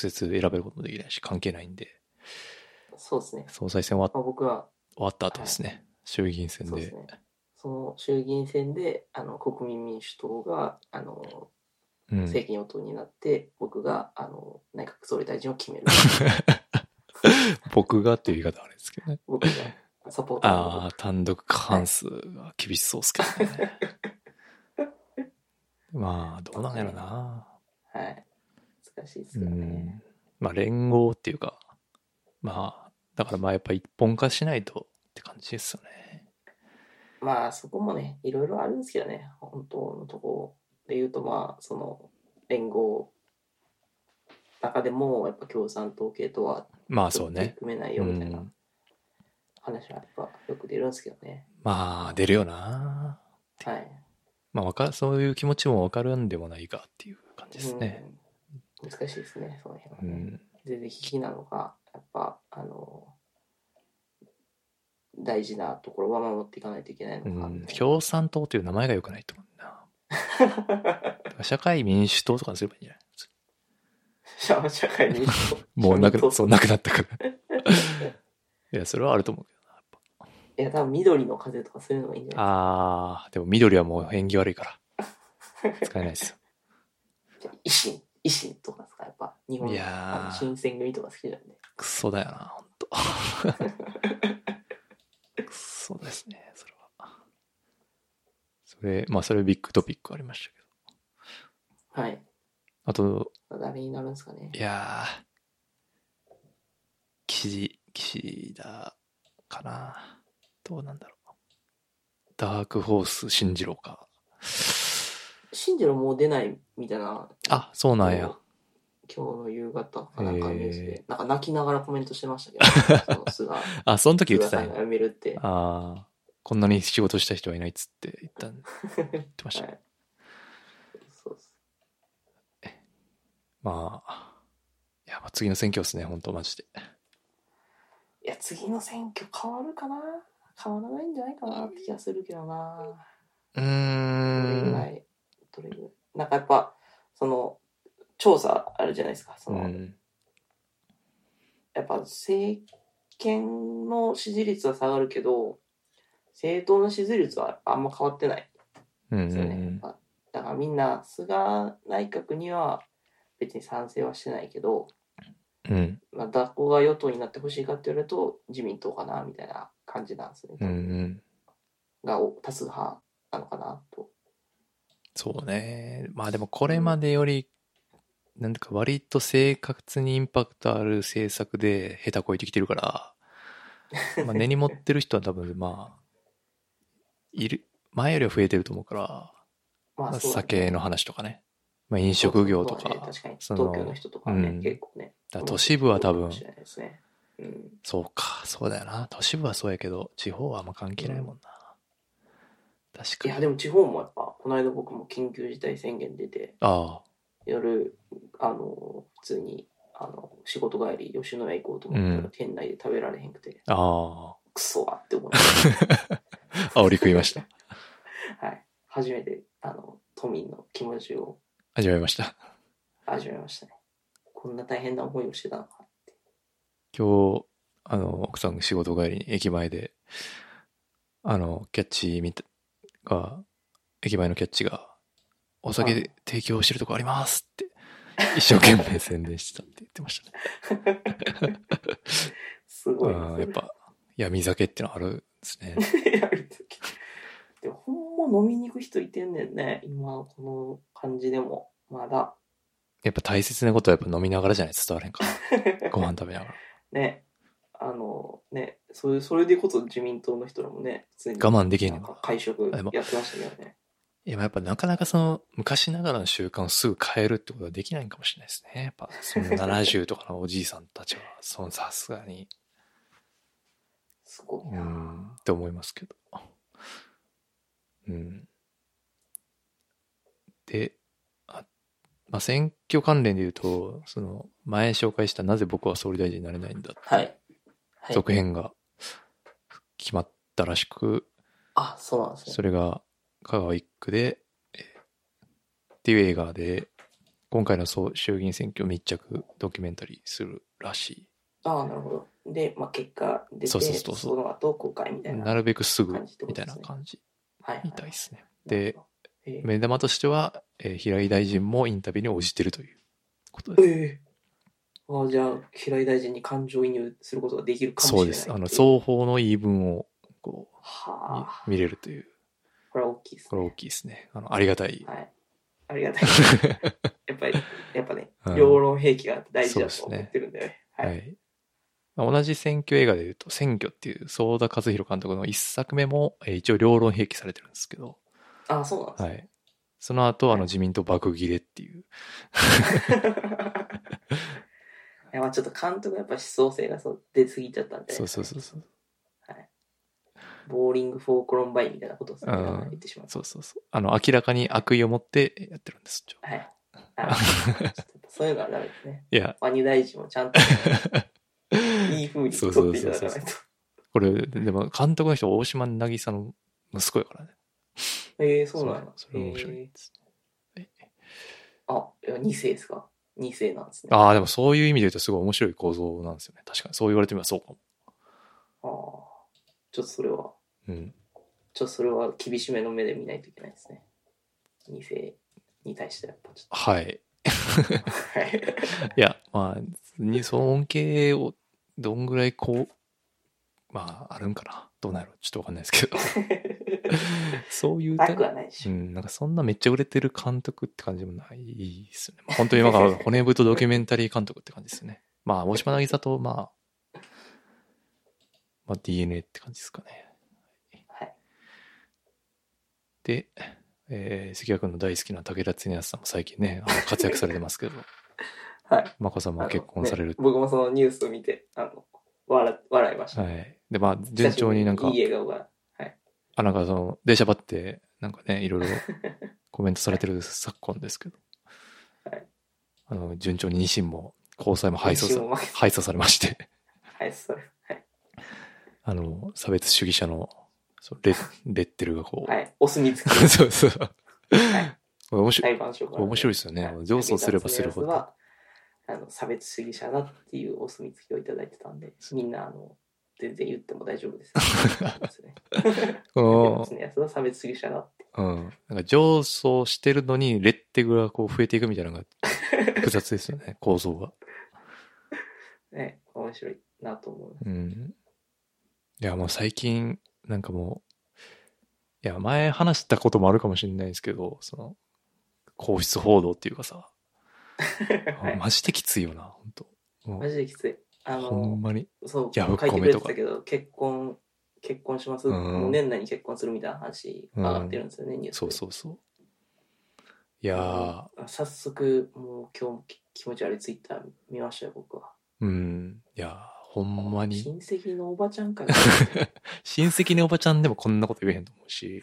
Speaker 2: 接選べることもできないし関係ないんで
Speaker 3: そうですね。
Speaker 2: 総裁選終わ
Speaker 3: まあ、僕は、
Speaker 2: 終わった後ですね衆議院選
Speaker 3: そうで
Speaker 2: です
Speaker 3: ね。その衆議院選で、あの、国民民主党が、あの、
Speaker 2: うん
Speaker 3: 政権与党になって、僕が、あの、内閣総理大臣を決 める。
Speaker 2: 僕がっていう言い方はあれですけどね
Speaker 3: 僕が、サポーターの
Speaker 2: ああ単独過半数は厳しそうですけど ねまあどうなんやろな
Speaker 3: 僕。はい。難しいです
Speaker 2: う
Speaker 3: よ
Speaker 2: ん
Speaker 3: ね。
Speaker 2: まあ連合っていうかまあだからまあやっぱ一本化しないとって感じですよね
Speaker 3: まあ、そこもね、いろいろあるんですけどね。本当のところで言うと、まあ、その、連合の中でも、やっぱ共産党系とは、
Speaker 2: まあそうね
Speaker 3: 組めないよみたい
Speaker 2: うん
Speaker 3: な話はやっぱよく出るんですけどね。
Speaker 2: まあ、出るよな。
Speaker 3: はい。
Speaker 2: まあ、わか、そういう気持ちもわかるんでもないかっていう感じですね。
Speaker 3: うん。難しいですね、その
Speaker 2: う
Speaker 3: 辺はね。
Speaker 2: ん。
Speaker 3: 全然危機なのが、やっぱ、あの、大事なところは守っていかないといけないの
Speaker 2: う
Speaker 3: かみたいな。
Speaker 2: ん、共産党という名前が良くないと思うな。だ から社会民主党とかにすればいいんじゃない
Speaker 3: 社会 民主党
Speaker 2: もうなくな、
Speaker 3: 社
Speaker 2: そう、
Speaker 3: 民党
Speaker 2: なくなった から。いや、それはあると思うけどな。やっ
Speaker 3: いや、多分緑の風とかそういうのがいいんじゃ
Speaker 2: ぱ
Speaker 3: ない
Speaker 2: あー、でも緑はもう縁起悪いから。使えないですよ。
Speaker 3: ですか。維新、維新とかですか、やっぱ。日本
Speaker 2: いやー
Speaker 3: あの新選組とか好きなんで。
Speaker 2: クソだよな、ほんと。クソですね、それは。それ、まあ、それビッグトピックありましたけど。
Speaker 3: はい。
Speaker 2: あと、
Speaker 3: 誰になるんですかね
Speaker 2: い。やー、岸、岸田かな。どうなんだろう。ダークホース、進次郎か。
Speaker 3: 新次郎もう出ないみたいな、
Speaker 2: あ、そうなんや。
Speaker 3: 今日の夕方かなんかニュース
Speaker 2: へ
Speaker 3: で、なんか泣きながらコメントしてました けど、その
Speaker 2: あ、その時
Speaker 3: 菅、
Speaker 2: 言って
Speaker 3: 菅
Speaker 2: た
Speaker 3: さ
Speaker 2: ん
Speaker 3: んが
Speaker 2: や。
Speaker 3: 辞めるって。は
Speaker 2: あー、こんなに仕事した人はいないっつって言ったん、言ってま
Speaker 3: い。
Speaker 2: し
Speaker 3: そ
Speaker 2: た
Speaker 3: う。です。
Speaker 2: まあ、いや、まあ次の選挙ですね、本当マジで。
Speaker 3: いや、次の選挙変わるかな変わらないんじゃないかなって気がするけどな。
Speaker 2: うー
Speaker 3: どれぐら
Speaker 2: ん。
Speaker 3: い、どれぐらい。なんかやっぱ、その、調査あるじゃないですか。その、
Speaker 2: うん
Speaker 3: やっぱ政権の支持率は下がるけど、政党の支持率はあんま変わってない
Speaker 2: うん
Speaker 3: ですよね。やっぱだからみんな、菅内閣には別に賛成はしてないけど、
Speaker 2: うんうん
Speaker 3: まあ、学校が与党になってほしいかって言われると、自民党かな、みたいな感じなんですね。
Speaker 2: うんうん
Speaker 3: がお多数派なのかなと。
Speaker 2: そうね。まあでもこれまでより、なんていうか割と生活にインパクトある政策で下手こいてきてるから、まあ 根に持ってる人は多分まあ、いる、前よりは増えてると思うから、ま
Speaker 3: ま
Speaker 2: あ
Speaker 3: そうだね
Speaker 2: 酒の話とかね。まあ飲食業とか
Speaker 3: そうそうそうね、確かに
Speaker 2: そ
Speaker 3: 東
Speaker 2: の
Speaker 3: 京の人とかね、
Speaker 2: うん
Speaker 3: 結構ね。
Speaker 2: だから都市部は多
Speaker 3: 多いか
Speaker 2: 分
Speaker 3: も、しれないですねうん、
Speaker 2: そうか、そうだよな。都市部はそうやけど、地方はあんま関係ないもんな。確
Speaker 3: い
Speaker 2: か
Speaker 3: や、
Speaker 2: に。
Speaker 3: でも地方もやっぱ、この間僕も緊急事態宣言出て、
Speaker 2: あ
Speaker 3: 夜、あの、普通に、あの、仕事帰り、吉野家行こうと思ったら、
Speaker 2: うん
Speaker 3: 店内で食べられへんくて、
Speaker 2: あ、あ
Speaker 3: クソわって思いまし
Speaker 2: あ、煽り食いま した。
Speaker 3: た。はい。初めて、あの、都民の気持ちを
Speaker 2: 始めました。
Speaker 3: 味わいましたね。こんな大変な思いをしてたのか。
Speaker 2: 今日、あの、奥さんが仕事帰りに駅前で、あの、キャッチ見た、が、駅前のキャッチが、お
Speaker 3: は
Speaker 2: 酒
Speaker 3: い
Speaker 2: 提供してるとこありますって、一生懸命宣伝してたって言ってました ね。
Speaker 3: すごい
Speaker 2: うん、やっぱ、闇酒ってのはあるんですね。
Speaker 3: やるとき。 でも、ほんま飲みに行く人いてんねんね。今、この感じでも。まだ。
Speaker 2: やっぱ大切なことはやっぱ飲みながらじゃないと伝われんから。ご飯食べながら。
Speaker 3: ね。あの、ね。そういう、それでこそ自民党の人らもね、普通に。
Speaker 2: 我慢できへん
Speaker 3: な
Speaker 2: の
Speaker 3: ん
Speaker 2: か
Speaker 3: か
Speaker 2: な。
Speaker 3: 会食
Speaker 2: あでも
Speaker 3: やってましたけどね。
Speaker 2: いや、やっぱなかなかその昔ながらの習慣をすぐ変えるってことはできないんかもしれないですね。やっぱその70とかのおじいさんたちは、そのさすがに、
Speaker 3: すごいうな。
Speaker 2: ん、って思いますけど。うん。で、あまあ、選挙関連で言うと、その前紹介したなぜ僕は総理大臣になれないんだって
Speaker 3: はい。はい。
Speaker 2: 続編が決まったらしく、
Speaker 3: あ、そうなんですね。
Speaker 2: それが香川一区で、えーっていう映画で、今回の総衆議院選挙密着ドキュメンタリーするらし
Speaker 3: ああ、なるほど。で、まあ、結果出て、
Speaker 2: そうそうそうそう
Speaker 3: の後公開み
Speaker 2: い。
Speaker 3: たいな。
Speaker 2: なるべくすぐ
Speaker 3: 感じってこ
Speaker 2: み
Speaker 3: と
Speaker 2: たい
Speaker 3: です
Speaker 2: な
Speaker 3: ね
Speaker 2: 感じ
Speaker 3: はいはい
Speaker 2: みたいですね。で、、
Speaker 3: え
Speaker 2: 目玉としては、えー平井大臣もインタビューに応じてるということ
Speaker 3: え
Speaker 2: です。
Speaker 3: ああ、じゃあ、平井大臣に感情移入することができるかもしれ
Speaker 2: そ
Speaker 3: な
Speaker 2: う
Speaker 3: い。
Speaker 2: です。あの、
Speaker 3: う。
Speaker 2: 双方の言い分を、こう、
Speaker 3: はあ、
Speaker 2: み見れるという、
Speaker 3: これは大きいです
Speaker 2: これ
Speaker 3: ね。
Speaker 2: 大きいですね。あの、ありがたい。
Speaker 3: はい。ありがたい。やっぱり、やっぱね
Speaker 2: う、ん
Speaker 3: 両論兵器が大事だと
Speaker 2: そうですね
Speaker 3: 思ってるんだよね。は。
Speaker 2: はいい。まあ同じ選挙映画でいうと、選挙っていう、相田和弘監督の一作目も、えー一応両論併記されてるんですけど、
Speaker 3: ああ、そうなんです
Speaker 2: は
Speaker 3: ね。
Speaker 2: い。その後、あの、自民党爆切れっていう。
Speaker 3: いやまあちょっと監督はやっぱ思想性がそう出過ぎちゃったんで、
Speaker 2: そうそうそうそう。
Speaker 3: ボーリング・フォー・コロンバインみたいなことをさ
Speaker 2: うん
Speaker 3: 言ってしまう。
Speaker 2: そうそうそう。あの、明らかに悪意を持ってやってるんです。一応
Speaker 3: はい。あちょっとそういうのはダメですね。
Speaker 2: い や、
Speaker 3: ワニ大臣もちゃんといい風に
Speaker 2: そう
Speaker 3: 取
Speaker 2: そ
Speaker 3: っ
Speaker 2: う
Speaker 3: て
Speaker 2: そう
Speaker 3: いただ
Speaker 2: そ
Speaker 3: か
Speaker 2: う
Speaker 3: ないと。
Speaker 2: これ、でも、監督の人、大島渚の息子やからね。
Speaker 3: えー、そうなんだ。
Speaker 2: それそれ面白いです。
Speaker 3: あ、いや2世ですか ?2 世なんですね。あ
Speaker 2: ああ、でもそういう意味で言うと、すごい面白い構造なんですよね。確かに。そう言われてみればそうかも。
Speaker 3: あー。ちょっとそれは、
Speaker 2: うん。
Speaker 3: ちょっとそれは厳しめの目で見ないといけないですね。2世に対してはやっぱち
Speaker 2: はい。
Speaker 3: ょっと。はい。
Speaker 2: いや、まあ、にその恩恵をどんぐらいこう、まあ、あるんかな。どうなるちょっとわかんないですけ ど。そういう
Speaker 3: なく
Speaker 2: 点。
Speaker 3: はないでし
Speaker 2: う
Speaker 3: ょ。
Speaker 2: ん、なんかそんなめっちゃ売れてる監督って感じでもないですよね。まあ本当に今から骨太ドキュメンタリー監督って感じですよね。まあ、大島渚と、まあ、まあ DNA って感じですかね。
Speaker 3: はい。
Speaker 2: で、えー関谷君の大好きな武田恒康さんも最近ね、あの活躍されてますけど、
Speaker 3: はい。
Speaker 2: 眞子さんも結婚されるって
Speaker 3: あのね僕もそのニュースを見て、あの、笑笑いました。
Speaker 2: はい。で、まあ、順調になんか
Speaker 3: 久しぶり、いい笑顔が。
Speaker 2: あ、なんかその、電車ばって、なんかね、い ろいろコメントされてる昨今ですけど
Speaker 3: はい、
Speaker 2: あの、順調に二審も、交際も敗訴
Speaker 3: 一
Speaker 2: さ
Speaker 3: 応、はい、
Speaker 2: 敗訴されまして、
Speaker 3: そうはい。
Speaker 2: あの、差別主義者の、そうレレッテルがこう、
Speaker 3: はい。お 墨付き。
Speaker 2: そうそう。これ面白い、
Speaker 3: 裁判所から、
Speaker 2: 面白いですよね
Speaker 3: は。い
Speaker 2: 上訴すればするほど。
Speaker 3: 武田恒康はあの差別主義者だっていうお墨付きをいただいてたんで、みんなあの全然言っても大丈 夫です。ですね。
Speaker 2: この
Speaker 3: やつは差 別主義者だって。
Speaker 2: うん。なんか上層してるのに、レッテルがこう増えていくみたいなのが複雑ですよ ね、構造が。
Speaker 3: ね、面白いなと思う。
Speaker 2: うん。いや、もう最近、なんかもう、いや、前話したこともあるかもしれないですけど、その、皇室報道っていうかさ、
Speaker 3: はい
Speaker 2: マジできついよな、本当も
Speaker 3: マ
Speaker 2: う、
Speaker 3: ジできつい。あ
Speaker 2: ほん
Speaker 3: の、
Speaker 2: まに。
Speaker 3: そう、
Speaker 2: ヤ
Speaker 3: 書
Speaker 2: フ
Speaker 3: い
Speaker 2: コメとか
Speaker 3: てくれてたけど、結婚、結婚します。
Speaker 2: うん
Speaker 3: もう年内に結婚するみたいな話上がってるんですよね、ニュース
Speaker 2: そ
Speaker 3: で。
Speaker 2: うそうそう。いやー、
Speaker 3: あ早速、もう今日もき気持ち悪いツイッター見ましたよ、僕は。
Speaker 2: うん。いやー、ほんまに。
Speaker 3: 親戚のおばちゃん かな。
Speaker 2: 親戚のおばちゃんでもこんなこと言えへんと思うし。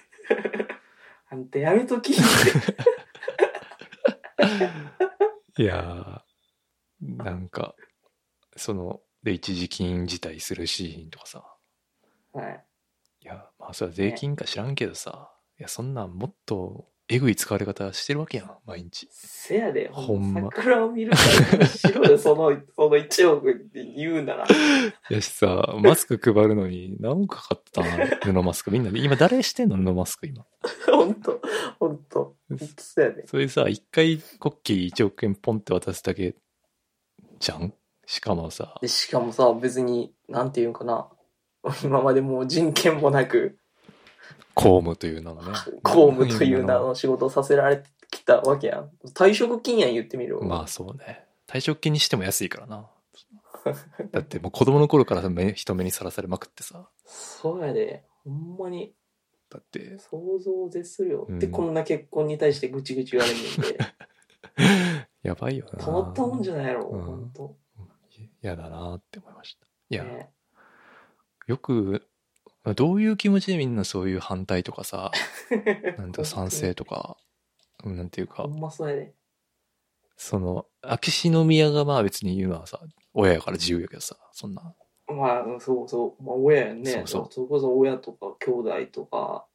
Speaker 3: あんたやめとき。
Speaker 2: いやー、なんか、その、で、一時金辞退するシーンとかさ、
Speaker 3: はい。
Speaker 2: いや、まあ、それは税金か知らんけどさ、いや、そんなんもっとえぐい使われ方してるわけやん、毎日。
Speaker 3: せやで、
Speaker 2: ほんま
Speaker 3: 桜を見るからしろよ、その、その1億って言うなら。
Speaker 2: やし さ、マスク配るのに何億かかってたな、布マスク。みんなで、今誰してんの布マスク今。
Speaker 3: ほんと、ほんと。ほんとせやで。
Speaker 2: それさ、一回国旗1億円ポンって渡すだけじゃんしかもさ、
Speaker 3: でしかもさ、別に、なんていうんかな。今までもう人権もなく、
Speaker 2: 公務という名のね。
Speaker 3: 公務という名の仕事をさせられてきたわけやん。退職金やん言ってみる
Speaker 2: まあそうね。退職金にしても安いからな。だってもう子供の頃から目人目にさらされまくってさ。
Speaker 3: そうやで。ほんまに
Speaker 2: だって、
Speaker 3: 想像を絶するよ。
Speaker 2: うん
Speaker 3: で、こんな結婚に対してぐちぐち言われるんで、
Speaker 2: やばいよな。
Speaker 3: たまったもんじゃないやろ、
Speaker 2: うん
Speaker 3: ほんと。
Speaker 2: 嫌だなって思いました。いや、
Speaker 3: ね
Speaker 2: よく、どういう気持ちでみんなそういう反対とか さ、なんとか賛成とか、なんていうか、
Speaker 3: ほんまそうやで。
Speaker 2: その、秋篠宮がまあ別に言うのはさ、親やから自由やけどさ、そんな。
Speaker 3: まあ、そうそう。まあ、親やんね。
Speaker 2: そうそう
Speaker 3: れこそ親とか兄弟とか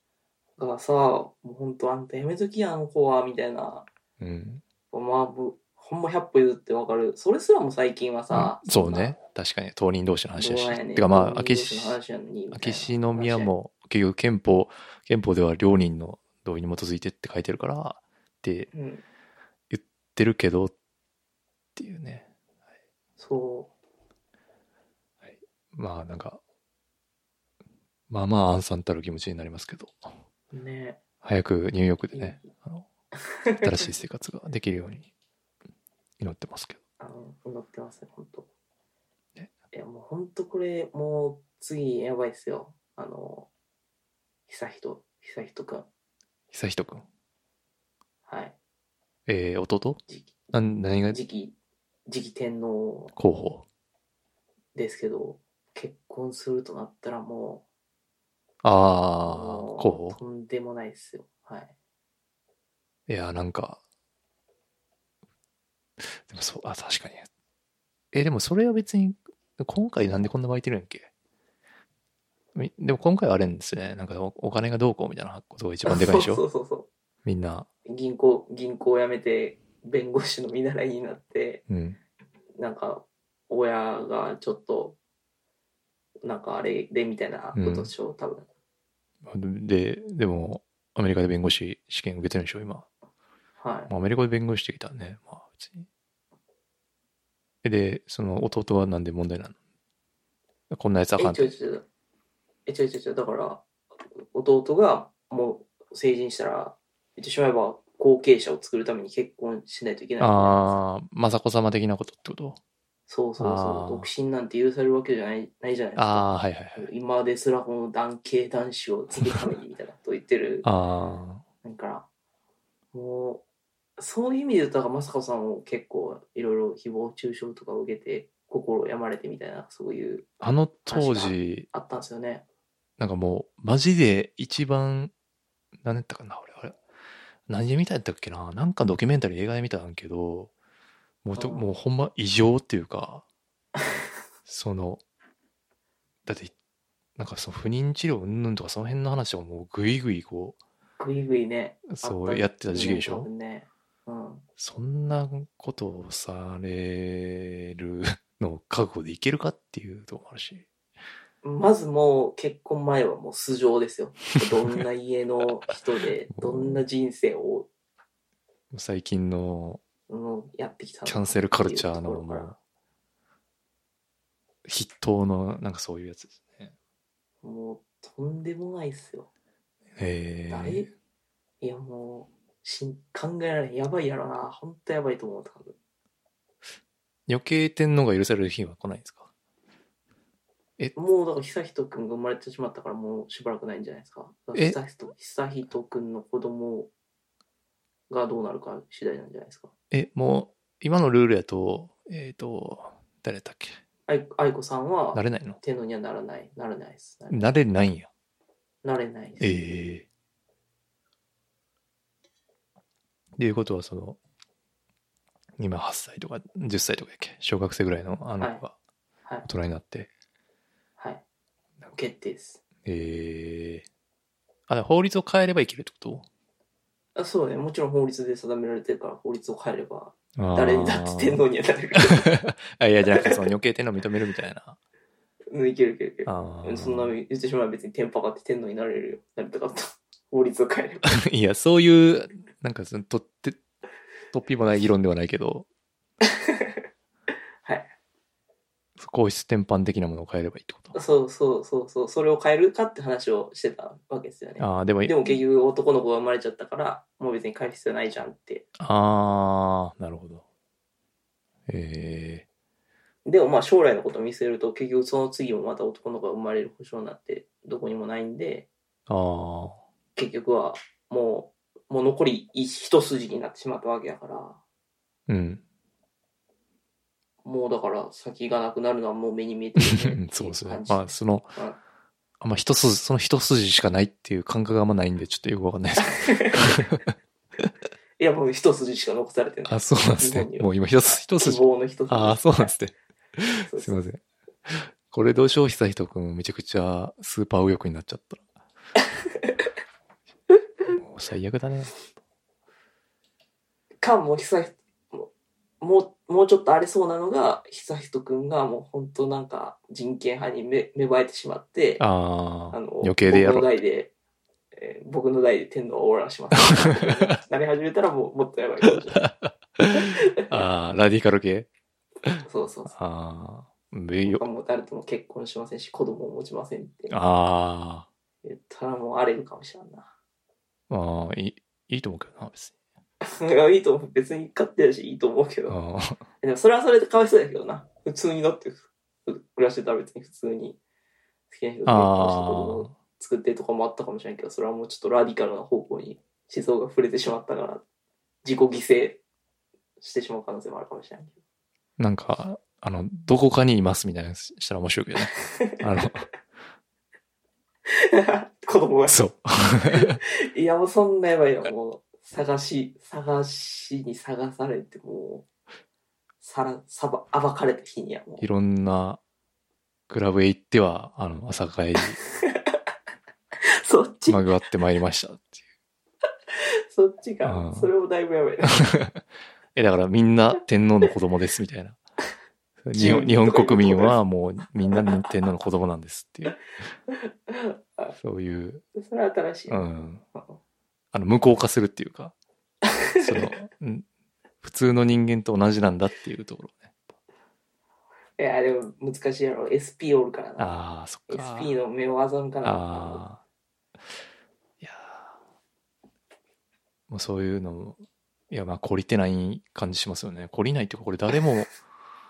Speaker 3: がさ、もうほんと、あんたやめときや、あの子は、みたいな。
Speaker 2: うん。
Speaker 3: まあ、ぶほんま100歩譲ってわかる。それすらも最近はさ、
Speaker 2: うんそうね。確かに、当人同士の話だ
Speaker 3: どうや
Speaker 2: し。
Speaker 3: ねん
Speaker 2: てかまあ、
Speaker 3: 同
Speaker 2: 秋
Speaker 3: 士の
Speaker 2: 篠
Speaker 3: 話やのにみたいな
Speaker 2: 秋篠宮も結局憲法憲法では両人の同意に基づいてって書いてるからって言っ
Speaker 3: 話やんうん
Speaker 2: てるけどっていうね
Speaker 3: そ
Speaker 2: まあなんかまあまあ安さんたる気持ちになりますけど
Speaker 3: うね
Speaker 2: 早くニューヨークでねあの新しい生活ができるように祈ってますけど
Speaker 3: あの乗ってますね本当
Speaker 2: ね
Speaker 3: いやもう本当これもう次やばいっすよあの久人久人くん
Speaker 2: 久人君
Speaker 3: はい
Speaker 2: えー、弟
Speaker 3: 次期
Speaker 2: なん何が
Speaker 3: 次期次期天皇
Speaker 2: 候補
Speaker 3: ですけど結婚するとなったらもう
Speaker 2: ああ
Speaker 3: もう
Speaker 2: 候補
Speaker 3: とんでもないっすよはい
Speaker 2: いや、なんか、でもそう、あ、確かに。え、でもそれは別に、今回なんでこんな湧いてるんやっけみでも今回はあれんですね。なんかおお金がどうこうみたいなことが一番でかいでし
Speaker 3: そ
Speaker 2: ょ
Speaker 3: うそうそう
Speaker 2: みんな。
Speaker 3: そう銀行銀行辞めて弁護士の見習いになって
Speaker 2: うん。
Speaker 3: なんか親がちょっとなんかあれでみたいなことでしょ、う多分
Speaker 2: で、でも、アメリカで弁護士試験受けてるんでしょ今。
Speaker 3: はい
Speaker 2: まあアメリカで弁護士できたらね。まあ別に。えで、その弟はなんで問題なのこんなやつあかん
Speaker 3: え
Speaker 2: っ
Speaker 3: ち
Speaker 2: て
Speaker 3: ょい。ちょいちょいえちょいちょいちょいだから弟がもう成人したら言ってしまえば後継者を作るために結婚しないといけない
Speaker 2: ああ、雅子様的なことってこと
Speaker 3: そうそう
Speaker 2: あ
Speaker 3: そ
Speaker 2: ー
Speaker 3: う独身なんて許されるわけじゃないないじゃないですか
Speaker 2: ああ、はいはいはい。
Speaker 3: 今ですらこの男系男子を継ぐためにみたいなこと言ってる
Speaker 2: あ
Speaker 3: だから、もう、そういう意味で言うと、だから雅子さんも結構いろいろ誹謗中傷とかを受けて、心を病まれてみたいな、そういう、
Speaker 2: あ、あの当時、
Speaker 3: あったんですよね。
Speaker 2: なんかもう、マジで一番、何やったかな、俺、あれ、何で見たやったっけな、なんかドキュメンタリー映画で見たんやけど、もうと、
Speaker 3: あー
Speaker 2: もうほんま異常っていうか、その、だって、なんかその不妊治療うんぬんとかその辺の話をもうぐいぐいこ
Speaker 3: ぐいぐいね。
Speaker 2: う、そ
Speaker 3: あ
Speaker 2: うやってた時期でし
Speaker 3: 多
Speaker 2: ょ
Speaker 3: 分ね。うん。
Speaker 2: そんなことをされるのを覚悟でいけるかっていうとこもあるし。、
Speaker 3: まずもう結婚前はもう素性ですよ。どんな家の人で どんな人生を、
Speaker 2: 最近の
Speaker 3: うん、やってきたの
Speaker 2: キ
Speaker 3: か
Speaker 2: ャンセルカルチャーの
Speaker 3: っていうとこ
Speaker 2: も
Speaker 3: ろから
Speaker 2: う筆頭のなんかそういうやつですね。
Speaker 3: もうとんでもないっすよ。
Speaker 2: へ
Speaker 3: 誰
Speaker 2: え。
Speaker 3: いやもう、しん考えられん。やばいやろな。ほんとやばいと思う、多分。
Speaker 2: 余計天皇が許される日は来ないんですか
Speaker 3: もうだから悠仁くんが生まれてしまったからもうしばらくないんじゃないですか。だから
Speaker 2: え
Speaker 3: 悠仁悠仁くんの子供がどうなるか次第なんじゃないですか。
Speaker 2: え、もう今のルールやと、えっ、と、誰だっけ
Speaker 3: 愛愛子さ
Speaker 2: な
Speaker 3: んは
Speaker 2: れないの
Speaker 3: 天皇にはならない、なれないです。なれ
Speaker 2: なれないんや。
Speaker 3: なれないです。
Speaker 2: ええっていうことは、その、今8歳とか10歳とかやっけ小学生ぐらいのあの子が
Speaker 3: はい
Speaker 2: 大、人になって。
Speaker 3: はい。決定です。
Speaker 2: ええあ、だから法律を変えればいけるってこと
Speaker 3: あそうね、もちろん法律で定められてるから、法律を変えれば、
Speaker 2: あー
Speaker 3: 誰にだって天皇にはなれる か
Speaker 2: あ、いや、じゃなくて、その余計天皇認めるみたいな。
Speaker 3: ら。うんいけるいけるいける。
Speaker 2: あー
Speaker 3: そんな言ってしまえば別に天パがあって天皇になれるよ。なりた かった。法律を変えれば。
Speaker 2: いや、そういう、なんかその、とって、とっぴもない議論ではないけど、
Speaker 3: はい。
Speaker 2: 皇室転換的なものを変えればいいってこと。
Speaker 3: そうそうそうそう、それを変えるかって話をしてたわけですよね。
Speaker 2: ああ、でも、
Speaker 3: でも結局男の子が生まれちゃったから、もう別に変える必要ないじゃんって。
Speaker 2: ああ、なるほど。え
Speaker 3: でもまあ将来のことを見据えると、結局その次もまた男の子が生まれる保証なんてどこにもないんで、
Speaker 2: えああ、
Speaker 3: 結局はもう、もう残り一筋になってしまったわけだから、
Speaker 2: うん。。
Speaker 3: もうだから先がなくなるのはもう目に見えてるね
Speaker 2: そうですね
Speaker 3: ってい。
Speaker 2: まあ、
Speaker 3: 感じ
Speaker 2: その、
Speaker 3: うん
Speaker 2: あんま一筋、その一筋しかないっていう感覚があんまないんで、ちょっとよくわかんないです
Speaker 3: いやもう一筋しか残されてない。
Speaker 2: あ、そうなんです
Speaker 3: 日
Speaker 2: ね
Speaker 3: 本に。は
Speaker 2: もう今一つ、一
Speaker 3: 希
Speaker 2: 筋。
Speaker 3: 望の一筋。
Speaker 2: ああ、そうなんですね。
Speaker 3: そ
Speaker 2: す
Speaker 3: うそ
Speaker 2: いうません。これどうしよう、久人くんめちゃくちゃスーパー右翼になっちゃったら。もう最悪だね。
Speaker 3: か、もう久人、もうもう、もうちょっと荒れそうなのが、久人くんがもう本当なんか人権派にめ芽生えてしまって、
Speaker 2: ああ
Speaker 3: あの、
Speaker 2: 余計でやろ
Speaker 3: 僕の
Speaker 2: う。
Speaker 3: 代で、えー僕の代で天皇をオーラします。 なり始めたらもうもっとやばいかもしれない。
Speaker 2: ああ、ラディカル系
Speaker 3: そうそうそ
Speaker 2: ああ、べ
Speaker 3: う。
Speaker 2: よ。
Speaker 3: もう誰とも結婚しませんし、子供を持ちませんって
Speaker 2: あ
Speaker 3: 言ったらもう荒れるかもしれんな。
Speaker 2: あ、ああ、いい、いいと思うけどな、別に。
Speaker 3: いやいいと思う。別に勝手やし、いいと思うけど。
Speaker 2: ああ
Speaker 3: でもそれはそれでかわいそうだけどな。普通にだって、ふ暮らしてたら別に普通に好きな人と結婚して子供
Speaker 2: あ
Speaker 3: を作ってとかもあったかもしれんけど、それはもうちょっとラディカルな方向に思想が触れてしまったから、自己犠牲してしまう可能性もあるかもしれないけど。
Speaker 2: あ、なんか、あの、どこかにいますみたいなのしたら面白いけどね。 あの、
Speaker 3: 子供が。
Speaker 2: そう。
Speaker 3: いや、もうそんなやばいよ。もう、探し、探しに探されて、もう、さら、さば、暴かれた日にはも
Speaker 2: いろんなクラブへ行っては、あの、朝会
Speaker 3: う、そっち、
Speaker 2: まぐわってまいりましたっていう。
Speaker 3: そっち
Speaker 2: う
Speaker 3: が
Speaker 2: ん、
Speaker 3: それもだいぶやばいな。
Speaker 2: え、だからみんな天皇の子供ですみたいな。 日本日本国民はもうみんな天皇の子供なんですって いう。そういう、
Speaker 3: それは新しい。
Speaker 2: うん。あの、無効化するっていうか、そ の、うん普通の人間と同じなんだっていうところね。
Speaker 3: いや、でも難しいやろ。SP おるからな。
Speaker 2: ああ、そっか。
Speaker 3: SP の目を欺かな。
Speaker 2: ああ。いやーもうそういうのも、いや、まあ、懲りてない感じしますよね。懲りないっていうか、これ誰も、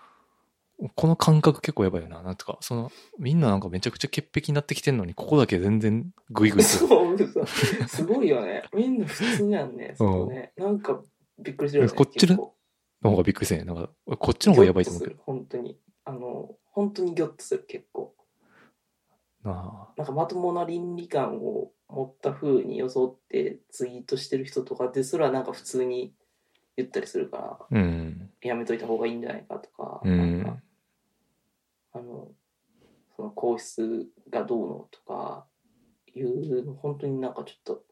Speaker 2: この感覚結構やばいよな。なんとか、その、みんななんかめちゃくちゃ潔癖になってきてんのに、ここだけ全然グイグイする。
Speaker 3: そう、嘘すごいよね。みんな普通やんね。そうね。なんか、びっくりするよね。
Speaker 2: こっちの
Speaker 3: 結構
Speaker 2: の方がびっくりせんね。なんか、こっちの方がやばいと思うけど
Speaker 3: ぎょっする。本当に。あの、本当にギョッとする、結構。
Speaker 2: な
Speaker 3: なんかまともな倫理観を持った風に装ってツイートしてる人とかですらなんか普通に言ったりするから、
Speaker 2: あ。うん。
Speaker 3: やめといた方がいいんじゃないかとか、
Speaker 2: う
Speaker 3: なんか
Speaker 2: ん。
Speaker 3: あの、その皇室がどうのとかいうの、本当になんかちょっと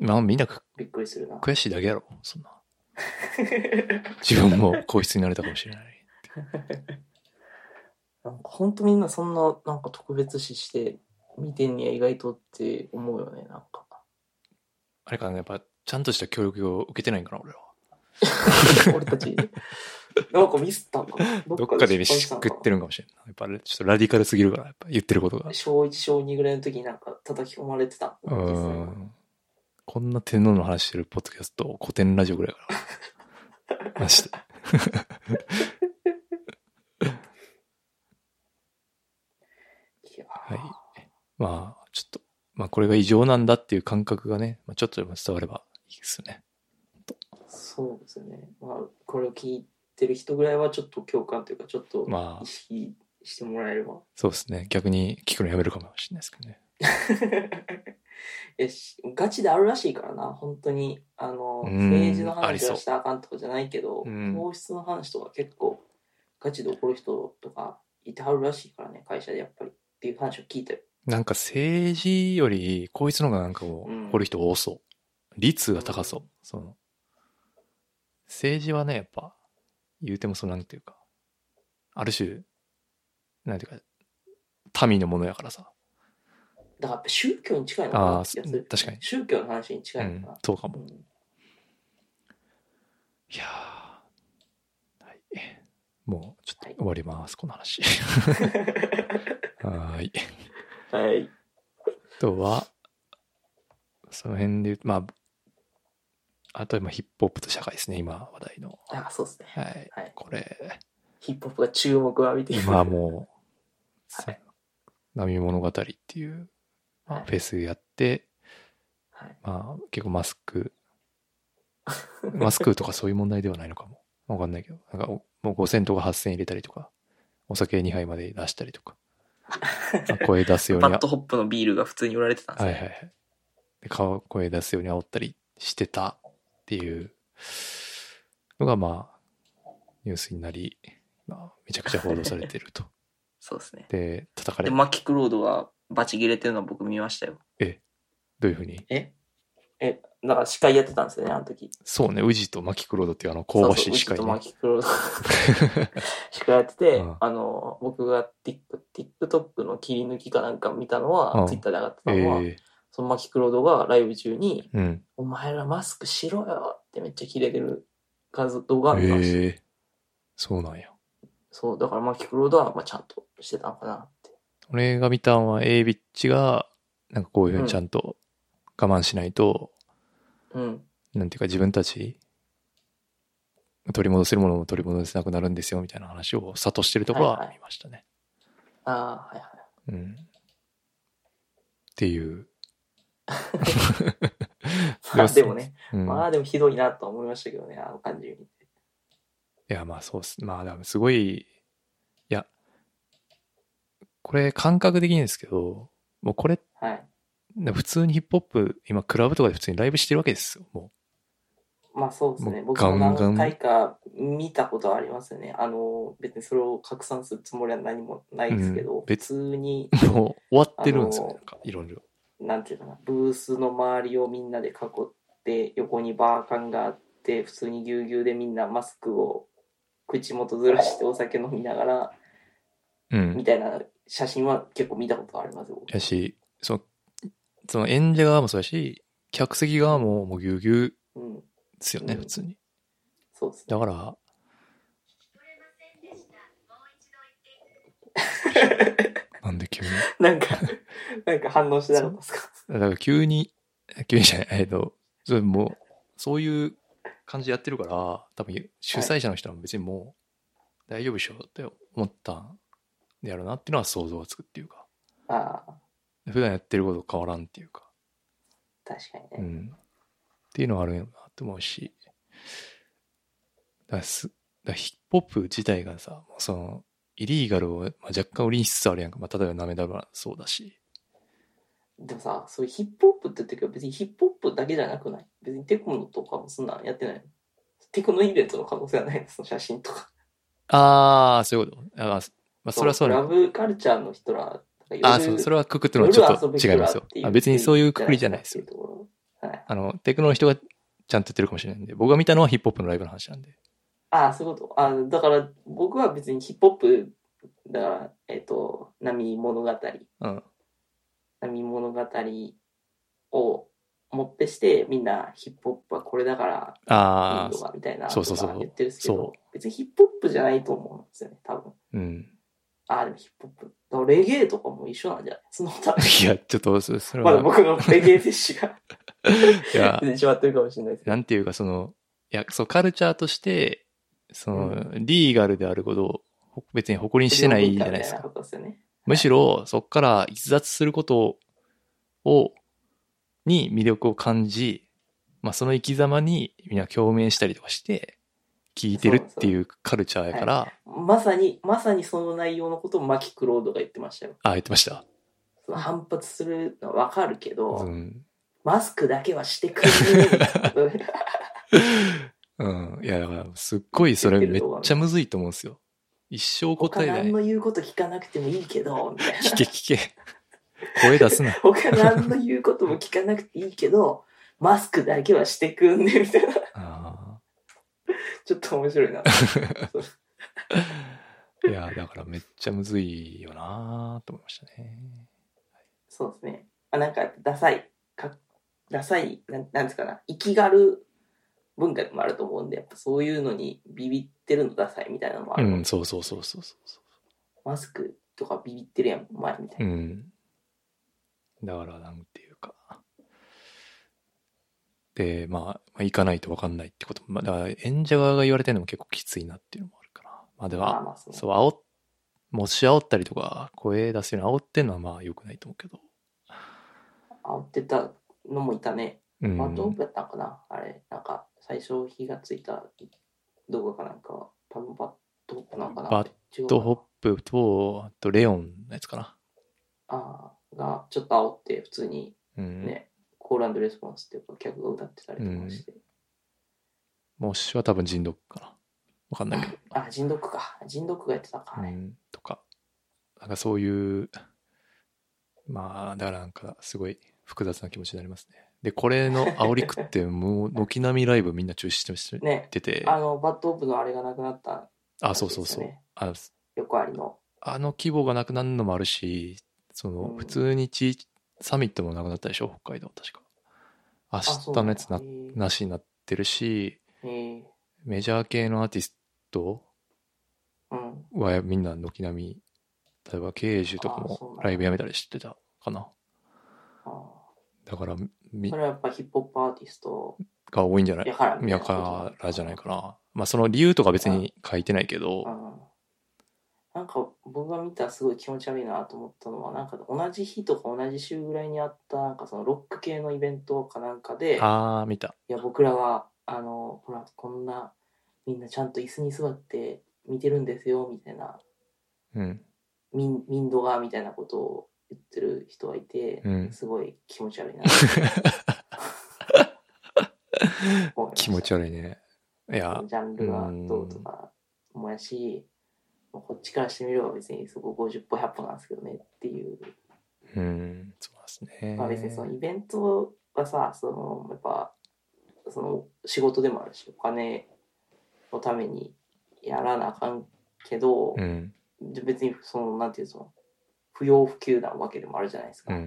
Speaker 2: まあ、みんなく
Speaker 3: びっくりする な。
Speaker 2: 悔しいだけやろ。そんな。自分も皇室になれたかもしれない。
Speaker 3: なんか本当みんなそんななんか特別視して見てんねや意外とって思うよね、なんか。
Speaker 2: あれかな、やっぱ、ちゃんとした教育を受けてないんかな、俺は。
Speaker 3: 俺たち。なんかミスったんかな
Speaker 2: どっかで飯
Speaker 3: 失
Speaker 2: 食
Speaker 3: 敗
Speaker 2: ってるんかもしれんない。やっぱりちょっとラディカルすぎるから、やっぱ言ってることが。
Speaker 3: 小1小2ぐらいの時になんか叩き込まれてた
Speaker 2: うーん。こんな天皇の話してるポッドキャスト、古典ラジオぐらいから。 マジで。
Speaker 3: いや
Speaker 2: はい。まあ、ちょっと、まあこれが異常なんだっていう感覚がね、まあ、ちょっとでも伝わればいいですね。
Speaker 3: そうですねまあこれを聞いてる人ぐらいはちょっと共感というかちょっと
Speaker 2: まあ
Speaker 3: 意、識してもらえれば、
Speaker 2: そうですね。逆に聞くのやめるかもしれないですけどね。
Speaker 3: えしガチであるらしいからな本当にあの
Speaker 2: うん
Speaker 3: 政治の
Speaker 2: あり
Speaker 3: 話
Speaker 2: そう
Speaker 3: はしたらあかんとかじゃないけど
Speaker 2: うん
Speaker 3: 皇室の話とか結構ガチで怒る人とかいてはるらしいからね会社でやっぱりっていう話を聞いたよ
Speaker 2: なんか政治より、こいつの方がなんかも
Speaker 3: うん
Speaker 2: う、掘る人多そう。率が高そう。その、政治はね、やっぱ、言うてもそのなんていうか、ある種、なんていうか、民のものやからさ。
Speaker 3: だからやっぱ宗教に近いのか
Speaker 2: あ
Speaker 3: な
Speaker 2: あ、
Speaker 3: って
Speaker 2: す
Speaker 3: 気がする。
Speaker 2: 確かに。
Speaker 3: 宗教の話に近
Speaker 2: う
Speaker 3: いの
Speaker 2: ん
Speaker 3: かな。、
Speaker 2: そうか
Speaker 3: う
Speaker 2: も。
Speaker 3: ん
Speaker 2: いやーはい。もう、ちょっと終わります、この話。はーい。
Speaker 3: はい。
Speaker 2: あとは、その辺で言うと、まあ、あとは今ヒップホップと社会ですね、今話題の。
Speaker 3: あそうですね。
Speaker 2: はい。
Speaker 3: はい
Speaker 2: これ、
Speaker 3: ヒップホップが注目を浴びている。
Speaker 2: 今はもう、
Speaker 3: は
Speaker 2: さ
Speaker 3: い
Speaker 2: 波物語っていう、まあ
Speaker 3: はい
Speaker 2: フェスやって、
Speaker 3: はい
Speaker 2: まあ、結構マスク、 マスクとかそういう問題ではないのかも。わかんないけど、なんかおもう5000とか8000入れたりとか、お酒2杯まで出したりと か、まあ声出すように
Speaker 3: バッドホップのビールが普通に売られてたんです
Speaker 2: はい
Speaker 3: ね。
Speaker 2: はいはい。で顔、声出すように煽ったりしてたっていうのが、まあ、ニュースになり、まあ、めちゃくちゃ報道されてる と。
Speaker 3: そうですね。
Speaker 2: で、叩かれ
Speaker 3: で、
Speaker 2: る。
Speaker 3: マキクロードがバチ切れてるのは僕見ましたよ。
Speaker 2: どういうふうに
Speaker 3: え、なんか司会やってたんですよね、あの時。
Speaker 2: そうね、宇治とマキクロードっていうあの香ばしい司会
Speaker 3: そう
Speaker 2: ね。
Speaker 3: そううちとマキクロード司会やってて、
Speaker 2: うん
Speaker 3: あの、僕が Tik- TikTok の切り抜きかなんか見たのは、
Speaker 2: うん
Speaker 3: Twitter で上がってた
Speaker 2: え
Speaker 3: のは、
Speaker 2: え
Speaker 3: そのマキクロードがライブ中に、
Speaker 2: うん。
Speaker 3: お前らマスクしろよってめっちゃ切れてる画像動画あ
Speaker 2: え
Speaker 3: りました。
Speaker 2: えそうなんや。
Speaker 3: そう、だからマキクロードはまあちゃんとしてたのかなって。
Speaker 2: 俺が見たのは、エイビッチが、なんかこういうふうにちゃんと我慢しないと、
Speaker 3: うん。
Speaker 2: なんていうか自分たち取り戻せるものも取り戻せなくなるんですよみたいな話を諭してるところ
Speaker 3: はい
Speaker 2: は
Speaker 3: はい
Speaker 2: 見ましたね。
Speaker 3: ああ、はいはい。
Speaker 2: うん、っていう。
Speaker 3: まあでもね、
Speaker 2: うん
Speaker 3: まあ でもひどいなとは思いましたけどね、あの感じ見て。
Speaker 2: いやまあそうっす。まあでもすごい、いや、これ感覚的にですけど、もうこれ
Speaker 3: はい。
Speaker 2: 普通にヒップホップ今クラブとかで普通にライブしてるわけですよ。も
Speaker 3: まあそうですね。
Speaker 2: もう
Speaker 3: 僕も
Speaker 2: ガン
Speaker 3: 何
Speaker 2: ガン
Speaker 3: 回か見たことはありますよね。あの、別にそれを拡散するつもりは何もないですけど、
Speaker 2: うん
Speaker 3: 普
Speaker 2: 別
Speaker 3: 通に、
Speaker 2: う もう終わってるんですよね。
Speaker 3: あのー
Speaker 2: なんかいろいろ。
Speaker 3: なんていうかな、ブースの周りをみんなで囲って、横にバーカンがあって、普通にぎゅうぎゅうでみんなマスクを口元ずらしてお酒飲みながら、
Speaker 2: うん
Speaker 3: み。たいな写真は結構見たことありますよ。
Speaker 2: やし、その、その演者側もそうやし、客席側ももうぎゅうぎゅう
Speaker 3: うん、
Speaker 2: ですよね、
Speaker 3: うん
Speaker 2: 普通に。
Speaker 3: そうです ね。
Speaker 2: だから、なんで急に。
Speaker 3: なんか、なんか反応してなかったですか
Speaker 2: だから急に、急にじゃない、えっと、それもう、そういう感じでやってるから、多分主催者の人は別にもう、大丈夫でしょって思ったんでやるなっていうのは想像がつくっていうか、
Speaker 3: ああ、
Speaker 2: 普段やってることと変わらんっていうか、
Speaker 3: 確かにね。
Speaker 2: うん、っていうのはあるよなと思うしだからすだからヒップホップ自体がさもうそのイリーガルを、まあ、若干売りにしつつあるやんか、まあ、例えばナメダルはそうだし
Speaker 3: でもさ、そういうヒップホップって言ってるけど、別にヒップホップだけじゃなくない別にテクノとかもそんなんやってないのテクノイベントの可能性はないのその写真とか。
Speaker 2: ああそういうことあ、まあまあ、それはそう
Speaker 3: ラ
Speaker 2: だ
Speaker 3: ブカルチャーの人ら、
Speaker 2: ああそうそれはくくってのはちょっと違いますよあ別にそういうくくりじゃないですよ
Speaker 3: よ。はい
Speaker 2: あのテクノの人がちゃんと言ってるかもしれないんで僕が見たのはヒップホップのライブの話なんで
Speaker 3: ああ、そういうこと。ああだから僕は別にヒップホップ、だから、えっ、と、波物語、
Speaker 2: うん
Speaker 3: 波物語をもってして、みんなヒップホップはこれだから、
Speaker 2: ああ
Speaker 3: いいのがみたいな
Speaker 2: そうそうそう
Speaker 3: とか言ってるんですけ
Speaker 2: そう
Speaker 3: ど、別にヒップホップじゃないと思うんですよね、多分。
Speaker 2: うん
Speaker 3: ああ、でもヒップホップ。だからレゲエとかも一緒なんじゃないその他。
Speaker 2: いやちょっとそそれ
Speaker 3: まだ
Speaker 2: は、
Speaker 3: 僕のレゲエ接種が
Speaker 2: いや
Speaker 3: 出てしまってるかもしれないですけど。
Speaker 2: なんていうか、その、いや、そう、カルチャーとして、その、
Speaker 3: う
Speaker 2: リーガルであることをほ別に誇りにしてないじゃないです
Speaker 3: みた
Speaker 2: か
Speaker 3: な。ことですよね。
Speaker 2: むしろ、そこから逸脱することを、に魅力を感じ、まあ、その生き様にみんな共鳴したりとかして、聞いてるっていうカルチャーやから、
Speaker 3: まさに、まさにその内容のことをマキクロードが言ってましたよ。
Speaker 2: あ、言ってました。
Speaker 3: その反発するのはわかるけど、
Speaker 2: うん。
Speaker 3: マスクだけはしてくれねえみたいなことで
Speaker 2: うん。いや、だから、すっごいそれめっちゃむずいと思うんですよ。一生 答
Speaker 3: 他
Speaker 2: えな
Speaker 3: 何
Speaker 2: い
Speaker 3: の。言うこと聞かなくてもいいけど、みたいな。
Speaker 2: 聞け聞け。声出すな。
Speaker 3: 他何の言うことも聞かなくていいけど、マスクだけはしてくんで、みたいな。
Speaker 2: あ
Speaker 3: ちょっと面白いな。
Speaker 2: ーいや、だからめっちゃむずいよなーと思いました ね。
Speaker 3: そうですね。あなんか、ダサい、かダサい、なんなんですかな、生きがる文化でもあると思うんで、やっぱそういうのにビビってるのダサいみたいなのもあ
Speaker 2: う
Speaker 3: る。
Speaker 2: ん、そうそうそうそうそうそ。
Speaker 3: マスクとかビビってるやん、お前みたいうな。
Speaker 2: うん。だから、なんていうか。で、まあ、まあ行かないと分かんないってことも、まあ、だから演者側が言われてるのも結構きついなっていうのもあるかな。まあ、で
Speaker 3: まあ
Speaker 2: は、
Speaker 3: まあ、その
Speaker 2: そう、煽っ、もし煽ったりとか、声出すように煽ってんのはまあ良くないと思うけど。
Speaker 3: 煽ってたのもいたね。
Speaker 2: うん。
Speaker 3: まあ、どうやったのかな、あれ、なんか、最初火がついた動画かなんかは、多分バッドホップなのかな。
Speaker 2: バッ
Speaker 3: 違う
Speaker 2: ド
Speaker 3: かな
Speaker 2: ホップと、あとレオンのやつかな。
Speaker 3: あーが、ちょっと煽って、普通に
Speaker 2: うん。
Speaker 3: ね、コールレスポンスっていうか、客が歌ってたりとかして。
Speaker 2: もしは多分人読かな。わかんないけど。
Speaker 3: あ、ジンドックか。ジンドックがやってたか。あ
Speaker 2: う
Speaker 3: れ
Speaker 2: ん、とか、なんかそういう、まあ、だからなんかすごい複雑な気持ちになりますね。で、これの煽り食って、 もう、軒並みライブみんな中止してして
Speaker 3: ね、
Speaker 2: てて、
Speaker 3: あの、バッドオープンのあれがなくなった、
Speaker 2: あ、そうそうそう
Speaker 3: ですよね。
Speaker 2: あの、
Speaker 3: 横ありの。
Speaker 2: あの規模がなくなるのもあるし、その
Speaker 3: う、ん
Speaker 2: 普通に地域サミットもなくなったでしょ、北海道、確か。明日のやつな、
Speaker 3: な。
Speaker 2: なしになってるし、
Speaker 3: えーえ
Speaker 2: メジャー系のアーティスト
Speaker 3: ーうん。
Speaker 2: はみんな軒並み、例えばケージュとか
Speaker 3: あそうなん
Speaker 2: も
Speaker 3: だ
Speaker 2: ライブやめたりしてたかな。
Speaker 3: あ
Speaker 2: だから、
Speaker 3: ー
Speaker 2: み
Speaker 3: そ、れはやっぱヒップホップアーティスト
Speaker 2: が多いんじゃない
Speaker 3: やからみたい
Speaker 2: や
Speaker 3: な
Speaker 2: からじゃないかな。まあ、その理由とか別に書いてないけ
Speaker 3: う
Speaker 2: ど、
Speaker 3: んなんか僕が見たらすごい気持ち悪いなと思ったのはなんか同じ日とか同じ週ぐらいにあったなんかそのロック系のイベントかなんかで
Speaker 2: あー、見た。
Speaker 3: いや僕らはあのほらこんなみんなちゃんと椅子に座って見てるんですよみたいな
Speaker 2: うん。
Speaker 3: 民民度がみたいなことを言ってる人がいて、
Speaker 2: うん
Speaker 3: すごい気持ち 悪いな思いました
Speaker 2: 気持ち悪いね。いや、
Speaker 3: ジャンルがどうとかもやし、もうこっちからしてみれば別にそこ50歩100歩なんですけどねっていう、
Speaker 2: うん、そうですね。
Speaker 3: まあ別にそのイベントはさそのやっぱその仕事でもあるしお金のためにやらなあかんけど
Speaker 2: う、ん、
Speaker 3: じゃ別にそのなんていうのその不要不急なわけでもあるじゃないです
Speaker 2: う
Speaker 3: か、
Speaker 2: ん、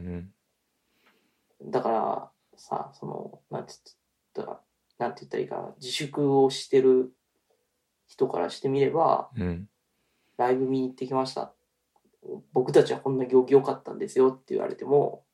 Speaker 2: うん。
Speaker 3: だからさそのなんて言ったらなんて言ったらいいかな自粛をしてる人からしてみれば
Speaker 2: うん、
Speaker 3: ライブ見に行ってきました。僕たちはこんな行儀良かったんですよって言われても、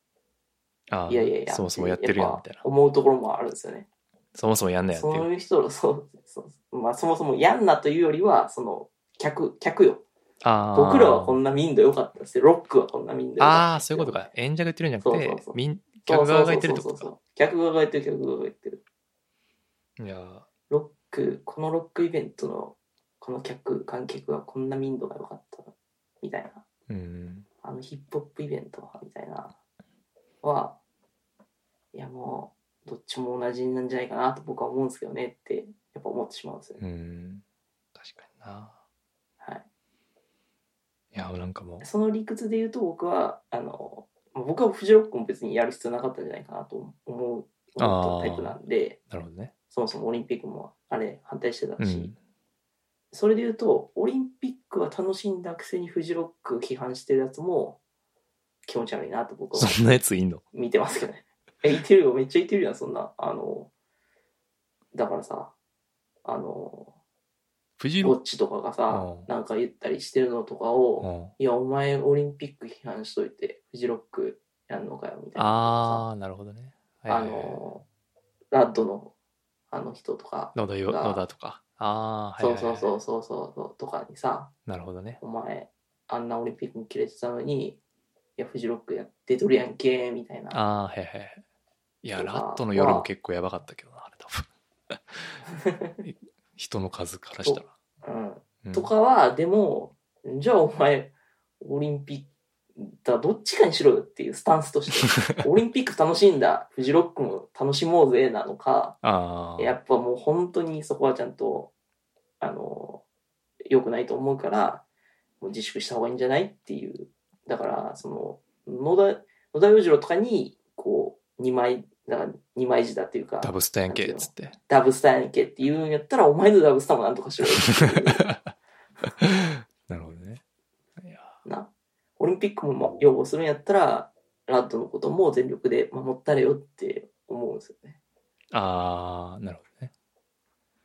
Speaker 2: あー
Speaker 3: いやいやいや、
Speaker 2: そもそもやってるやんみたいな
Speaker 3: ぱ。思うところもあるんですよね。
Speaker 2: そもそもやんなやんって
Speaker 3: そ
Speaker 2: いう
Speaker 3: う。いう人の、そう、そうまあそもそもやんなというよりは、その、客、客よ。
Speaker 2: あー
Speaker 3: 僕らはこんな民度良かったですよ。ロックはこんな民度良かった
Speaker 2: あー、そういうことか。演者が言ってるんじゃなくて、
Speaker 3: そうそうそう
Speaker 2: みん、
Speaker 3: そう
Speaker 2: 客
Speaker 3: そう
Speaker 2: 側が
Speaker 3: そう
Speaker 2: 言ってるって
Speaker 3: そ
Speaker 2: こ
Speaker 3: うそ
Speaker 2: と
Speaker 3: う。客側が言ってる、客側が言ってる。
Speaker 2: か。いや
Speaker 3: ロック、このロックイベントの、この客、観客はこんな民度が良かった。みたいな。
Speaker 2: ー、うん。
Speaker 3: あのヒップホップイベントはみたいなは、いやもう、どっちも同じなんじゃないかなと僕は思うんですけどねって、やっぱ思ってしまうんですよね。
Speaker 2: うん。確かにな。
Speaker 3: はい。
Speaker 2: いや、なんかもう、
Speaker 3: その理屈で言うと僕は、あの、僕はフジロックも別にやる必要なかったんじゃないかなと思う、思ったタイプなんで、
Speaker 2: なるほどね。
Speaker 3: そもそもオリンピックもあれ反対してた
Speaker 2: う
Speaker 3: し、
Speaker 2: ん。
Speaker 3: それで言うと、オリンピックは楽しんだくせにフジロック批判してるやつも気持ち悪いなと僕は思う
Speaker 2: そんなやついんの
Speaker 3: 見てますけどね。え、いてるよ、めっちゃいてるやん、そんな。あの、だからさ、あの、
Speaker 2: フジ
Speaker 3: ウォ
Speaker 2: ロ
Speaker 3: ッチとかがさ
Speaker 2: うん、
Speaker 3: なんか言ったりしてるのとか
Speaker 2: ック。う
Speaker 3: を、
Speaker 2: ん
Speaker 3: いや、お前オリンピック批判しといて、フジロックやんのかよ、みたいな。
Speaker 2: ああ、なるほどね。はい
Speaker 3: あ
Speaker 2: はいはい
Speaker 3: の、ラッドの、あの人とか、
Speaker 2: 野田よ、
Speaker 3: が
Speaker 2: 野田とか。ああ、はい
Speaker 3: そ
Speaker 2: は
Speaker 3: う
Speaker 2: い、。
Speaker 3: そうそううそうそう、とかにさ、
Speaker 2: なるほどね。
Speaker 3: お前、あんなオリンピックに切れてたのに、いや、フジロックやってとるやんけ、みたいな。
Speaker 2: ああ、はいはいはい。いや、
Speaker 3: とか
Speaker 2: ラットの夜も結構やばかったけどな、あれ多分。 人の数からしたら。
Speaker 3: うん。
Speaker 2: うん
Speaker 3: とかは、でも、じゃあお前、オリンピック、だどっちかにしろよっていうスタンス として、オリンピック楽しんだ、フジロックも楽しもうぜなのか、
Speaker 2: ああ。
Speaker 3: やっぱもう本当にそこはちゃんと、あの、良くないと思うから、もう自粛した方がいいんじゃないっていう。だから、その、野田、野田洋次郎とかに、こう、二枚なんか二枚舌というか、
Speaker 2: ダブスタやんけ、っつって。
Speaker 3: ダブスターやんけって言うんやったら、お前のダブスターもなんとか しろよっていう
Speaker 2: なるほどね。いや
Speaker 3: な。オリンピックもま要望するんやったら、ラッドのことも全力で守ったれよって思うんですよね。
Speaker 2: あー、なるほどね。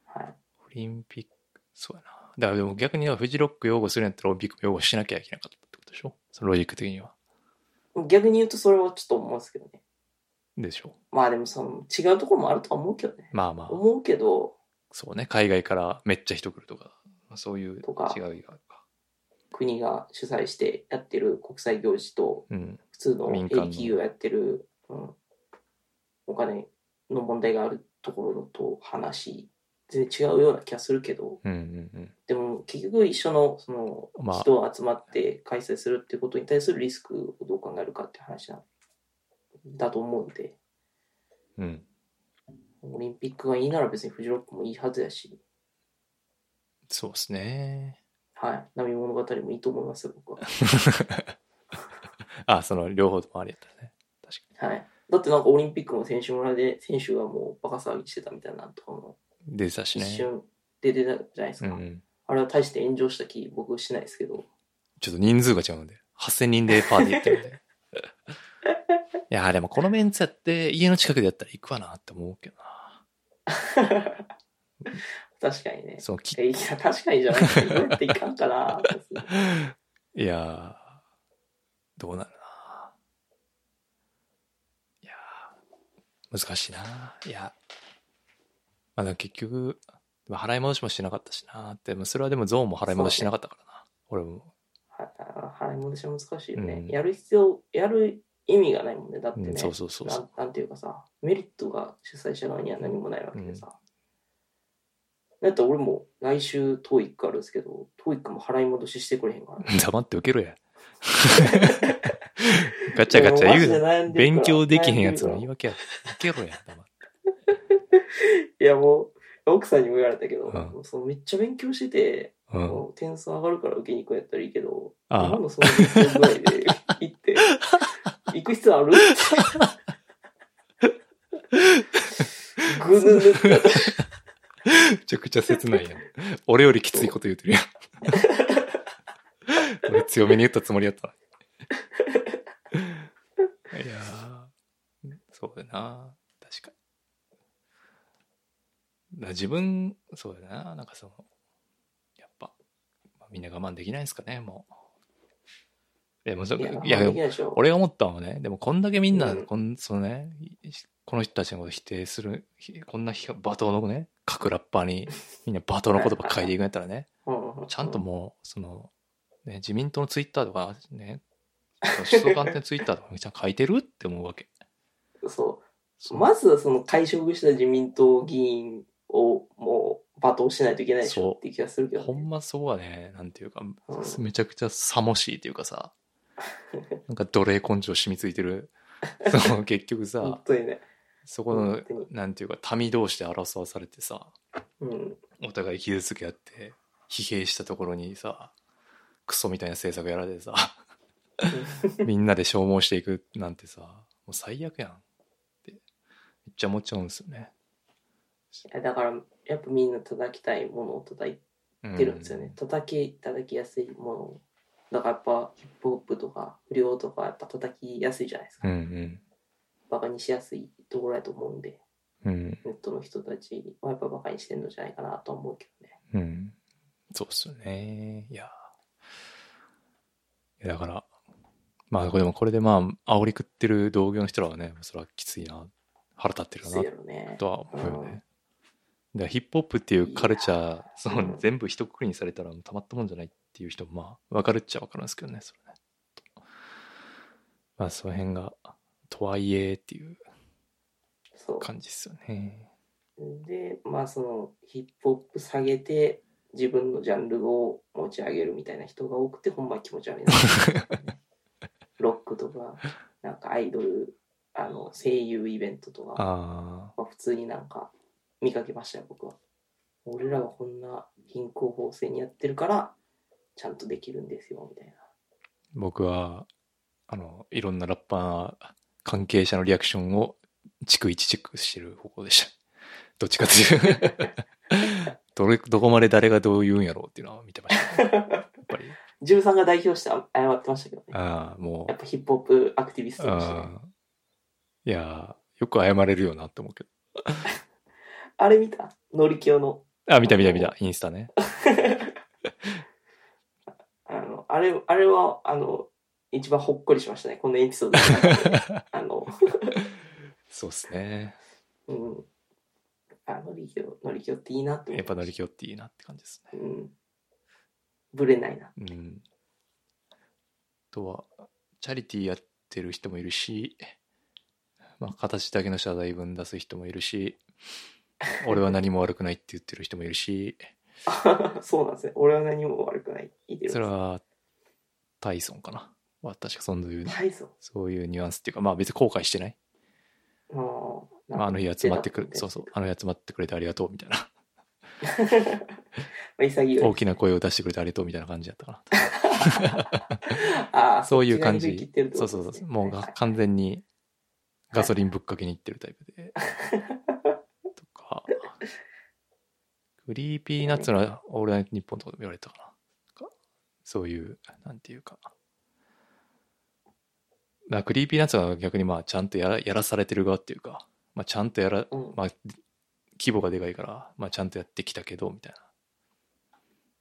Speaker 3: はい。
Speaker 2: オリンピック、そうやな。だからでも逆にだからフジロック擁護するんやったらオリンピック擁護しなきゃいけなかったってことでしょそのロジック的には。
Speaker 3: 逆に言うとそれはちょっと思うんですけどね。
Speaker 2: でしょ
Speaker 3: まあでもその違うところもあるとは思うけどね。
Speaker 2: まあまあ、
Speaker 3: 思うけど、
Speaker 2: そうね。海外からめっちゃ人来るとか、まあそういう違い
Speaker 3: と
Speaker 2: があ
Speaker 3: か
Speaker 2: るか。
Speaker 3: 国が主催してやってる国際行事と、
Speaker 2: うん。
Speaker 3: 普通の営
Speaker 2: 民
Speaker 3: 利
Speaker 2: 間の
Speaker 3: 企業やってる、うん、お金の問題があるところと話、全然違うような気がするけど、
Speaker 2: うんうんうん。
Speaker 3: でも結局一緒のそ
Speaker 2: ま
Speaker 3: の
Speaker 2: あ
Speaker 3: 人を集まって開催するっていうことに対するリスクをどう考えるかっていう話なんだと思うんで、
Speaker 2: うん。
Speaker 3: オリンピックがいいなら別にフジロックもいいはずやし、
Speaker 2: そうですね。
Speaker 3: はい、波物語もいいと思いますよ、僕は。
Speaker 2: あ、その両方ともありやったらね。確か
Speaker 3: はい。だってなんかオリンピックも選手村で選手がもうバカ騒ぎしてたみたいなのとかも
Speaker 2: に。出てたし
Speaker 3: 一
Speaker 2: ね。
Speaker 3: 瞬出てたじゃないです
Speaker 2: う
Speaker 3: か。
Speaker 2: んうん。
Speaker 3: あれは大して炎上した気僕しないですけど。
Speaker 2: ちょっと人数が違うので、8000人でパーティーやってるん で。いや、でもこのメンツやって、家の近くでやったら行くわなって思うけどな。
Speaker 3: 確かにね。
Speaker 2: そう、き、
Speaker 3: いや、確かにじゃなくて、どうやっていかんかな。
Speaker 2: いやー、どうなるな。いやー、難しいな。いや、まあでも結局、まあ払い戻しもしなかったしなって、まあそれはでもゾーンも払い戻ししなかったからな。俺も。
Speaker 3: は払い戻しは難しいよね。
Speaker 2: うん
Speaker 3: やる必要、やる意味がないもんね。だって
Speaker 2: う
Speaker 3: ね、
Speaker 2: ん、そうそうそうそう。
Speaker 3: なんなんていうかさ、メリットが主催者側には何もないわけでさ。だって俺も来週 TOEIC あるんですけど、TOEIC も払い戻ししてくれへんから、ね。
Speaker 2: 黙って受けろや。ガチャガチャ言うな。
Speaker 3: う
Speaker 2: 勉強できへんやつの言い訳や。受けろや、黙って。
Speaker 3: いやもう、奥さんにも言われたけど、
Speaker 2: う
Speaker 3: そうめっちゃ勉強してて、
Speaker 2: うん。
Speaker 3: もう点数上がるから受けに行くんやったらいいけど、
Speaker 2: ああ
Speaker 3: 今のその点数ぐらいで行って、行く必要あるぐぬぬってなった
Speaker 2: めちゃくちゃ切ないやん。俺よりきついこと言うて るやん。俺強めに言ったつもりやったのに。いやー、そうだな。確かに。だから自分、そうだな。なんかその、やっぱ、まあみんな我慢できないんですかね、もう。え、もうそ
Speaker 3: いや、
Speaker 2: い
Speaker 3: いや
Speaker 2: や、
Speaker 3: できないでしょ。
Speaker 2: 俺が思ったのはねでもこんだけみんな、
Speaker 3: うん
Speaker 2: こんそのねいこの人たちのこと否定するひこんなひ罵倒のね各ラッパーにみんな罵倒の言葉書いていくんやったらね
Speaker 3: うんうんうん
Speaker 2: ちゃんともうその、ね、自民党のツイッターとかね思想官邸のツイッターとかにちゃんと書いてるって思うわけ。
Speaker 3: そ。
Speaker 2: そうう
Speaker 3: まずはその会食した自民党議員をもう罵倒しないといけないでし
Speaker 2: そう
Speaker 3: ょっていう気がするけど、
Speaker 2: ほ
Speaker 3: ね。
Speaker 2: んまそうはねなんていうか
Speaker 3: うん
Speaker 2: めちゃくちゃさもしいというかさなんか奴隷根性染みついてるその結局
Speaker 3: 本
Speaker 2: さ
Speaker 3: 当にね。
Speaker 2: そこの
Speaker 3: 本当に
Speaker 2: なんていうか民同士で争わされてさ
Speaker 3: うん。
Speaker 2: お互い傷つけ合って疲弊したところにさクソみたいな政策やられてさ みんなで消耗していくなんてさもう最悪やんってめっちゃ思っちゃうんですよね。
Speaker 3: いやだから、やっぱみんな叩きたいものを叩いて
Speaker 2: う
Speaker 3: ってるんですよね、叩き叩きやすいものをだからやっぱヒップホップとか不良とかやっぱ叩きやすいじゃないですか、
Speaker 2: うんうん
Speaker 3: バカにしやすいところやと思うんで
Speaker 2: うん
Speaker 3: ネットの人たちはやっぱバカにしてんのじゃないかなとは思うけど
Speaker 2: う
Speaker 3: ね
Speaker 2: んそうっすよねいやいやだからまあこれもこれでまあ煽り食ってる同業の人らはねそれはきついな腹立ってる
Speaker 3: き
Speaker 2: な
Speaker 3: ついやろね
Speaker 2: とは思うよね。だからヒップホップっていうカルチャー、その全部一括りにされたらたまったもんじゃないっていう人もまあ分かるっちゃ分かるんですけどね、それね。まあその辺が、とはいえっていう
Speaker 3: そ
Speaker 2: 感じですよ ね。
Speaker 3: うでまあそのヒップホップ下げて自分のジャンルを持ち上げるみたいな人が多くてほんま気持 ち悪いなロックとかなんかアイドルあの声優イベントとか
Speaker 2: あ
Speaker 3: まあ、普通になんか見かけましたよ僕は俺らはこんな貧困法制にやってるからちゃんとできるんですよみたいな
Speaker 2: ー僕は、あの、いろんなラッパー関係者のリアクションをチクイチチェックしてる方向でした。どっちかと いうとどれ、どこまで誰がどう言うんやろうっていうのは見てました、ね。 やっ ぱり。
Speaker 3: 13が代表して謝ってましたけどね。
Speaker 2: ああ、も
Speaker 3: やっぱヒップホップアクティビス
Speaker 2: う、
Speaker 3: トとしてね。
Speaker 2: ああ。いやー、よく謝れるよなって思うけど。
Speaker 3: あれ見たノリキヨの。
Speaker 2: あ、見た見た見た。インスタ ね。
Speaker 3: あの、あれ、あれは、あの、一番ほっこりしましたね。このエピソードの 中で。あの、
Speaker 2: そうっすね。
Speaker 3: うん。あ、ノリキヨ、ノリキヨっていいなって思
Speaker 2: やっ
Speaker 3: いました
Speaker 2: ぱ乗り気よっていいなって感じですね。
Speaker 3: うん。ぶれない な。
Speaker 2: うん。あとは、チャリティーやってる人もいるし、まあ、形だけの謝罪文出す人もいるし、俺は何も悪くないって言ってる人もいる し、
Speaker 3: そうなんですね。俺は何も悪くない。いいです
Speaker 2: それは、タイソンかな。は確かそういう、
Speaker 3: 大層。
Speaker 2: そういうニュアンスっていうか、まあ別に後悔してない。
Speaker 3: あー
Speaker 2: まあ、あの日集まってくる、そうそ
Speaker 3: そ
Speaker 2: う、あの日集まってくれてありがとうみたいな。
Speaker 3: う。潔い。
Speaker 2: 大きな声を出してくれてありがとうみたいな感じだったか
Speaker 3: あ
Speaker 2: な。
Speaker 3: あ、
Speaker 2: そういう感
Speaker 3: 内側に振
Speaker 2: じ
Speaker 3: り切っ。てるって
Speaker 2: そ
Speaker 3: こ
Speaker 2: うそ
Speaker 3: と
Speaker 2: う
Speaker 3: です
Speaker 2: そ
Speaker 3: ね
Speaker 2: う。もうが
Speaker 3: はい
Speaker 2: 完全にガソリンぶっかけに行ってるタイプ で。とか、クリーピーナッツのオールナイトニッポンとかでも言われたかな。なんかそういう、なんていうか。まあ、クリーピーナッツは逆にまあちゃんとやらやらされてる側っていうか、まあ、ちゃんとやら、
Speaker 3: うん
Speaker 2: まあ、規模がでかいから、まあ、ちゃんとやってきたけどみたいな。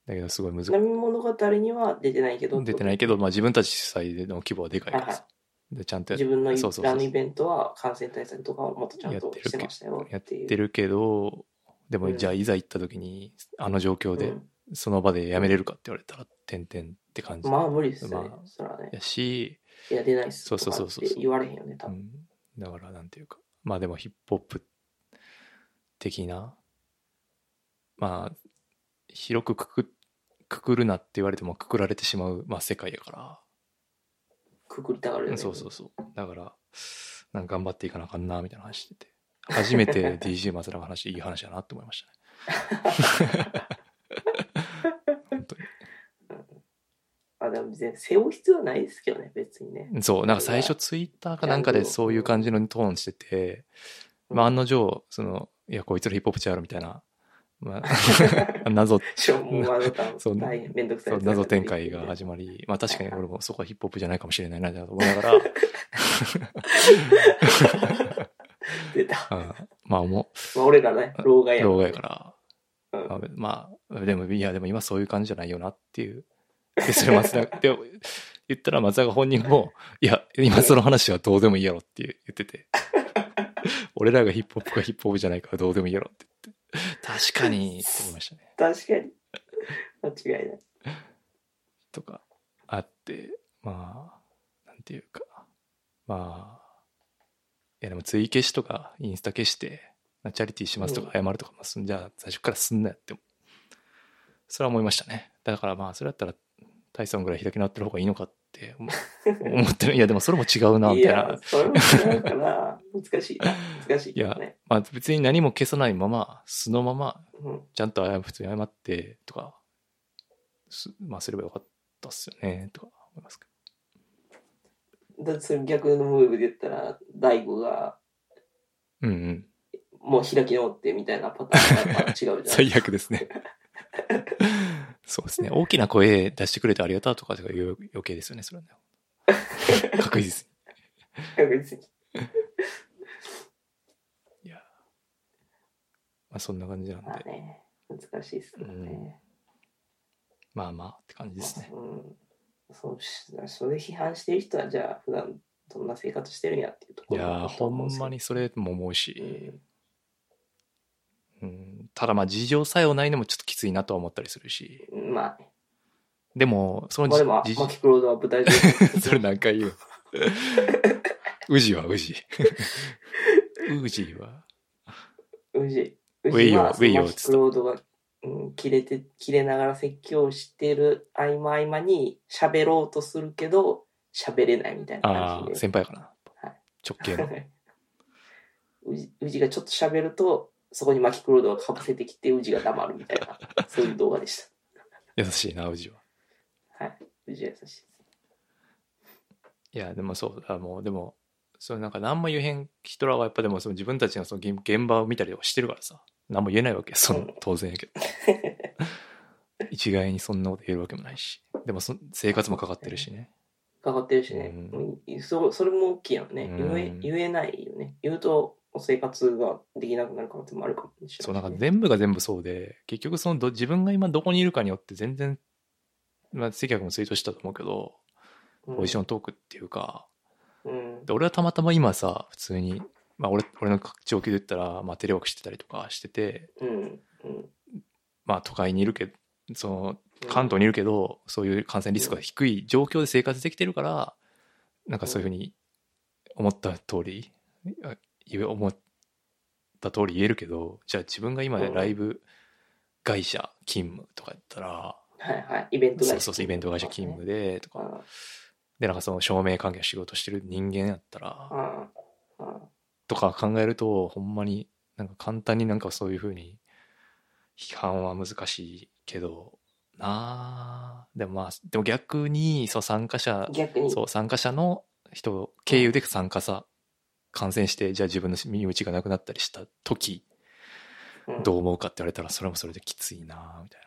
Speaker 2: だけどすごい難しい
Speaker 3: 飲み物が誰には出てないけど。
Speaker 2: 出てないけど、まあ、自分たち主催の規模はでかいから
Speaker 3: はい
Speaker 2: さ、でちゃんとや
Speaker 3: 自分のイ
Speaker 2: そうそう
Speaker 3: ラ
Speaker 2: そう
Speaker 3: のイベントは感染対策とかをもっとちゃんとしてましたよ
Speaker 2: やっ
Speaker 3: いう
Speaker 2: てるけどでも、
Speaker 3: うん
Speaker 2: じゃあいざ行った時にあの状況
Speaker 3: う
Speaker 2: で
Speaker 3: ん
Speaker 2: その場でやめれるかって言われたら点々って感じ
Speaker 3: まあ無理ですよね、
Speaker 2: まあ
Speaker 3: それはね
Speaker 2: やし、
Speaker 3: いや出ないっす
Speaker 2: そうそうそうそう
Speaker 3: とかって言われへんよね多
Speaker 2: う
Speaker 3: 分、
Speaker 2: ん、だからなんていうかまあでもヒップホップ的なまあ広くくくくくるなって言われてもくくられてしまう、まあ、世界やから。
Speaker 3: くくりたがるよね
Speaker 2: そうそうそう。だから、なんか頑張っていかなあかんな、みたいな話してて。初めて DJ 松田の話、いい話だなって思いましたね。本当
Speaker 3: まあでも全然背負う必要はないですけどね別に ね、
Speaker 2: に。そう、なんか最初ツイッターかなんかでそういう感じのトーンしてて、まあ案の定、その、いや、こいつらヒップホップちゃうやろみたいな、まあ、 謎、
Speaker 3: しょもうまだ多
Speaker 2: そう
Speaker 3: 分大変めんどく
Speaker 2: そ
Speaker 3: さいや
Speaker 2: う
Speaker 3: つだから
Speaker 2: 謎展開が始まり、まあ確かに俺もそこはヒップホップじゃないかもしれないな、と思いながら、
Speaker 3: 出た、
Speaker 2: うんまあ思
Speaker 3: まあ、俺らね老
Speaker 2: う、
Speaker 3: 害や
Speaker 2: 老後やから、
Speaker 3: うん
Speaker 2: まあまあ、でも、いや、でも今そういう感じじゃないよなっていう。で、それ松田、で言ったら松坂本人も、いや、今その話はどうでもいいやろって言ってて。 俺らがヒップホップかヒップホップじゃないからどうでもいいやろって言って。確かに、って思いましたね。
Speaker 3: 確かに間違いない
Speaker 2: とかあって、まあ、なんていうか、まあ、いやでもツイ消しとかインスタ消して、まあチャリティーしますとか謝るとか、まあすんじゃあ最初からすんなよって、それは思いましたね。だからまあ、それだったら、タイソンぐらい開き直ってる方がいいのかって思 思ってる。いや、でもそれも違うな、み
Speaker 3: い
Speaker 2: たい
Speaker 3: や
Speaker 2: な。
Speaker 3: それも違うから 難しいな難しいけどね
Speaker 2: まあ別に何も消さないまま、素のまま、
Speaker 3: うん
Speaker 2: ちゃんと謝普通に謝ってとか、すまあすればよかったっすよね、とか思いますけど。
Speaker 3: だってそれ逆のムーブで言ったら大悟が
Speaker 2: うんうん。
Speaker 3: もう開き直ってみたいなパターンがやっぱ違う じゃない
Speaker 2: 最悪ですね。そうですね。大きな声出してくれてありがとうとかとか言う余計ですよね、それはね。確実に。
Speaker 3: 別に
Speaker 2: いや。まあそんな感じなんで
Speaker 3: まあ、ね、難しいですけどね。
Speaker 2: まあまあって感じですね。
Speaker 3: うん。そうし、それ批判してる人は、じゃあ、普段どんな生活してるんやっていうと
Speaker 2: い
Speaker 3: ころ
Speaker 2: やー、
Speaker 3: だと
Speaker 2: ほ
Speaker 3: 思うんですけ
Speaker 2: ま
Speaker 3: ど。
Speaker 2: にそれも思う
Speaker 3: う
Speaker 2: し、
Speaker 3: ん
Speaker 2: うん、ただまあ事情さえないのもちょっときついなとは思ったりするし、
Speaker 3: まあね、
Speaker 2: でも、その
Speaker 3: まあでも、
Speaker 2: じ
Speaker 3: マキクロードは舞台上で
Speaker 2: それ何回言う宇治は宇 治。宇治は。
Speaker 3: 宇治、
Speaker 2: ウ
Speaker 3: 宇
Speaker 2: ェイ
Speaker 3: 治
Speaker 2: ヨー
Speaker 3: は
Speaker 2: ウェイヨー
Speaker 3: マキクロードが、うん、切れて、切れながら説教してる合間合間に喋ろうとするけど、喋れないみたいな
Speaker 2: あ
Speaker 3: 感
Speaker 2: あ、
Speaker 3: じで。
Speaker 2: 先輩かな
Speaker 3: はい。
Speaker 2: 直系の。
Speaker 3: 宇治宇治がちょっと喋ると、そこにマキクロードがかぶせてきて、宇治が黙るみた いな、そういう動画でした。
Speaker 2: 優しいな、宇治は。
Speaker 3: はい。宇治優しいです。
Speaker 2: いや、でもそう、あもう、でも、それなんか何も言えへん人らはやっぱでもその自分たちのその現現場を見たりはしてるからさ何も言えないわけよその当然や けど一概にそんなこと言えるわけもないしでもそ生活もかかってるしね
Speaker 3: かかってるしね、
Speaker 2: う
Speaker 3: もういそそれも大きいやんね、
Speaker 2: うん
Speaker 3: 言え言えないよね言うと生活ができなくなる可能性もあるかもしれないしね、
Speaker 2: そうなんか全部が全部そうで結局そのど自分が今どこにいるかによって全然まあ関谷君もツイートしたと思うけど、ポジショントークっていうか
Speaker 3: うん
Speaker 2: で俺はたまたま今さ普通に、まあ、俺俺の状況で言ったら、まあ、テレワークしてたりとかしてて、
Speaker 3: うんうん
Speaker 2: まあ、都会にいるけどその関東にいるけど、そういう感染リスクが低い状況で生活できてるから、なんかそういうふうに思った通り、あ言え思った通り言えるけど、じゃあ自分が今
Speaker 3: うん
Speaker 2: ライブ会社勤務とかやったら、
Speaker 3: はいはいイベント
Speaker 2: そうそうそう、イベント会社勤務でとか、
Speaker 3: あ
Speaker 2: で、なんかその照明関係の仕事してる人間やったら、
Speaker 3: ああ
Speaker 2: とか考えると、ほんまになんか簡単になんかそういうふうに批判は難しいけど、なあでもまあ、でも逆に、そう参加者
Speaker 3: あ逆に
Speaker 2: そう、参加者の人経由で参加さ、感染して、じゃあ自分の身内がなくなったりした時、
Speaker 3: うん
Speaker 2: どう思うかって言われたら、それもそれできついなみたい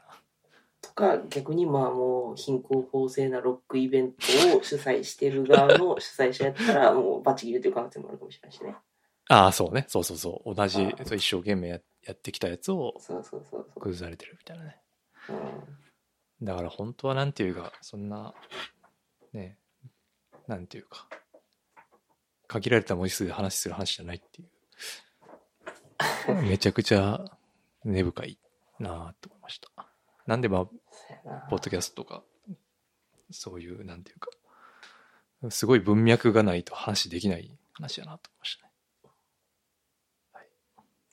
Speaker 3: とか逆にまあもう貧困法制なロックイベントを主催してる側の主催者やったらもうバチ切れという可能性もあるかもしれな いしね
Speaker 2: な。ああ、そうね。そうそうそう。同じ、
Speaker 3: ああ
Speaker 2: そう一生懸命ややってきたやつを
Speaker 3: そうそうそうそ
Speaker 2: 崩されてるみたいなね。
Speaker 3: う、
Speaker 2: だから本当はなんていうか、そんな、ね、なんていうか、限られた文字数で話する話じゃないっていう。めちゃくちゃ根深いなと思いました。なんでまあ、ポッドキャストとか、そういう、なんていうか、すごい文脈がないと話できない話やなと思いましたね。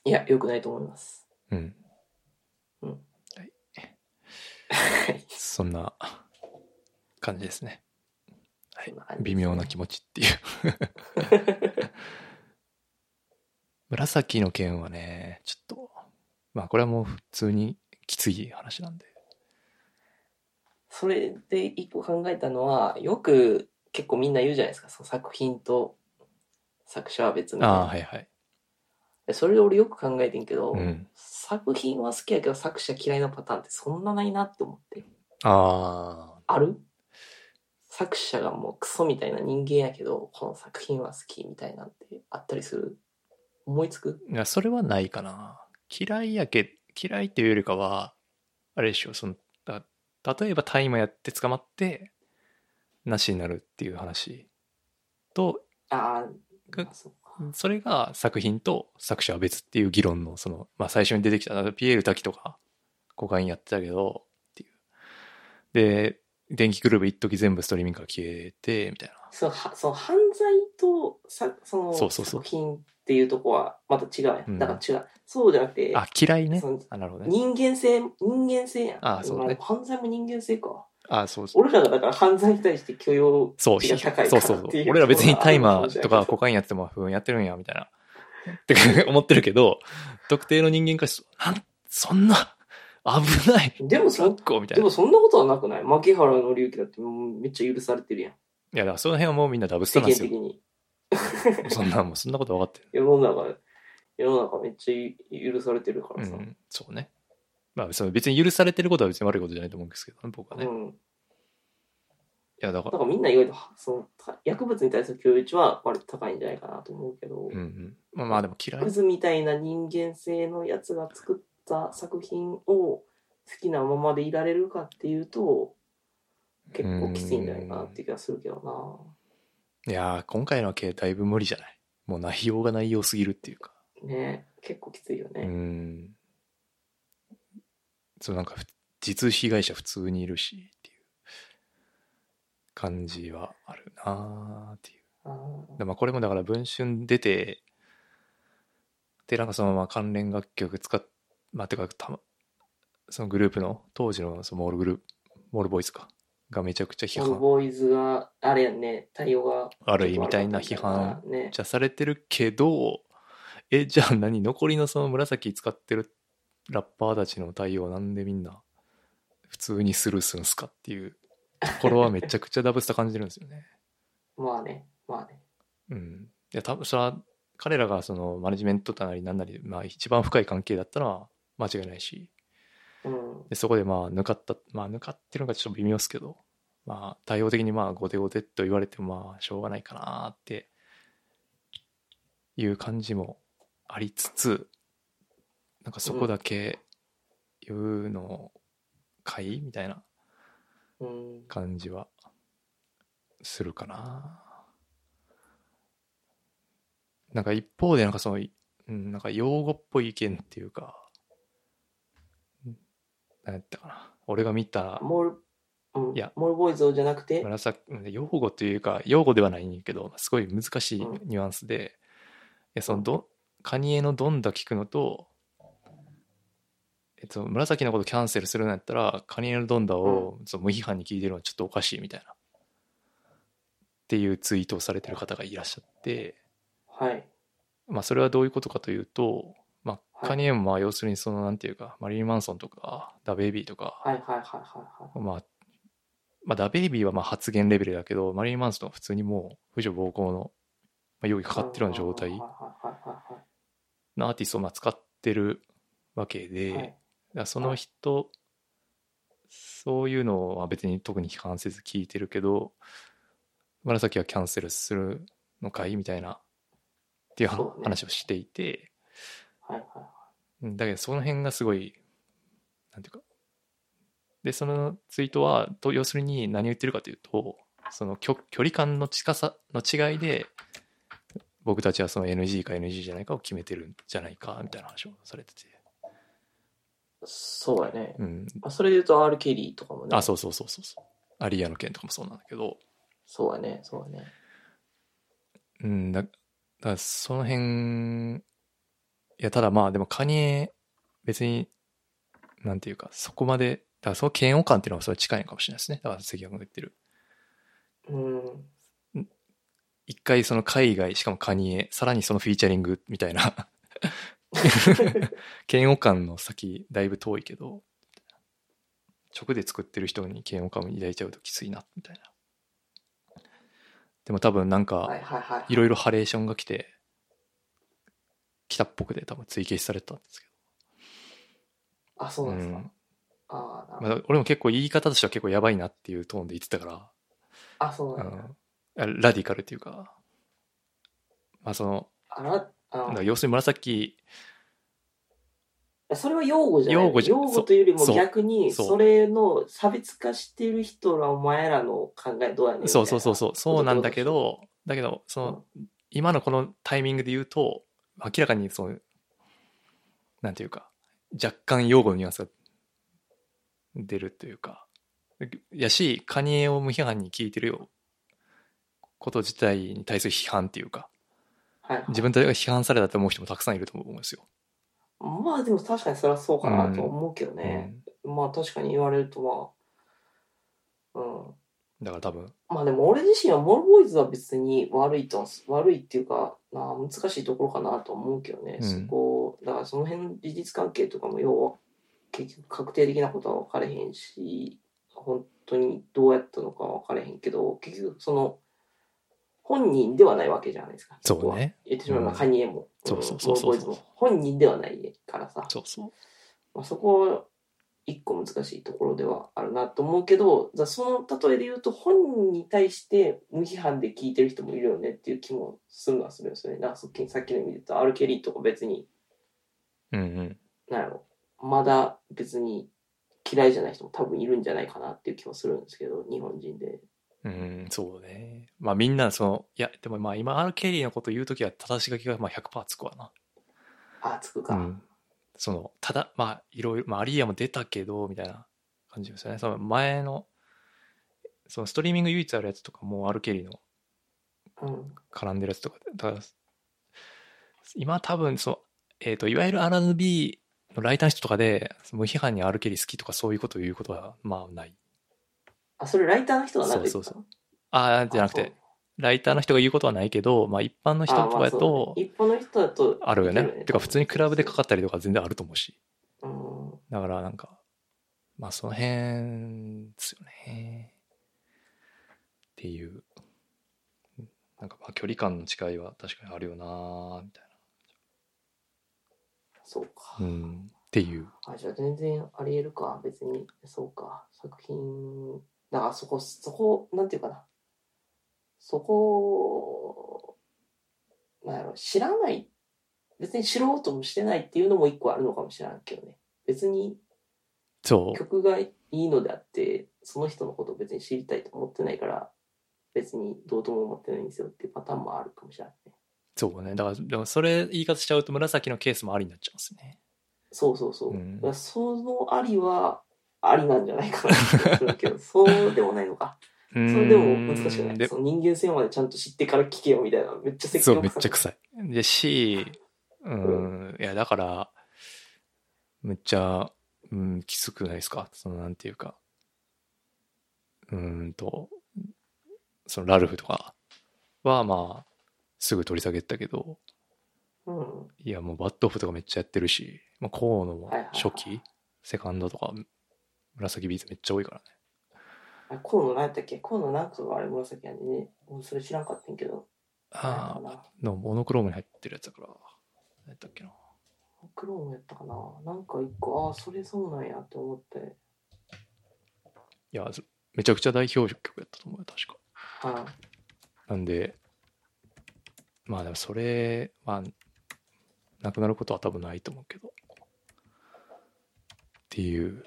Speaker 3: うん、いやよくないと思います
Speaker 2: うん。
Speaker 3: うん
Speaker 2: はい。
Speaker 3: はい
Speaker 2: そんな感じですね。はい
Speaker 3: そんな感。じですね
Speaker 2: 微妙な気持ちっていう。 紫の件はね、ちょっと、まあこれはもう普通にきつい話なんで。
Speaker 3: それで一個考えたのはよく結構みんな言うじゃないですかその作品と作者は別みたいな
Speaker 2: ああ、はいはい。
Speaker 3: でそれで俺よく考えてんけど、
Speaker 2: うん。
Speaker 3: 作品は好きやけど作者嫌いなパターンってそんなないなって思って
Speaker 2: ああ、
Speaker 3: ある作者がもうクソみたいな人間やけどこの作品は好きみたいなんてあったりする思いつく
Speaker 2: いや、それはないかな。嫌いやけ、嫌いっていうよりかは、あれでしょ、その、だ例えば大麻やって捕まって、なしになるっていう話と、
Speaker 3: あー
Speaker 2: く
Speaker 3: まあそうか
Speaker 2: それが作品と作者は別っていう議論の、その、まあ最初に出てきた、あのピエール滝とか、コカインやってたけど、っていう。で、電気グルーブ一時全部ストリーミングから消えて、みたいな。
Speaker 3: そのはその犯罪とさその
Speaker 2: そうそうそう
Speaker 3: 作品っていうとこはまた違うや
Speaker 2: うん
Speaker 3: んだから違う、そうじゃなくて
Speaker 2: あ、嫌いね
Speaker 3: その。
Speaker 2: あ、なるほどね。
Speaker 3: 人間性人間性やん
Speaker 2: あーそうね
Speaker 3: ま犯罪も人間性か
Speaker 2: あ、そうそう。
Speaker 3: 俺らがだから犯罪に対して許容
Speaker 2: そう、
Speaker 3: 値が高い
Speaker 2: そ
Speaker 3: か
Speaker 2: うそ
Speaker 3: ら
Speaker 2: う
Speaker 3: っていう
Speaker 2: 俺ら別にタイマ
Speaker 3: そうじ
Speaker 2: ー
Speaker 3: ゃ
Speaker 2: と
Speaker 3: ない
Speaker 2: かコカインやってても、ふんやってるんや、みたいな。ってか思ってるけど、特定の人間からしなん、そんな、危ない。
Speaker 3: でもそ
Speaker 2: 結構みたい
Speaker 3: で
Speaker 2: な。い
Speaker 3: もそんなことはなくない牧原紀之だってもうめっちゃ許されてるやん
Speaker 2: や、だからその辺はもうみんなダブス
Speaker 3: 世
Speaker 2: タなん
Speaker 3: 間
Speaker 2: です
Speaker 3: 的
Speaker 2: よ。
Speaker 3: に
Speaker 2: そんな、もうそんなこと分かってる。
Speaker 3: 世の中世の中めっちゃ許されてるか
Speaker 2: う
Speaker 3: らさ、うん
Speaker 2: ん、そうね。まあ、その別に許されてることは別に悪いことじゃないと思うんですけどね、僕はね。いや、だか、
Speaker 3: だかららみんな意外とそのた薬物に対する許容値は割と高いんじゃないかなと思うけど、
Speaker 2: うんうん。まあまあでも嫌い
Speaker 3: ク。ズみたいな人間性のやつが作った作品を好きなままでいられるかっていうと結構きついんじゃないかなって気がするけど
Speaker 2: いやー、今回の系だいぶ無理じゃない。もう内容が内容すぎるっていうか。
Speaker 3: なね結構きついよ
Speaker 2: う
Speaker 3: ね、
Speaker 2: ん。そう、なんかふ、実被害者普通にいるし、っていう感じはあるなーっていう。
Speaker 3: あ
Speaker 2: でまあ、これもだから、文春出て、で、なんかそのまま関連楽曲使っ、まあ、てか、たま、そのグループの、当時のそのモールグループ、モールボーイズか、がめちゃくちゃ批
Speaker 3: ーオル
Speaker 2: 判、
Speaker 3: ボーイズがあれやんね対応が
Speaker 2: 悪いみたいな批判
Speaker 3: ね
Speaker 2: じゃされてるけど、え、じゃあ何残りのその紫使ってるラッパーたちの対応なんでみんな普通にスルーするんすかっていうところはめちゃくちゃダブスタ感じるんですよね。
Speaker 3: まあねまあね
Speaker 2: うん。いや、多分それは彼らがそのマネジメントなりなんなり、まあ一番深い関係だったのは間違いないし、
Speaker 3: うん
Speaker 2: でそこでまあ抜かった、まあ抜かってるのがちょっと微妙ですけど、まあ対応的にまあ後手後手と言われてもまあしょうがないかなっていう感じもありつつ、なんかそこだけ言うのかいみたいな
Speaker 3: うん
Speaker 2: 感じはするかな。なんか一方でなんかその、うん、なんか用語っぽい意見っていうか、うん何やったかな。俺が見た
Speaker 3: モール、うん、
Speaker 2: いや
Speaker 3: モールボーイズをじゃなくて、
Speaker 2: 紫、用語というか、用語ではないんやけど、すごい難しいニュアンスで、いやそのど、カニエのどんだ聞くのと、えっと、紫のことキャンセルするんやったら、カニエのどんだをその無批判に聞いてるのはちょっとおかしいみたいな。っていうツイートをされてる方がいらっしゃって、
Speaker 3: はい。
Speaker 2: まあ、それはどういうことかというと、まあ、
Speaker 3: はい
Speaker 2: カニエもまあ要するにその、なんていうか、マリリン・マンソンとか、ダ・ベイビーとか、
Speaker 3: はいはいはいはいは
Speaker 2: まあ、まあ、ダベイビーはまあ発言レベルだけど、マリリン・マンソンは普通にもう、婦女暴行の、まあ、容疑
Speaker 3: い。
Speaker 2: かかってるような状態
Speaker 3: はいはいはいは
Speaker 2: のアーティストをまあ使ってるわけ
Speaker 3: い
Speaker 2: で、
Speaker 3: はい。は
Speaker 2: だか
Speaker 3: い
Speaker 2: らその人、そういうのは別に特に批判せず聞いてるけど、紫はキャンセルするのかいみたいな、っていうは
Speaker 3: そうね
Speaker 2: 話をしていて、
Speaker 3: はいはい
Speaker 2: うんだけどその辺がすごいなんていうかでそのツイートはと要するに何を言ってるかというとその距距離感の近さの違いで僕たちはその NG か NG じゃないかを決めてるんじゃないかみたいな話をされてて、
Speaker 3: そうやね。
Speaker 2: うん、
Speaker 3: まあそれで言うと R ・ケリーとかもね。
Speaker 2: あそうそうそうそうそうアリアの件とかもそうなんだけど、
Speaker 3: そうやね、そうやね。
Speaker 2: うん、だだからその辺いやただまあでもカニエ別になんていうかそこまでだからその嫌悪感っていうのはそれ近いのかもしれないですねだから関谷君が言ってる
Speaker 3: うん。
Speaker 2: 一回その海外、しかもカニエ、さらにそのフィーチャリングみたいな、 嫌悪感の先、だいぶ遠いけど、直で作ってる人に嫌悪感を抱いちゃうときついな、みたいな。でも多分なん
Speaker 3: はい
Speaker 2: か、
Speaker 3: はいはい。
Speaker 2: いろいろハレーションが来て、来たっぽくで多分追形されたんですけ
Speaker 3: あ、そう
Speaker 2: ど。
Speaker 3: なんです
Speaker 2: う
Speaker 3: か
Speaker 2: ん。
Speaker 3: ああ、なるほ
Speaker 2: まあ、俺も結構言い方としては結構やばいなっていうトーンで言ってたから、
Speaker 3: どあ、そう
Speaker 2: う
Speaker 3: なんだ。
Speaker 2: んあラディカルっていうか、まあその、
Speaker 3: あら、あ
Speaker 2: なんか要するに紫
Speaker 3: それは用語じゃない。
Speaker 2: 用語じゃ
Speaker 3: 用語というよりも
Speaker 2: そう
Speaker 3: 逆に、
Speaker 2: そう
Speaker 3: それの差別化してる人らお前らの考えどうやねんみたいな。
Speaker 2: そうそうそうそうそうなんだけどだけどその今のこのタイミングで言うと明らかにそのなんていうか若干用語のニュアンスが出るというかやしカニエを無批判に聞いてるよこと自体に対する批判っていうか
Speaker 3: はいはい。
Speaker 2: 自分たちが批判されたと思う人もたくさんいると思うんですよ。
Speaker 3: まあでも確かにそれはそうかなと思うけど
Speaker 2: う
Speaker 3: ね。
Speaker 2: ん、
Speaker 3: まあ確かに言われるとまあ、うん。
Speaker 2: だから多分
Speaker 3: まあでも俺自身はモールボーイズは別に悪いとは悪いっていうかなあ難しいところかなとは思うけどね、
Speaker 2: うん
Speaker 3: そこだからその辺事実関係とかも要は結局確定的なことは分かれへんし本当にどうやったのかは分かれへんけど結局その本人ではないわけじゃないですか
Speaker 2: そうね
Speaker 3: こは言ってしまえば
Speaker 2: うん
Speaker 3: カニエも、
Speaker 2: そうそうそうそう
Speaker 3: モールボーイズも本人ではないからさ
Speaker 2: そうそう
Speaker 3: まあ、そこは一個難しいところではあるなと思うけどだその例えで言うと本人に対して無批判で聞いてる人もいるよねっていう気もするのはするんですよね。なんかさっきさっきの意味で言うと R ・ケリーとか別に
Speaker 2: うんうん
Speaker 3: なんやろまだ別に嫌いじゃない人も多分いるんじゃないかなっていう気もするんですけど日本人で。
Speaker 2: うん、そうね。まあみんな、その、いや、でもまあ今、R ・ケリーのこと言うときは正し書きがまあ100%つくわな。
Speaker 3: あつくか、
Speaker 2: うんその、ただ、まあいろいろ、まあアリアも出たけど、みたいな感じですよね。その前の、そのストリーミング唯一あるやつとかも R ・ケリーの
Speaker 3: うん
Speaker 2: 絡んでるやつとかで、だから、今多分、その、えっ、と、いわゆる R&B のライターの人とかで、無批判に R ・ケリー好きとかそういうことを言うことは、まあない。
Speaker 3: あそれライターの人がなんて言
Speaker 2: そう
Speaker 3: って
Speaker 2: そ
Speaker 3: たの
Speaker 2: ああ、じゃなくて、ライターの人が言うことはないけど、まあ一般の人
Speaker 3: あ
Speaker 2: とか
Speaker 3: まあ
Speaker 2: だ
Speaker 3: そう
Speaker 2: と、
Speaker 3: 一般の人だと
Speaker 2: あるよね。てか普通にクラブでかか
Speaker 3: っ
Speaker 2: ったりとか全然あると思うし。
Speaker 3: た、うん
Speaker 2: だからなんか、まあその辺ですよね。っていう。なんかまあ距離感の違いは確かにあるよなーみたい
Speaker 3: そうか。
Speaker 2: な、うん、っていう
Speaker 3: あ、じゃあ全然ありえるか。別に、そうか。作品、だからそこ、そこ、なんていうかな。そこ、なんやろ、知らない。別に知ろうともしてないっていうのも一個あるのかもしれないけどね。別に
Speaker 2: そう
Speaker 3: 曲がいいのであって、その人のことを別に知りたいと思ってないから、別にどうとも思ってないんですよっていうパターンもあるかもしれないね。
Speaker 2: そうねだからでもそれ言い方しちゃうと紫のケースもありになっちゃうんですね
Speaker 3: そうそうそう。
Speaker 2: うん
Speaker 3: だからそのありは、ありなんじゃないかなって気がするけど、そうでもないのか。
Speaker 2: そ
Speaker 3: それでも難しくない。
Speaker 2: で
Speaker 3: その人間性までちゃんと知ってから聞けよみたいな、めっちゃ説
Speaker 2: そう
Speaker 3: 教
Speaker 2: めっ
Speaker 3: 臭
Speaker 2: ちゃ
Speaker 3: い。
Speaker 2: 臭いで C うんいやだからめっちゃ、うん、きつくないですかそのなんていうかうーんとそのラルフとかはまあすぐ取り下げてたけど
Speaker 3: うん。
Speaker 2: いやもうバッドオフとかめっちゃやってるし、まあ、河野も
Speaker 3: はいはいはい
Speaker 2: 初期、セカンドとか紫ビーズめっちゃ多いからね
Speaker 3: あ河野何やったっけ河野なんかがあれ紫やね。俺それ知らんかったんやけど。
Speaker 2: あ
Speaker 3: なんや
Speaker 2: あ
Speaker 3: ったか
Speaker 2: のモノクロームに入ってるやつだから何やったっけな
Speaker 3: なクロームやったかななんか一個、ああ、それそうなんやって思って。
Speaker 2: いやめちゃくちゃ代表曲やったと思うよ確か
Speaker 3: はい。
Speaker 2: なんで、まあでもそれは、なくなることは多分ないと思うけど。っていう、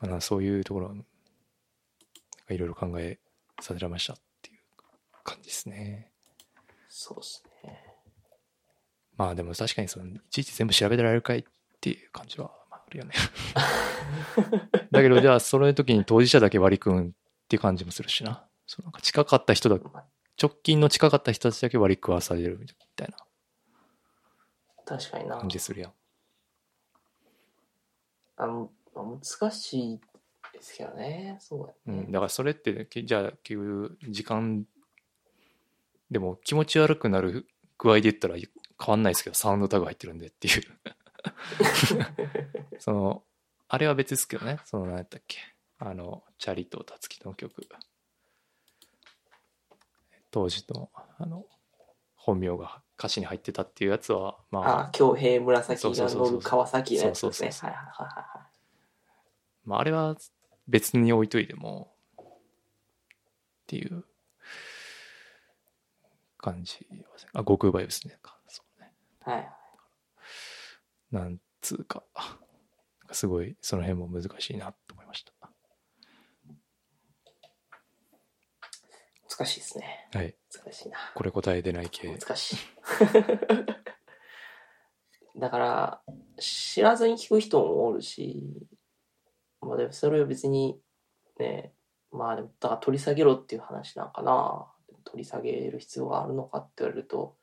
Speaker 2: まあな、そういうところは、なんかいろいろ考えさせられましたっていう感じですね。
Speaker 3: そうっすね。
Speaker 2: まあでも確かにその、いちいち全部調べてられるかいっていう感じは、まあ、あるよね。だけどじゃあ、その時に当事者だけ割り組むっていう感じもするしな。そうなんか近かった人だ直近の近かった人たちだけ割り食わされるみたいな
Speaker 3: 確かにな
Speaker 2: 感。じするやん。
Speaker 3: あの、まあ難しいですけどね。そう
Speaker 2: う
Speaker 3: やね。
Speaker 2: ん、だからそれってけじゃあ結局時間でも気持ち悪くなる具合で言ったら変わんないですけどサウンドタグ入ってるんでっていう そのあれは別ですけどねその何やったっけあのチャリとたつきの曲当時のあの本名が歌詞に入ってたっていうやつはまあ
Speaker 3: ああ、京平紫
Speaker 2: そう
Speaker 3: が
Speaker 2: そうそう
Speaker 3: 乗
Speaker 2: そう
Speaker 3: る川崎のやつです
Speaker 2: そ
Speaker 3: ね。
Speaker 2: うそうそうそう
Speaker 3: はいはいはいはいはい。
Speaker 2: まあ、あれは別に置いといてもっていう感じはせあ悟空バイブですねかそうね
Speaker 3: はいはい、
Speaker 2: なんつうかなんかすごいその辺も難しいなと思いまし
Speaker 3: 難しいですね。
Speaker 2: たはい
Speaker 3: 難しいな。
Speaker 2: これ答え出ない系
Speaker 3: 難しい。 だから、知らずに聞く人もおるし、まあでもそれを別に、ね、まあでも、だから取り下げろっていう話なんかな。取り下げる必要があるのかって言われると、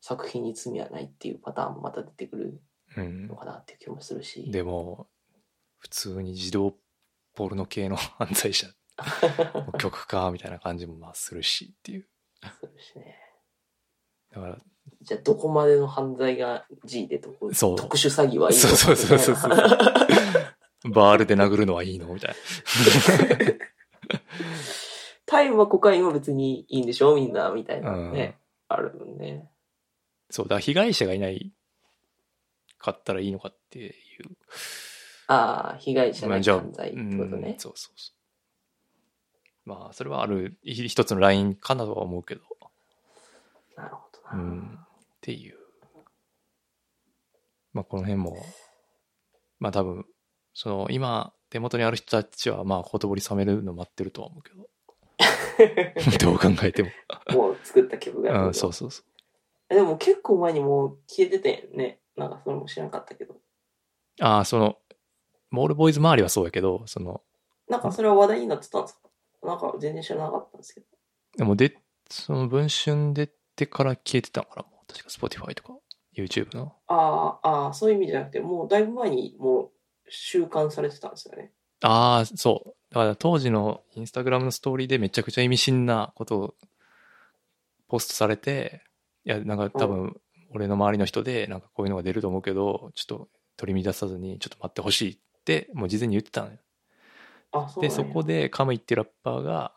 Speaker 3: 作品に罪はないっていうパターンもまた出てくる
Speaker 2: うん
Speaker 3: のかなっていう気もするし。
Speaker 2: でも普通に児童ポルノ系の犯罪者の曲かみたいな感じもまあするしっていう
Speaker 3: するしね。
Speaker 2: だ から
Speaker 3: じゃあどこまでの犯罪が G でとこ
Speaker 2: そう
Speaker 3: 特殊詐欺はいいのか
Speaker 2: そうそうそうそうそう
Speaker 3: みたいな
Speaker 2: バールで殴るのはいいのみたいな
Speaker 3: タイはコカインは別にいいんでしょみんなみたいな
Speaker 2: うん
Speaker 3: ね、あるもんね
Speaker 2: そう、だから被害者がいないかったらいいのかっていう。
Speaker 3: ああ被害者
Speaker 2: まあ
Speaker 3: の
Speaker 2: じゃあ
Speaker 3: 犯罪ってこと
Speaker 2: うん
Speaker 3: ね、
Speaker 2: そうそうそう。まあ、それはあるい一つのラインかなとは思うけど、
Speaker 3: なるほど
Speaker 2: う
Speaker 3: な、
Speaker 2: ん、っていう。まあ、この辺も、まあ多分、その今、手元にある人たちは、まあ、ほとぼり冷めるの待ってるとは思うけ ど。どう考えても。
Speaker 3: もう作った曲が、
Speaker 2: うん、そうそうそう。
Speaker 3: でも結構前にもう消えててねなんかそれも知らなかったけど
Speaker 2: ああ、その、モールボーイズ周りはそうやけど、その、
Speaker 3: なんかそれは話題になってたんですかなんか全然知らなかったんですけど
Speaker 2: でもで、その文春出てから消えてたから、もう確か Spotify とか YouTube の。
Speaker 3: ああああそういう意味じゃなくてもうだいぶ前にもう収監されてたんですよね
Speaker 2: ああ、そう。だから当時のインスタグラムのストーリーでめちゃくちゃ意味深なことをポストされて、いや、なんか多分俺の周りの人で、なんかこういうのが出ると思うけど、ちょっと取り乱さずに、ちょっと待ってほしいって、もう事前に言ってたのよ。
Speaker 3: あそう
Speaker 2: で、
Speaker 3: なんや
Speaker 2: そこでカムイってラッパーが、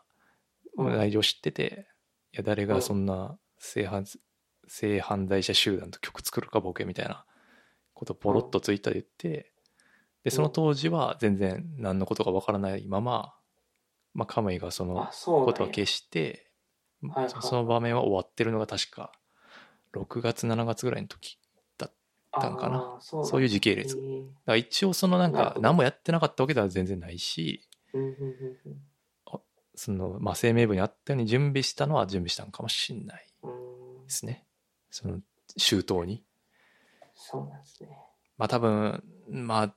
Speaker 3: うん
Speaker 2: 内情知ってて、いや誰がそんな性犯性犯罪者集団と曲作るかボケみたいなことポロッとツイッターで言ってでその当時は全然何のことかわからないまま、まあ、カムイがその
Speaker 3: あ、そう
Speaker 2: こと
Speaker 3: な
Speaker 2: は
Speaker 3: んや
Speaker 2: 消して、
Speaker 3: はいはい
Speaker 2: その場面は終わってるのが確か6月7月ぐらいの時たんかな
Speaker 3: あーそう
Speaker 2: そういう時系列
Speaker 3: なんや
Speaker 2: だから一応そのなん
Speaker 3: なる
Speaker 2: か
Speaker 3: ほど
Speaker 2: 何もやってなかったわけでは全然ないし
Speaker 3: うんうんうん
Speaker 2: その、まあ、声明文にあったように準備したのは準備したのかもしんない
Speaker 3: うんうん
Speaker 2: ですねその周到に
Speaker 3: そうなんですね。
Speaker 2: まあ多分まあ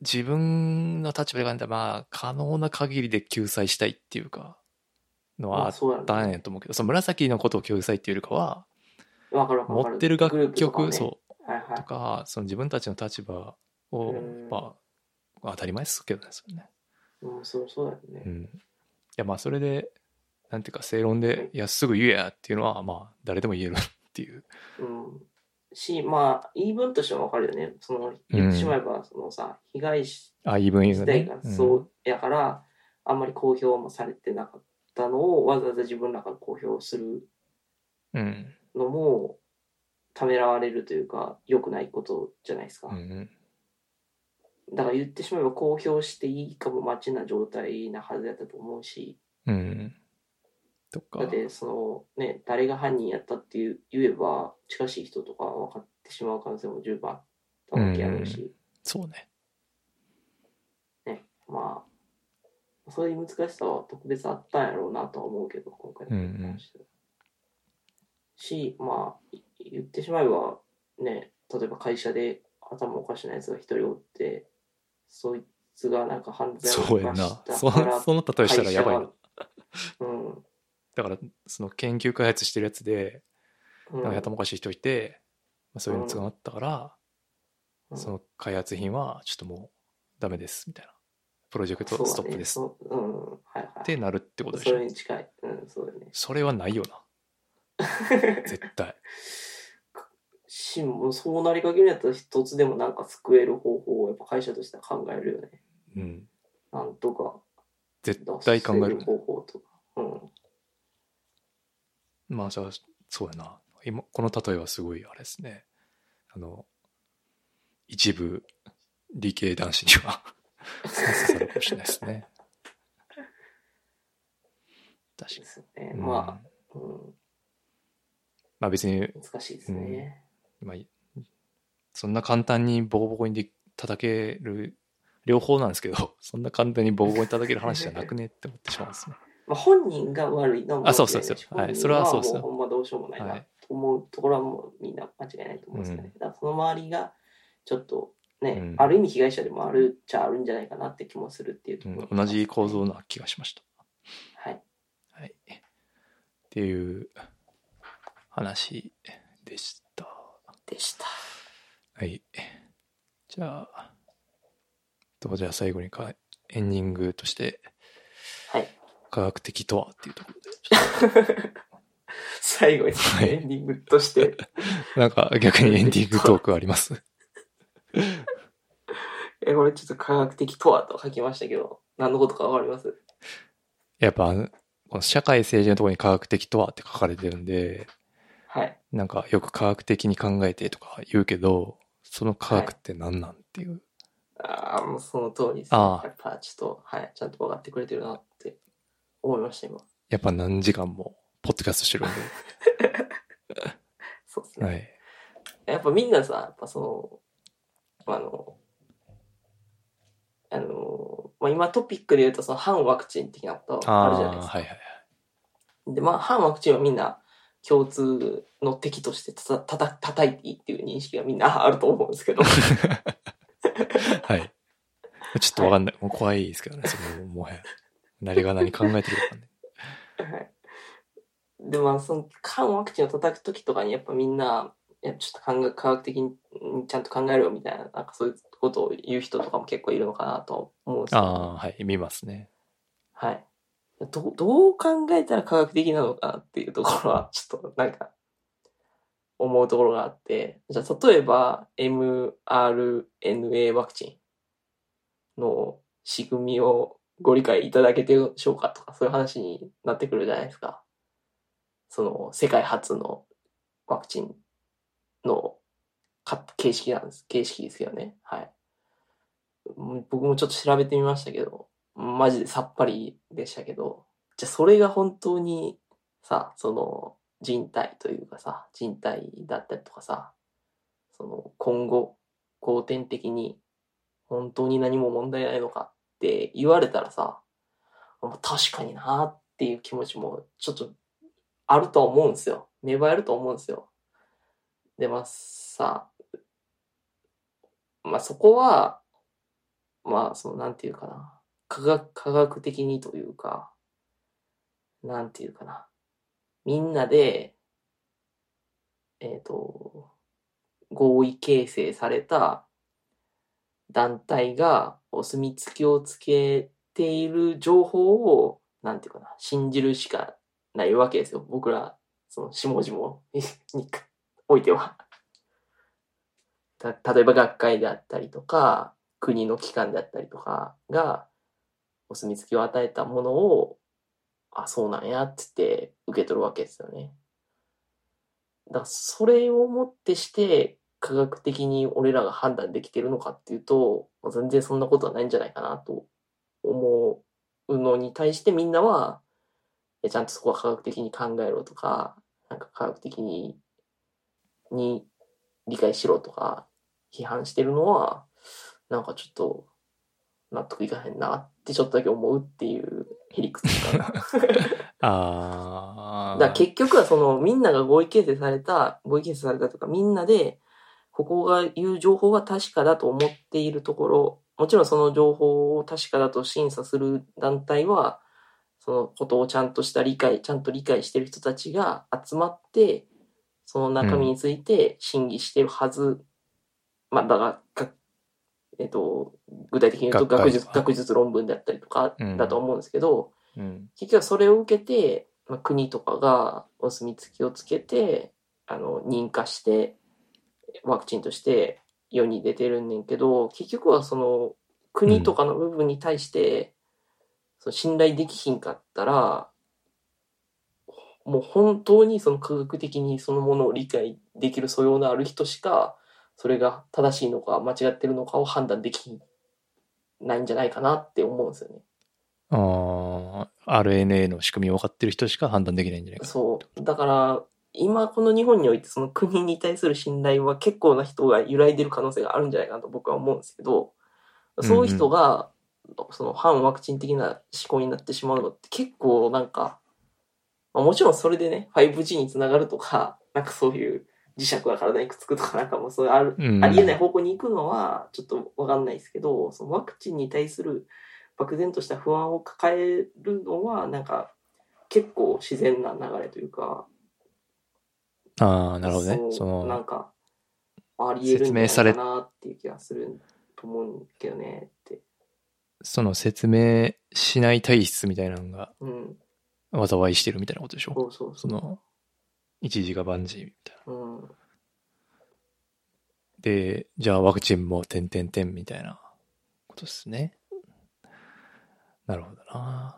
Speaker 2: 自分の立場で考えたらまあ可能な限りで救済したいっていうかの
Speaker 3: ま
Speaker 2: はあ
Speaker 3: あ
Speaker 2: っ
Speaker 3: そうやろ
Speaker 2: たん
Speaker 3: ね
Speaker 2: やと思うけどその紫のことを救済っていうよりかは
Speaker 3: わかるわかる
Speaker 2: 持ってる楽曲、
Speaker 3: う。
Speaker 2: そう
Speaker 3: はいは
Speaker 2: と
Speaker 3: い。
Speaker 2: かその自分たちの立場を
Speaker 3: うん
Speaker 2: まあ当たり前ですけどねそれね、
Speaker 3: うん、そうそうだよね。
Speaker 2: うん、いやまあそれでなんていうか正論で「いやすぐ言えや」っていうのはまあ誰でも言えるっていう
Speaker 3: うん、しまあ言い分としてはわかるよねその言ってしまえば、そのさ被害者
Speaker 2: あ言い分言う
Speaker 3: 自
Speaker 2: の
Speaker 3: 体
Speaker 2: ね
Speaker 3: が、
Speaker 2: うん
Speaker 3: そうやから、あんまり公表もされてなかったのをわざわざ自分らから公表する
Speaker 2: うん
Speaker 3: のもためらわれるというか良くないことじゃないですか、
Speaker 2: うんうん
Speaker 3: だから言ってしまえば公表していいかも待ちな状態なはずやったと思うし
Speaker 2: うんとか
Speaker 3: だってそのね誰が犯人やったっていう言えば近しい人とか分かってしまう可能性も十分あったわけやろうし、
Speaker 2: そうね
Speaker 3: まあ、そういう難しさは特別あったんやろうなとは思うけど、今回の件に関しては。し、まあ、い言ってしまえば、ね、例えば会社で頭おかしなやつが一人おって、そいつがなんか犯罪を
Speaker 2: そうやん
Speaker 3: 犯
Speaker 2: な
Speaker 3: した
Speaker 2: そ
Speaker 3: から
Speaker 2: その例えしたらやばいな
Speaker 3: うん。
Speaker 2: だからその研究開発してるやつで
Speaker 3: うん
Speaker 2: なんか頭おかしい人いて、まあ、そういうの捕まったから、
Speaker 3: うん
Speaker 2: その開発品はちょっともうダメですみたいなプロジェク
Speaker 3: そ
Speaker 2: ト
Speaker 3: うだね
Speaker 2: ストップですっ
Speaker 3: そううん。はいはい。
Speaker 2: てなるってことで
Speaker 3: そ
Speaker 2: しょ
Speaker 3: れに近い。うん、そうだよね。
Speaker 2: それはないよな絶対
Speaker 3: し、もうそうなりかけるんやったら一つでもなんか救える方法をやっぱ会社としては考えるよね。
Speaker 2: うん
Speaker 3: なんとか
Speaker 2: 絶対考える
Speaker 3: 方法とか。うん。
Speaker 2: まあじゃあそうやな今この例えはすごいあれですねあの一部理系男子には刺さるかもしれないですね確か
Speaker 3: ですよ
Speaker 2: に
Speaker 3: ね。、
Speaker 2: うん
Speaker 3: まあ、うん、
Speaker 2: まあ別に
Speaker 3: 難しいですね。
Speaker 2: まあ、そんな簡単にボコボコにで叩ける両方なんですけどそんな簡単にボコボコに叩ける話じゃなくねって思ってしまうんですね。
Speaker 3: まあ、本人が悪いのも
Speaker 2: あそうそうそう
Speaker 3: 問
Speaker 2: はい
Speaker 3: 題だし
Speaker 2: それはそう
Speaker 3: 本人
Speaker 2: そう
Speaker 3: もうほんまどうしようもない
Speaker 2: は
Speaker 3: ないと思うところはもうみんな間違いないと思うんですけどね。だからその周りがちょっとね、
Speaker 2: うん
Speaker 3: ある意味被害者でもあるっちゃあるんじゃないかなって気もするっていうと
Speaker 2: う
Speaker 3: ころ、
Speaker 2: ん、同じ構。造な気がしました。
Speaker 3: はい。
Speaker 2: はい、っていう話でした。
Speaker 3: でした。
Speaker 2: はい。じゃあ、どうじゃあ最後にかエンディングとして
Speaker 3: はい。
Speaker 2: 科学的とはっていうところでちょっと
Speaker 3: 最後に
Speaker 2: はい
Speaker 3: エンディング として、
Speaker 2: なんか逆にエンディングトークあります
Speaker 3: え、これちょっと科学的とはと書きましたけど、何のことかわかります
Speaker 2: やっぱ、この社会政治のところに科学的とはって書かれてるんで、
Speaker 3: はい。
Speaker 2: なんかよく科学的に考えてとか言うけど、その科学って何なんっていう。
Speaker 3: ああ、もうその通りです、
Speaker 2: ああ
Speaker 3: やっぱちょっと、はい、ちゃんと分かってくれてるなって思いました、今。
Speaker 2: やっぱ何時間も、ポッドキャストしてるん
Speaker 3: そうです
Speaker 2: で。
Speaker 3: ね。
Speaker 2: はい。
Speaker 3: やっぱみんなさ、やっぱその、あの、あの、まあ、今トピックで言うと、その反ワクチン的なこと
Speaker 2: あ
Speaker 3: あ
Speaker 2: あ
Speaker 3: る
Speaker 2: ー、
Speaker 3: じゃないですか。
Speaker 2: はいはい。
Speaker 3: で、まあ、反ワクチンはみんな共通の敵としてたたたた叩いていいっていう認識がみんなあると思うんで すけど。
Speaker 2: はい。ちょっとわかんない。もう怖いですけどね、そのもはや。誰が何考えてるかわかんない。
Speaker 3: はいでまあその反ワクチンを叩く時とかにやっぱみんないやちょっと考え科学的にちゃんと考えろよみたいななんかそういうことを言う人とかも結構いるのかなと思うんですけ
Speaker 2: あ
Speaker 3: ど
Speaker 2: あ、はい。見ますね。
Speaker 3: はい、どどう考えたら科学的なのかなっていうところは ちょっとなんか思うところがあってじゃあ例えば mRNA ワクチンの仕組みをご理解いただけてるでしょうかとかそういう話になってくるじゃないですか。その世界初のワクチンのか形式なんです。形式ですよね。はい。うん僕もちょっと調べてみましたけど、マジでさっぱりでしたけど、じゃあそれが本当にさ、その人体というかさ、人体だったりとかさ、その今後、後天的に本当に何も問題ないのかって言われたらさ、まあ確かになっていう気持ちもちょっとあるとは思うんですよ。芽生えると思うんですよ。で、まあさ、まあそこは、まあそのなんていうかな、科学、科学的にというか、なんていうかな、みんなで、えっ、と、合意形成された団体がお墨付きをつけている情報を、なんていうかな、信じるしかないわけですよ。僕ら、その、下々に おいては。た、例えば学会であったりとか、国の機関であったりとかが、お墨付きを与えたものを、あ、そうなんや、つって受け取るわけですよね。だから、それをもってして、科学的に俺らが判断できてるのかっていうと、まあ全然そんなことはないんじゃないかなと思うのに対してみんなは、いやちゃんとそこは科学的に考えろとか、なんか科学的に、に理解しろとか、批判してるのは、なんかちょっと、納得いかへんなってちょっとだけ思うっていうヘリクスかな。
Speaker 2: ああ。
Speaker 3: だから結局はそのみんなが合意形成された、合意形成されたとかみんなで、ここが言う情報が確かだと思っているところ、もちろんその情報を確かだと審査する団体は、そのことをちゃんとした理解、ちゃんと理解してる人たちが集まって、その中身について審議してるはず。まあ、だから、がえっと、具体的に言うと
Speaker 2: 学会と
Speaker 3: 学術、
Speaker 2: か
Speaker 3: 学術論文であったりとか
Speaker 2: うん
Speaker 3: だと思うんですけど、
Speaker 2: うん。
Speaker 3: 結局はそれを受けて、まあ、国とかがお墨付きをつけてあの認可してワクチンとして世に出てるんねんけど結局はその国とかの部分に対して、その信頼できひんかったらもう本当にその科学的にそのものを理解できる素養のある人しかそれが正しいのか間違ってるのかを判断できないんじゃないかなって思うんですよね。
Speaker 2: ああ、RNA の仕組みを分かってる人しか判断できないんじゃないかな。
Speaker 3: そう。だから、今この日本においてその国に対する信頼は結構な人が揺らいでる可能性があるんじゃないかなと僕は思うんですけど、そういう人が、その反ワクチン的な思考になってしまうのって結構なんか、まあ、もちろんそれでね、5G につながるとか、なんかそういう磁石が体にくっつくとかなんかもうそういうある、
Speaker 2: うん
Speaker 3: ありえない方向に行くのはちょっとわかんないですけど、そのワクチンに対する漠然とした不安を抱えるのは、なんか結構自然な流れというか、
Speaker 2: ああ、なるほどね
Speaker 3: そ。う
Speaker 2: そ
Speaker 3: な
Speaker 2: の、
Speaker 3: んか、ありえるんじゃない
Speaker 2: 説明され
Speaker 3: かなっていう気がすると思うんけどねって。
Speaker 2: その説明しない体質みたいなのが
Speaker 3: うん、
Speaker 2: 災いしてるみたいなことでしょ。
Speaker 3: そうそう
Speaker 2: そ
Speaker 3: そう。
Speaker 2: の、一時が万事みたいな。
Speaker 3: うん、
Speaker 2: で、じゃあワクチンも点点点みたいなことですね。なるほどな。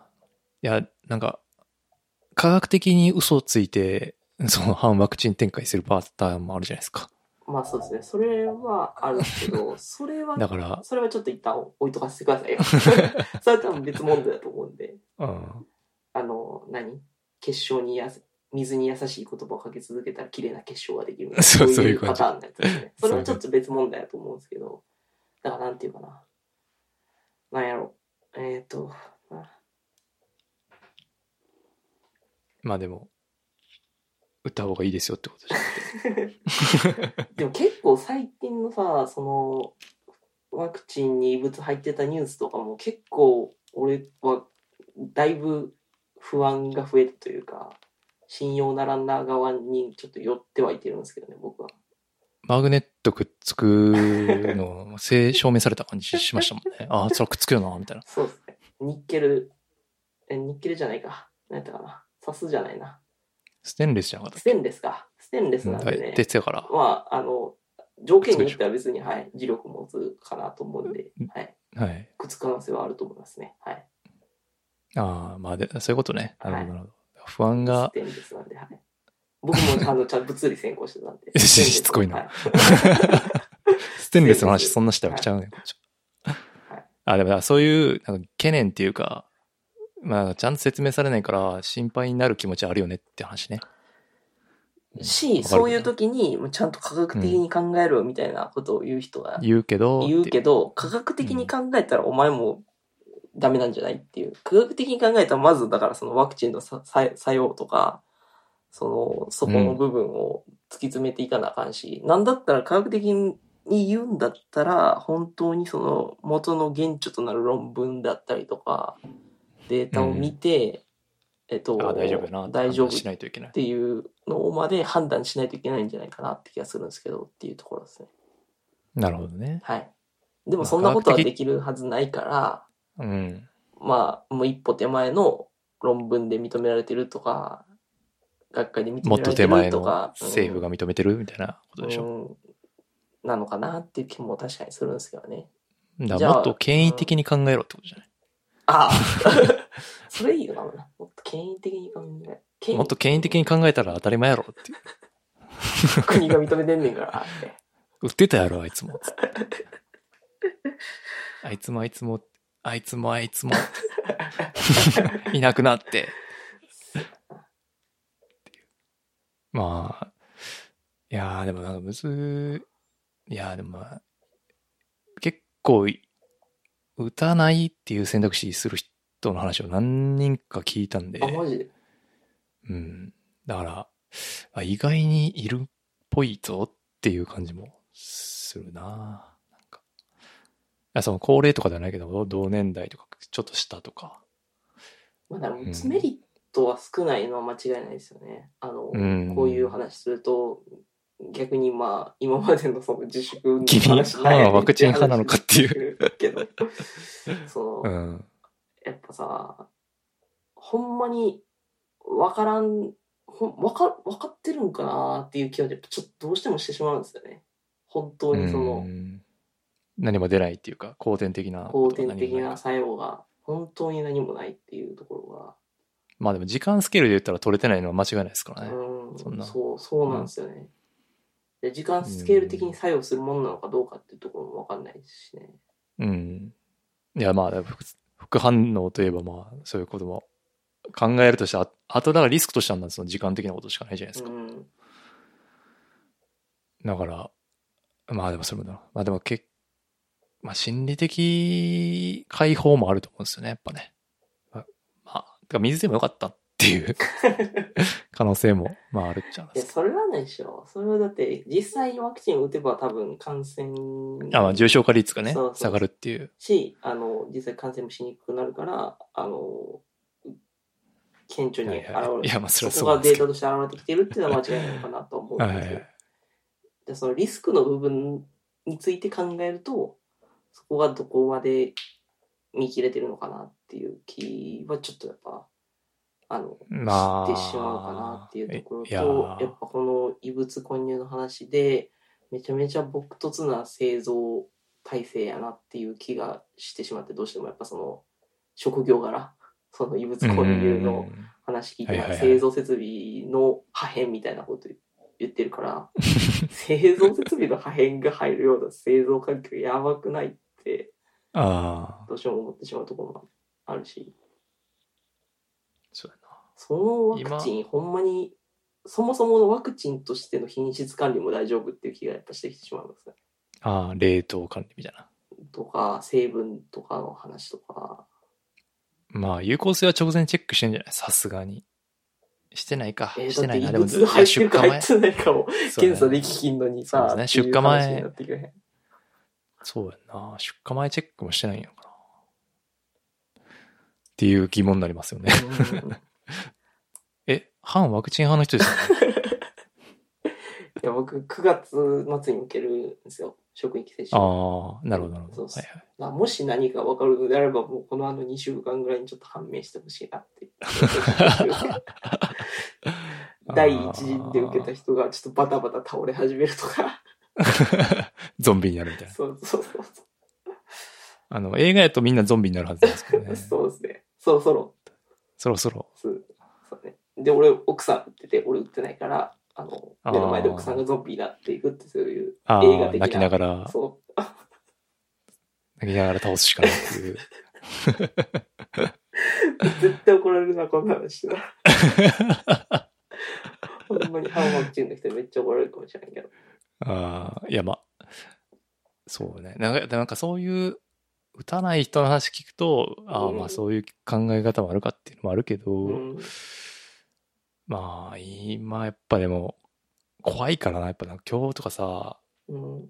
Speaker 2: いや、なんか、科学的に嘘をついて、 その反ワクチン展開するパターンもあるじゃないですか。
Speaker 3: まあそうですね。それはあるけ ど、それは
Speaker 2: だから、
Speaker 3: それはちょっと一旦置いとかせてくださ いよ。それは多分別問題だと思うんで。
Speaker 2: うん。
Speaker 3: あの、何結晶にやす水に優しい言葉をかけ続けたら綺麗な結晶ができるみたいな。
Speaker 2: そう
Speaker 3: そう
Speaker 2: そうい
Speaker 3: いうう
Speaker 2: 感
Speaker 3: パ
Speaker 2: じ
Speaker 3: ターンのやつですね。それはち
Speaker 2: そう
Speaker 3: ょっと別問題だと思うんですけど。だからなんていうかな。なんやろ。えっ、と、
Speaker 2: まあでも、打った方がいいですよってことじゃなくて。
Speaker 3: でも結構最近のさ、その、ワクチンに異物入ってたニュースとかも結構俺はだいぶ不安が増えたというか、信用ならんな側にちょっと寄ってはいてるんですけどね、僕は。
Speaker 2: マグネットくっつくの、正証明された感じしましたもんね。ああ、それくっつくよな、みたいな。
Speaker 3: そうですね。ニッケル、え、ニッケルじゃないか。何やったかな。サスじゃないな。
Speaker 2: ステンレスじゃなかったっ
Speaker 3: ステンレスか。ステンレ
Speaker 2: け
Speaker 3: スなんでね。
Speaker 2: 鉄やから。
Speaker 3: まあ、あの、条件によっては別に、はい、磁力持つかなと思うんで、はい、
Speaker 2: はい。
Speaker 3: くっつく可能性はあると思いますね。はい。
Speaker 2: ああ、まあで、そういうことね。なるほ
Speaker 3: はい
Speaker 2: ど、なるほど。不安が
Speaker 3: ステンレスなんで、はい。僕もあのちゃん物理専攻してたんで。
Speaker 2: しつこいな
Speaker 3: は
Speaker 2: ステンレスの 話そんなしたら来ちゃうね。こっち
Speaker 3: はい
Speaker 2: あ、でもだからそういう、なんか懸念っていうか、まあ、ちゃんと説明されないから心配になる気持ちあるよねって話ね。
Speaker 3: いし、
Speaker 2: わかる
Speaker 3: そういう時にもうちゃんと科学的に考えろみたいなことを言う人が
Speaker 2: 言うけど、
Speaker 3: 言う
Speaker 2: って
Speaker 3: けど、科学的に考えたらお前もダメなんじゃないっていう。科学的に考えたらまずだからそのワクチンのささ作用とか、その、そこの部分を突き詰めていかなあかんし、なんだったら科学的に言うんだったら、本当にその元の原著となる論文だったりとか、データを見て、えっと、
Speaker 2: あ大丈夫やな。
Speaker 3: 大丈夫
Speaker 2: し
Speaker 3: っ
Speaker 2: ないといけない。
Speaker 3: ていうのまで判断しないといけないんじゃないかなって気がするんですけど、っていうところですね。
Speaker 2: なるほどね。
Speaker 3: はい。でも
Speaker 2: まあ
Speaker 3: そんなことは
Speaker 2: 科学的
Speaker 3: できるはずないから、
Speaker 2: うん。
Speaker 3: まあ、もう一歩手前の論文で認められてるとか、学会で認
Speaker 2: も
Speaker 3: め
Speaker 2: っ
Speaker 3: ら
Speaker 2: と
Speaker 3: れて
Speaker 2: 手前
Speaker 3: る
Speaker 2: の
Speaker 3: とか、
Speaker 2: 政府
Speaker 3: が
Speaker 2: が認めてるみたいなことでしょ。
Speaker 3: なのかなっていう気も確かにするんですけどね。
Speaker 2: だ
Speaker 3: じ
Speaker 2: から
Speaker 3: ゃあ
Speaker 2: もっと権威的に考えろってことじゃない、
Speaker 3: ああそれいいよな、もっと権威的に考え権威
Speaker 2: もっと権威的に考えたら当たり前やろっていう。
Speaker 3: 国が認めてんねんから って。
Speaker 2: 売ってたやろ、あいつも。あいつもあいつも、あいつもあいつも。 いなくなって。っていうまあ、いやーでもなんかむずい、いやーでもまあ、結構い、打たないっていう選択肢する人の話を何人か聞いたんで。
Speaker 3: あ、マジで。
Speaker 2: うん。だから、あ意外にいるっぽいぞっていう感じもするななんか。あその高齢とかではないけど、同年代とか、ちょっと下とか。
Speaker 3: まあ、だから打つメリットは少ないのは間違いないですよね。あの、
Speaker 2: うん
Speaker 3: こういう話すると、逆にまあ、今までのその自粛 の
Speaker 2: 君
Speaker 3: 話。
Speaker 2: 派なのワクチン派なのかっていう
Speaker 3: け ど、そうの、
Speaker 2: ん。
Speaker 3: やっぱさ、ほんまに分からん、ほんわか分かってるんかなっていう気はやっぱちょっとどうしてもしてしまうんですよね。本当にその
Speaker 2: う、ん何も出ないっていうか、後天的なこ
Speaker 3: 後
Speaker 2: とが
Speaker 3: 天
Speaker 2: 何もない。
Speaker 3: 的な作用が本当に何もないっていうところ
Speaker 2: まあでも時間スケールで言ったら取れてないのは間違いないですから
Speaker 3: が、
Speaker 2: ね。
Speaker 3: うん、
Speaker 2: そんな
Speaker 3: そう、そうなんですよね。で時間スケール的に作用するものなのかどうかっていうところも分かんないですしね。
Speaker 2: うん。いや、まあ、副副反応といえば、まあ、そういうことも考えるとして、ああと、だからリスクとしては、その時間的なことしかないじゃないです
Speaker 3: う
Speaker 2: か。
Speaker 3: ん、
Speaker 2: だから、まあでもそれもだな。まあでも結、まあ心理的解放もあると思うんですよね、やっぱね。ままあ、てか水でもよかったっていう 可能性も、まああるっちゃうん
Speaker 3: い
Speaker 2: で
Speaker 3: や、
Speaker 2: すけ
Speaker 3: それはないでしょ。それはだって、実際にワクチンを打てば多分感染
Speaker 2: ど。あまあ重症化率がね
Speaker 3: そうそう、
Speaker 2: 下がるっていう。
Speaker 3: し、あの、実際感染もしにくくなるから、あの、顕著に現れ
Speaker 2: はいはいいやまあそれは
Speaker 3: そ
Speaker 2: そ
Speaker 3: こ
Speaker 2: うな
Speaker 3: が
Speaker 2: んです
Speaker 3: デ
Speaker 2: け
Speaker 3: ー
Speaker 2: ど
Speaker 3: タとして現れてきてるっていうのは間違いないのかなと思うん
Speaker 2: はい
Speaker 3: で
Speaker 2: は
Speaker 3: すよ
Speaker 2: い。
Speaker 3: でそのリスクの部分について考えると、そこがどこまで見切れてるのかなっていう気はちょっとやっぱ、あの、
Speaker 2: まあ。
Speaker 3: してしまうかなっていうところと、
Speaker 2: いやー
Speaker 3: やっぱこの異物混入の話で、めちゃめちゃ朴突な製造体制やなっていう気がしてしまって、どうしてもやっぱその職業柄、その異物混入の
Speaker 2: うん
Speaker 3: 話聞いて、
Speaker 2: はいはいはい
Speaker 3: 製造設備の破片みたいなこと言ってるから、製造設備の破片が入るような製造環境やばくないって、
Speaker 2: ああ。
Speaker 3: どうしても思ってしまうところもあるし。
Speaker 2: そうやな。
Speaker 3: そのワクチン、ほんまに、そもそものワクチンとしての品質管理も大丈夫っていう気がやっぱしてきてしまいますね。
Speaker 2: ああ、冷凍管理みたいな。
Speaker 3: とか、成分とかの話とか、
Speaker 2: まあ、有効性は直前チェックしてんじゃないさすがに。してないか。
Speaker 3: えー
Speaker 2: して
Speaker 3: だ
Speaker 2: な
Speaker 3: って
Speaker 2: い
Speaker 3: 異
Speaker 2: な。
Speaker 3: 物が入ってるか
Speaker 2: い
Speaker 3: 入
Speaker 2: や
Speaker 3: ってないかも、
Speaker 2: そうや
Speaker 3: 検
Speaker 2: な
Speaker 3: 査できひんのにさ、
Speaker 2: そうです
Speaker 3: っ
Speaker 2: ね
Speaker 3: ていう
Speaker 2: 出荷前
Speaker 3: 話になってくれへん
Speaker 2: そうやんな。出荷前チェックもしてないんやろかな。っていう疑問になりますよね。
Speaker 3: うんい
Speaker 2: え、反ワクチン派の人です よね。
Speaker 3: や、僕、9月末に受けるんですよ、職域接種。
Speaker 2: ああ、なるほど、なるほ
Speaker 3: そ
Speaker 2: ど。
Speaker 3: う
Speaker 2: は
Speaker 3: そ
Speaker 2: いうはい。
Speaker 3: まあ、もし何か分かるのであれば、もうこのあの2週間ぐらいにちょっと判明してほしいな って。第一陣で受けた人がちょっとバタバタ倒れ始めるとか。
Speaker 2: ゾンビになるみたいな。
Speaker 3: そうそうそうそ
Speaker 2: あの、映画やと みんなゾンビになるはずなんですけど
Speaker 3: う、
Speaker 2: ね。
Speaker 3: そうですね。そろそろ。
Speaker 2: そろそろ。
Speaker 3: そうそうね。で、俺、奥さんって言って、俺売ってないから、あの、
Speaker 2: あー
Speaker 3: 目の前で奥さんがゾンビになっていくって、そういう、
Speaker 2: あ
Speaker 3: 映画
Speaker 2: あ、
Speaker 3: 的な
Speaker 2: 泣きながら、
Speaker 3: そう。
Speaker 2: 泣きながら倒すしかないって いう。
Speaker 3: 絶対怒られるな、こんな話は。 ほんまに反ワクチンの人にめっちゃ怒られるかもしれないけど。
Speaker 2: ああ、いや、まあ、そうね。なんか、でもなんかそういう、打たない人の話聞くと、ああ、
Speaker 3: うん
Speaker 2: まあそういう考え方もあるかっていうのもあるけど、
Speaker 3: うん
Speaker 2: まあ、今やっぱでも、怖いからな、やっぱなんか今日とかさ、
Speaker 3: うん。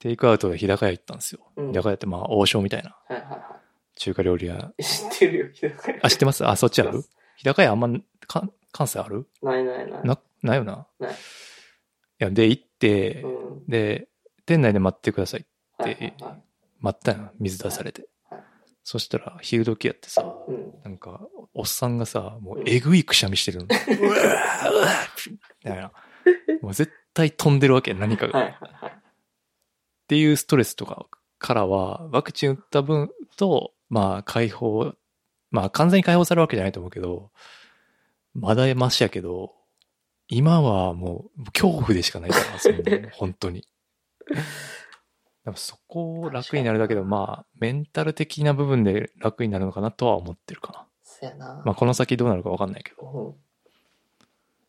Speaker 2: テイクアウトで日高屋行ったんですよ。
Speaker 3: うん。
Speaker 2: 日
Speaker 3: はい
Speaker 2: 高屋ってまあ、王将みたいな
Speaker 3: はいは
Speaker 2: 中華料理屋。
Speaker 3: い。知ってるよ、日高屋
Speaker 2: あ、知ってますあ、そっちあ
Speaker 3: 知って
Speaker 2: る
Speaker 3: ます
Speaker 2: 日高屋あんま、か関西ある
Speaker 3: ないないない。
Speaker 2: な、ないよな。
Speaker 3: ない
Speaker 2: いや、で、行って
Speaker 3: う、ん。
Speaker 2: で、店内で待ってくださいって
Speaker 3: はいはいはい。
Speaker 2: 待ったん水出されて
Speaker 3: はいはい。
Speaker 2: そしたら、昼時やってさ、
Speaker 3: うん。
Speaker 2: なんか、おっさんがさ、もうえぐいくしゃみしてるの。うわーうわーみたいな。もう絶対飛んでるわけ、何かが。
Speaker 3: はいはい
Speaker 2: っ
Speaker 3: はい。
Speaker 2: ていうストレスとかからは、ワクチン打った分と、まあ、解放、まあ、完全に解放されるわけじゃないと思うけど、まだマシやけど、今はもう恐怖でしかないから、そんなの本当に。でもそこを楽になるだけど、まあ、メンタル的な部分で楽になるのかなとは思ってるかな。
Speaker 3: そやな。
Speaker 2: まあ、この先どうなるか分かんないけど、
Speaker 3: うん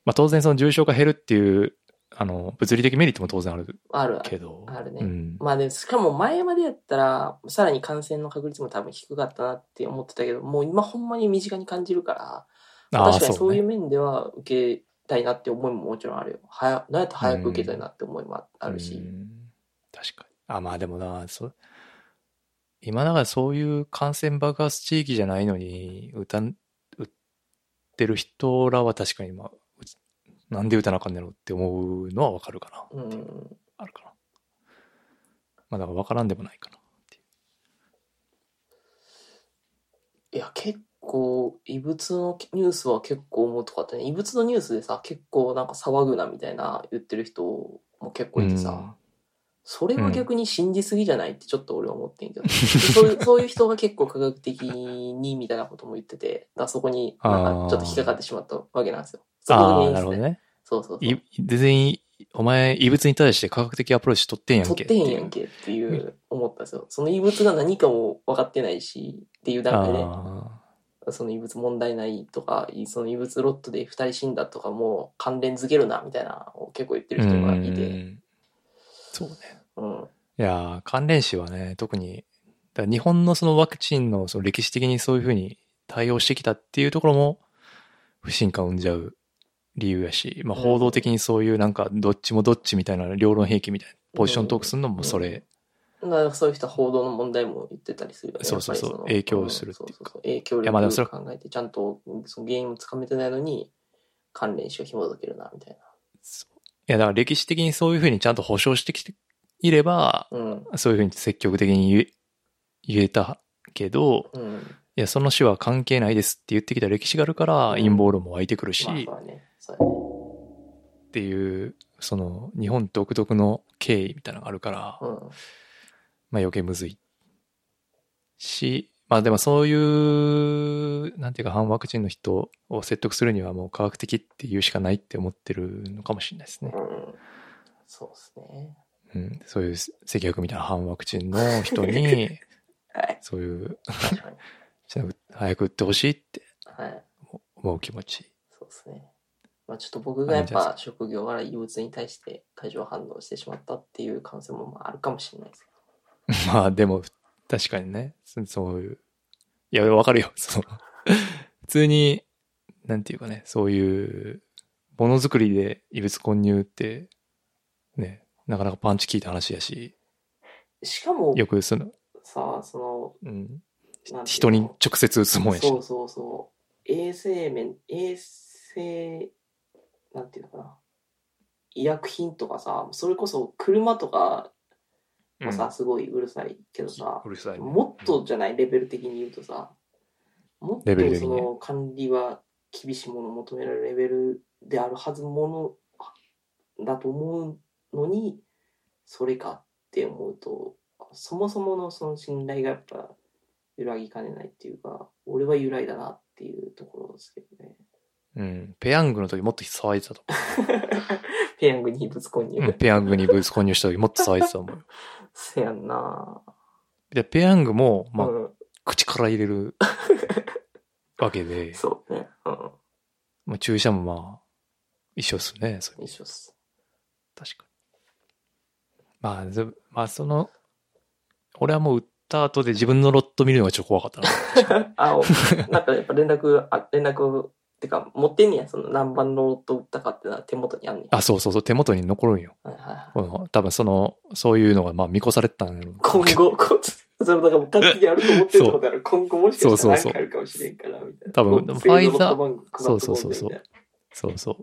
Speaker 2: まあ、当然その重症化減るっていうあの物理的メリットも当然ある
Speaker 3: あるあ
Speaker 2: け
Speaker 3: る。
Speaker 2: ど
Speaker 3: あるね
Speaker 2: うん、
Speaker 3: まあで、しかも前までやったら、さらに感染の確率も多分低かったなって思ってたけど、もう今ほんまに身近に感じるから、
Speaker 2: ああ
Speaker 3: 確かにそういう
Speaker 2: ね
Speaker 3: 面では受けたいなって思いももちろんあるよ。はや、どうやって早く受けたいなって思いもあある
Speaker 2: う
Speaker 3: し。
Speaker 2: ん確かにあまあでもなそう今だからそういう感染爆発地域じゃないのに打たん打ってる人らは確かに、まあ、うちなんで打たなあかんねやろって思うのは分かるかな
Speaker 3: うん。
Speaker 2: あるかなまあだから分からんでもないかない
Speaker 3: や、結構、異物のニュースは結構重とかったね。異物のニュースでさ、結構なんか騒ぐなみたいな言ってる人も結構いてさ、それは逆に信じすぎじゃないってちょっと俺は思ってんけど、そういうそういう人が結構科学的にみたいなことも言ってて、だからそこになんかちょっと引っかかってしまったわけなんですよ。そこが
Speaker 2: あ あ
Speaker 3: 原因
Speaker 2: なる
Speaker 3: です
Speaker 2: ほど
Speaker 3: ね。
Speaker 2: ね
Speaker 3: そうそうそう。
Speaker 2: い全員、お前、異物に対して科学的アプローチ取ってんやんけ
Speaker 3: 取ってんやんけっていう思ったんですよ。その異物が何かも分かってないしっていう段階
Speaker 2: あ
Speaker 3: で、その異物問題ないとか、その異物ロットで2人死んだとかも関連づけるなみたいなのを結構言って
Speaker 2: ー
Speaker 3: る人がいうて、
Speaker 2: んそうね。
Speaker 3: うん、
Speaker 2: いやー、関連死はね、特に、だから日本のそのワクチンのその歴史的にそういうふうに対応してきたっていうところも、不信感を生んじゃう理由やし、まあ、
Speaker 3: うん
Speaker 2: 報道的にそういうなんか、どっちもどっちみたいな、両論兵器みたいな、ポジショントークするのもそれ、
Speaker 3: だからそういう人は報道の問題も言ってたりするよね。
Speaker 2: そうそうそう
Speaker 3: やっぱり
Speaker 2: 影響するっていうか
Speaker 3: んそそそ影響
Speaker 2: いやまあでもそ
Speaker 3: 力
Speaker 2: れ
Speaker 3: を考えて、ちゃんとその原因をつかめてないのに、関連死を紐づけるな、みたい
Speaker 2: そういや、だから歴史的にそういうふうにちゃんと保障してきていれば、
Speaker 3: な。うん。
Speaker 2: そういうふうに積極的に言え言えたけど、
Speaker 3: うん。
Speaker 2: いや、その死は関係ないですって言ってきた歴史があるから、陰謀論も湧いてくるし、
Speaker 3: まあ、そうだね。そうだね。
Speaker 2: っていう、その、日本独特の経緯みたいなのがあるから、
Speaker 3: う
Speaker 2: まあ
Speaker 3: ん。
Speaker 2: 余計むずい。し、まあでもそういう、なんていうか、反ワクチンの人を説得するにはもう科学的っていうしかないって思ってるのかもしれないですね。
Speaker 3: うん。そうですね。
Speaker 2: うん。そういう赤役みたいな反ワクチンの人に、
Speaker 3: はい。
Speaker 2: そういう、
Speaker 3: 確 かに。
Speaker 2: 早く打ってほしいって
Speaker 3: はい。
Speaker 2: 思う気持ち。
Speaker 3: そうですね。まあちょっと僕がやっぱ職業から異物に対して過剰反応してしまったっていう可能性もまああるかもしれないです
Speaker 2: まあでも、確かにね、そそういう。いや、わかるよ。 その、普通に、なんていうかね、そういう、ものづくりで異物混入って、ね、なかなかパンチ効いた話やし、
Speaker 3: けど。しかも
Speaker 2: よくその、
Speaker 3: さ、その、
Speaker 2: うん、
Speaker 3: なんていう
Speaker 2: 人に
Speaker 3: の
Speaker 2: 直接打つもんやし
Speaker 3: そ。うそうそう。衛生面、衛生、なんていうのかな。医薬品とかさ、それこそ車とか
Speaker 2: う
Speaker 3: も
Speaker 2: ん
Speaker 3: さ、すごいうるさいけどさ
Speaker 2: う、るさいね
Speaker 3: もっとじゃない、レベル的に言うとさ、もっ
Speaker 2: レベル
Speaker 3: と
Speaker 2: 的
Speaker 3: そ
Speaker 2: にね
Speaker 3: の管理は厳しいものを求められるレベルであるはずものだと思うのに、それかって思うと、そもそものその信頼がやっぱ揺らぎかねないっていうか、俺は揺らいだなっていうところですけどね。
Speaker 2: うん。ペヤングの時もっと騒いでたと思
Speaker 3: ペヤングに異物混入。
Speaker 2: う。うんペヤングにブース購入した時もっと騒いでたと思う。
Speaker 3: せやんな
Speaker 2: で、ペヤングも、まあ
Speaker 3: う、ん、
Speaker 2: 口から入れるわけで、
Speaker 3: そうね。うん。
Speaker 2: まあ、注射もまあ、一緒っすね。それ
Speaker 3: 一緒っす。
Speaker 2: 確かに。まあ、ずまあ、その、俺はもう売った後で自分のロット見るのがちょっと怖かったな。
Speaker 3: あ、おなんかやっぱ連絡、あ連絡、てか、持ってんねや、その何番の音打ったかってのは手元にあんねや。
Speaker 2: あ、そうそうそう、手元に残るんよ。
Speaker 3: はいはいはい。
Speaker 2: この多分その、そういうのがまあ見越されてたんやろう
Speaker 3: 今後、こそれだからもう完璧にあると思ってるってことだから、今後もしかしたら
Speaker 2: そうそうそう
Speaker 3: 何かあるかもしれんから、みたいな。
Speaker 2: 多分フ
Speaker 3: こう
Speaker 2: ァイザー
Speaker 3: 製造ロットバンク配っ
Speaker 2: そうそうそうそう
Speaker 3: とこみたい
Speaker 2: そうそう。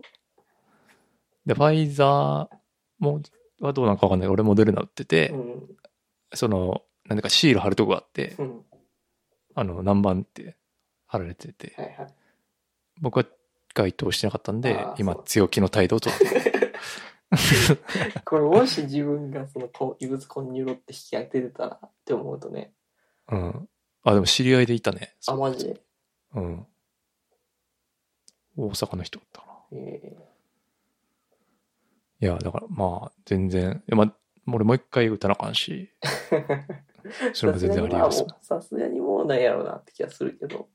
Speaker 2: で、ファイザーも、はどうなんかわかんない。俺モデルナ売ってて、
Speaker 3: な
Speaker 2: その、なんだかシール貼るとこがあって、
Speaker 3: うん。うん。
Speaker 2: あの、何番って貼られてて、
Speaker 3: はいはい。
Speaker 2: 僕は該当してなかったんで
Speaker 3: あー、
Speaker 2: 今
Speaker 3: そう
Speaker 2: 強気の態度をとって る。
Speaker 3: これもし自分がそのこ異物混入ロって引き当ててたらって思うとね、
Speaker 2: うん。あ、でも知り合いでいたね。
Speaker 3: あ、マジで。
Speaker 2: うん。大阪の人だったかな。
Speaker 3: え
Speaker 2: いや、だからまあ、全然、いやまあ、俺もう一回打たなあかん し、
Speaker 3: ー
Speaker 2: それも全然あります。
Speaker 3: さすがにもうさすがにもうなんやろうなって気がするけど、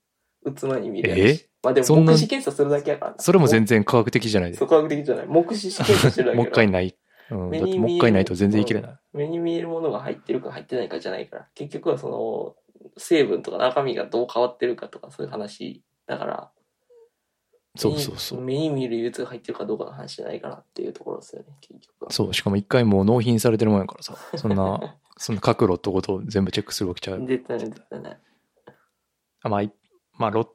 Speaker 3: 打つ前に見るや
Speaker 2: え
Speaker 3: つ。まあでも、
Speaker 2: そんな
Speaker 3: 目視検査するだけやからな
Speaker 2: それも全然科学的じゃないで
Speaker 3: そう科学的じゃない。目視検査してるだ け
Speaker 2: も
Speaker 3: や
Speaker 2: う一
Speaker 3: から
Speaker 2: 回ない。うん、
Speaker 3: 目
Speaker 2: だ
Speaker 3: に
Speaker 2: ってもう一回ないと全然いけれない。
Speaker 3: 目に見えるものが入ってるか入ってないかじゃないから結局はその成分とか中身がどう変わってるかとかそういう話だから
Speaker 2: そうそうそう。
Speaker 3: 目に目に見える憂鬱が入ってるかどうかの話じゃないかなっていうところですよね結局は
Speaker 2: そう、しかも一回もう納品されてるもんやからさ、そんな、そんな各ロットごと全部チェックするわけちゃう。
Speaker 3: 絶対ない絶対ない
Speaker 2: あまあ、いまあ、ロッ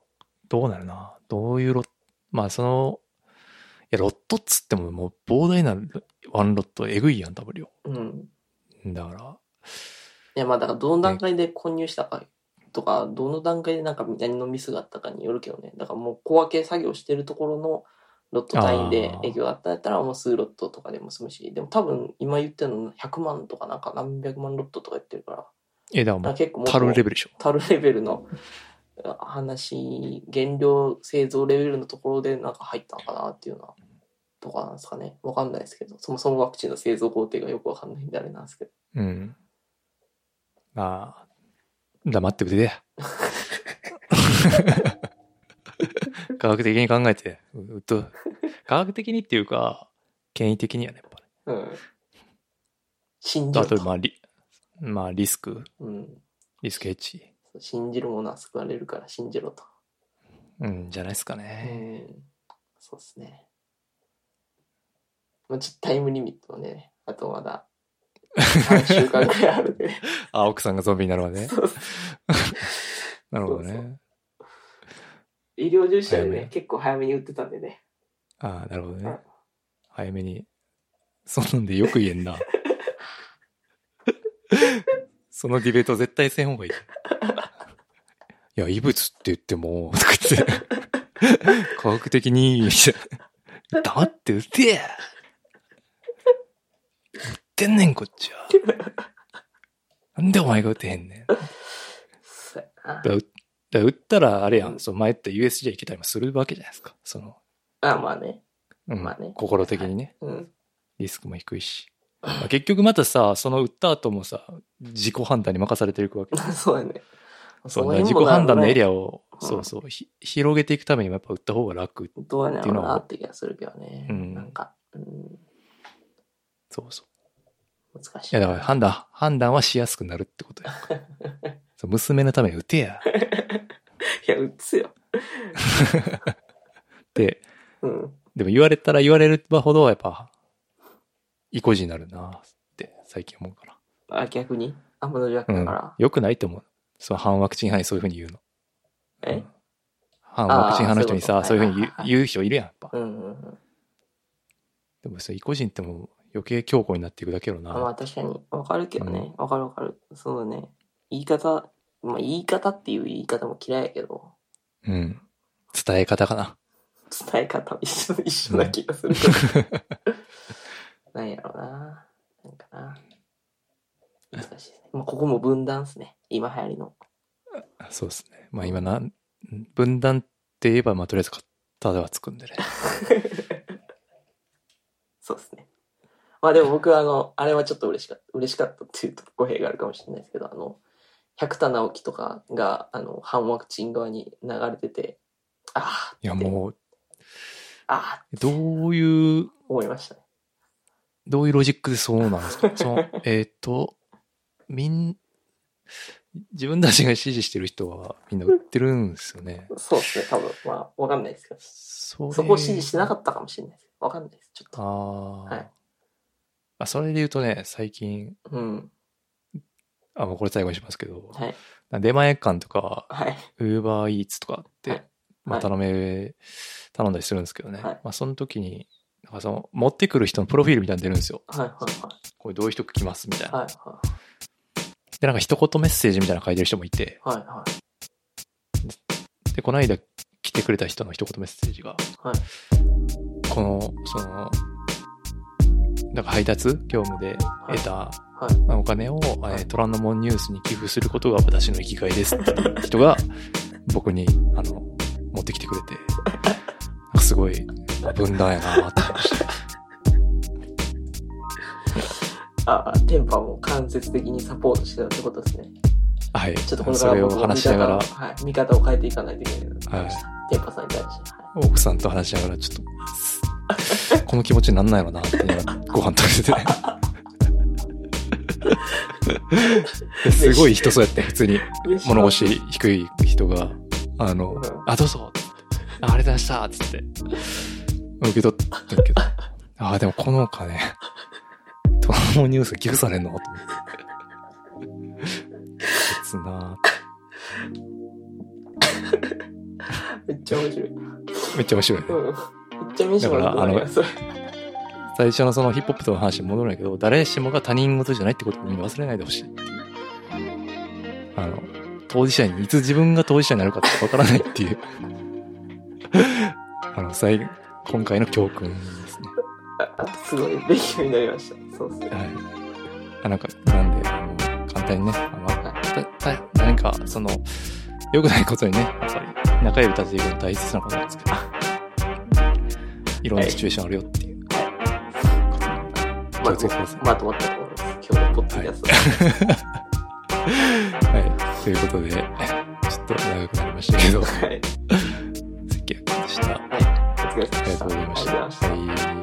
Speaker 2: どうなるな。どういうロッまあ、その、いや、ロットっつってももう膨大なワンロット、えぐいやん、多分量。
Speaker 3: うん
Speaker 2: だから、
Speaker 3: いやまあだからどの段階で混入したかとかどの段階でなんか何のミスがあったかによるけどねだからもう小分け作業してるところのロット単位で
Speaker 2: あー
Speaker 3: 営業があったんやったらもう数ロットとかでも済むしでも多分今言ってるの100万とかなんか何百万ロットとか言ってるから
Speaker 2: え、だからも
Speaker 3: あ
Speaker 2: う、
Speaker 3: 結構もう
Speaker 2: たるレベルでしょ。
Speaker 3: タルレベルのあ話原料製造レベルのところでなんか入ったのかなっていうのはとかなんですかねわかんないですけどそもそもワクチンの製造工程がよくわかんないんであれなんですけど
Speaker 2: うん。まあ、黙って腕でや。科学的に考えて、うっと、科学的にっていうか、権威的にはね、やっぱね。
Speaker 3: うん信じ
Speaker 2: あ
Speaker 3: る
Speaker 2: と、ま
Speaker 3: と、
Speaker 2: あ、リ、まあ、リスク、
Speaker 3: うん、
Speaker 2: リスクヘッジ、
Speaker 3: 信じるものは救われるから信じろと、
Speaker 2: うん、じゃないですか
Speaker 3: う
Speaker 2: ね。
Speaker 3: ん、そうですねまあちょっとタイムリミットはねあとまだ3週間くらいあるんで、ね、
Speaker 2: あ、奥さんがゾンビになるわね。
Speaker 3: そうそう
Speaker 2: なるほど
Speaker 3: そうそ
Speaker 2: ね。
Speaker 3: 医療従事者で
Speaker 2: 早め
Speaker 3: ね結構早めに打ってたんでね
Speaker 2: ああ、なるほど
Speaker 3: う
Speaker 2: ね
Speaker 3: ん。
Speaker 2: 早めに。そんなんでよく言えん な。そのディベート絶対せん方がいい。いや、異物って言っても、とか言って。科学的に、みたいな黙って打てや打ってんねん、こっちは。なんでお前が打てへんねん。だか
Speaker 3: そうやな
Speaker 2: ら打だから打ったら、あれやん、その前言った USJ 行けたりもするわけじゃないですか。その、
Speaker 3: あまあね
Speaker 2: うん
Speaker 3: まあね
Speaker 2: 心的にね。
Speaker 3: うん
Speaker 2: リスクも低いし。まあ結局またさ、その打った後もさ、自己判断に任されていくわけ。
Speaker 3: そうだね。
Speaker 2: そんな自己判断のエリ
Speaker 3: ア
Speaker 2: アを、
Speaker 3: うん
Speaker 2: そうそう、ひ広げていくためにもやっぱ打った方が楽。
Speaker 3: どうやねんやろうな
Speaker 2: っ
Speaker 3: って気がするけどね。
Speaker 2: うん
Speaker 3: なんか、うん、
Speaker 2: そうそう。
Speaker 3: 難しい。
Speaker 2: いやだから判断、判断はしやすくなるって ことや。そう娘のために打てや。っ
Speaker 3: いや、打つよ。
Speaker 2: て、
Speaker 3: うん。
Speaker 2: でも言われたら言われるほどやっぱ、意固地になるなって最近思うから。
Speaker 3: あ、逆にあんまの弱だから。
Speaker 2: よくないと思う。その反ワクチン派にそういうふうに言うの。う
Speaker 3: え
Speaker 2: ん反ワクチン派の人に
Speaker 3: あ
Speaker 2: さ、
Speaker 3: ー
Speaker 2: そ
Speaker 3: そうう
Speaker 2: い
Speaker 3: いうう
Speaker 2: ふ
Speaker 3: こ
Speaker 2: う
Speaker 3: と
Speaker 2: に言う
Speaker 3: はいはいはい
Speaker 2: 言う人いるやん、やっぱ。
Speaker 3: うんうんうん。
Speaker 2: でもさ、意固人ってもう余計強固になっていくだけやろな。
Speaker 3: まあ確かに、わかるけどね。わかるわかる。そうだね。言い方、まあ言い方っていう言い方も嫌いやけど、
Speaker 2: うん。伝え方かな。
Speaker 3: 伝え方も一緒、一緒な気がするけど。なんやろうな。なんかな。難しいですね。まあここも分断ですね。今流行りの。
Speaker 2: そうですね。まあ今なん、分断って言えば、まあとりあえずかただはつくん でね。
Speaker 3: そうですね。まあでも僕はあの、あれはちょっと嬉しかった、嬉しかったっていうと語弊があるかもしれないですけど、あの、百田直樹とかが、あの、反ワクチン側に流れてて、ああ、
Speaker 2: いや、もう、
Speaker 3: ああ、
Speaker 2: どういう、
Speaker 3: 思いましたね。
Speaker 2: どういうロジックでそうなんです かその、えっ、と、みん、自分たちが支持してる人はみんな売ってるんですよね。
Speaker 3: そうですね、多分。まあ、わかんないですけど。
Speaker 2: それ
Speaker 3: そこを支持してなかったかもしれないです。わかんないです。ちょっ
Speaker 2: あ
Speaker 3: と。
Speaker 2: あ、
Speaker 3: はい
Speaker 2: あ。それで言うとね、最近、
Speaker 3: うん。
Speaker 2: あ、もうこれ最後にしますけど、
Speaker 3: はい。
Speaker 2: 出前館とか、
Speaker 3: はい。
Speaker 2: ウーバーイーツとかって、
Speaker 3: はい
Speaker 2: まあ、頼め、頼んだりするんですけどね。
Speaker 3: はい
Speaker 2: まあ、その時に、なんかその、持ってくる人のプロフィールみたいなの出るんですよ。
Speaker 3: はい。はい。
Speaker 2: これどういう人来ますみたいな。
Speaker 3: はい。はい
Speaker 2: で、なんか一言メッセージみたいなの書いてる人もいて、
Speaker 3: はい。は
Speaker 2: で、この間来てくれた人の一言メッセージが、
Speaker 3: はい
Speaker 2: この、その、なんか配達業務で得た
Speaker 3: い。はい。
Speaker 2: お金を、
Speaker 3: い
Speaker 2: えートランのモンニュースに寄付することが私の生きがいですって いう人が僕にあの持ってきてくれてなんかすごい分断やなって思いま した
Speaker 3: ああ、テンパも間接的にサポートしてたってことですね。
Speaker 2: はい
Speaker 3: ちょっとこれか
Speaker 2: それ
Speaker 3: ら
Speaker 2: を
Speaker 3: 僕も見
Speaker 2: 話しなが
Speaker 3: 方を、
Speaker 2: ら
Speaker 3: はい、見方を変えていかないといけないな
Speaker 2: はい
Speaker 3: テンパさんに対して。は
Speaker 2: 奥さんと話しながらちょっとこの気持ちになんないのなって言いながらご飯食べ ててすごい人そうやって普通に
Speaker 3: い
Speaker 2: 物腰低い人が、あの、
Speaker 3: うん
Speaker 2: あ、どうぞあありがとうございましたつって、受け取ったけ ど、あ、でもこのお金、トラモニュース寄付されんのと思って。切な
Speaker 3: めっちゃ面白い。うん。
Speaker 2: めっちゃ面白いね。
Speaker 3: めっちゃ面白い。
Speaker 2: だからあの
Speaker 3: それ
Speaker 2: 最初のそのヒップホップとの話に戻るんだけど、誰しもが他人事じゃないってことをみんな忘れないでほしいっていう。あの、当事者に、いつ自分が当事者になるかってわからないっていう。 あの、最、今回の教訓ですね。
Speaker 3: ああすごい勉強になりました。そうですね。
Speaker 2: はい。あなんか、なんで、あの、簡単にね、あの、た、た、何か、その、良くないことにね、やっぱり、仲良く立てていくのは大切なことなんですけど、いろんなシチュエーションあるよっていう。気をつけてください。
Speaker 3: まとまったと思います。今日のポッドキャスト。
Speaker 2: はい。ということで、ちょっと長くなりましたけど、
Speaker 3: はい。
Speaker 2: 関谷君でした。あ
Speaker 3: はい。お疲れ様
Speaker 2: り
Speaker 3: で
Speaker 2: が
Speaker 3: し
Speaker 2: と
Speaker 3: た。
Speaker 2: うございまし
Speaker 3: ありがとうございました
Speaker 2: た。はい。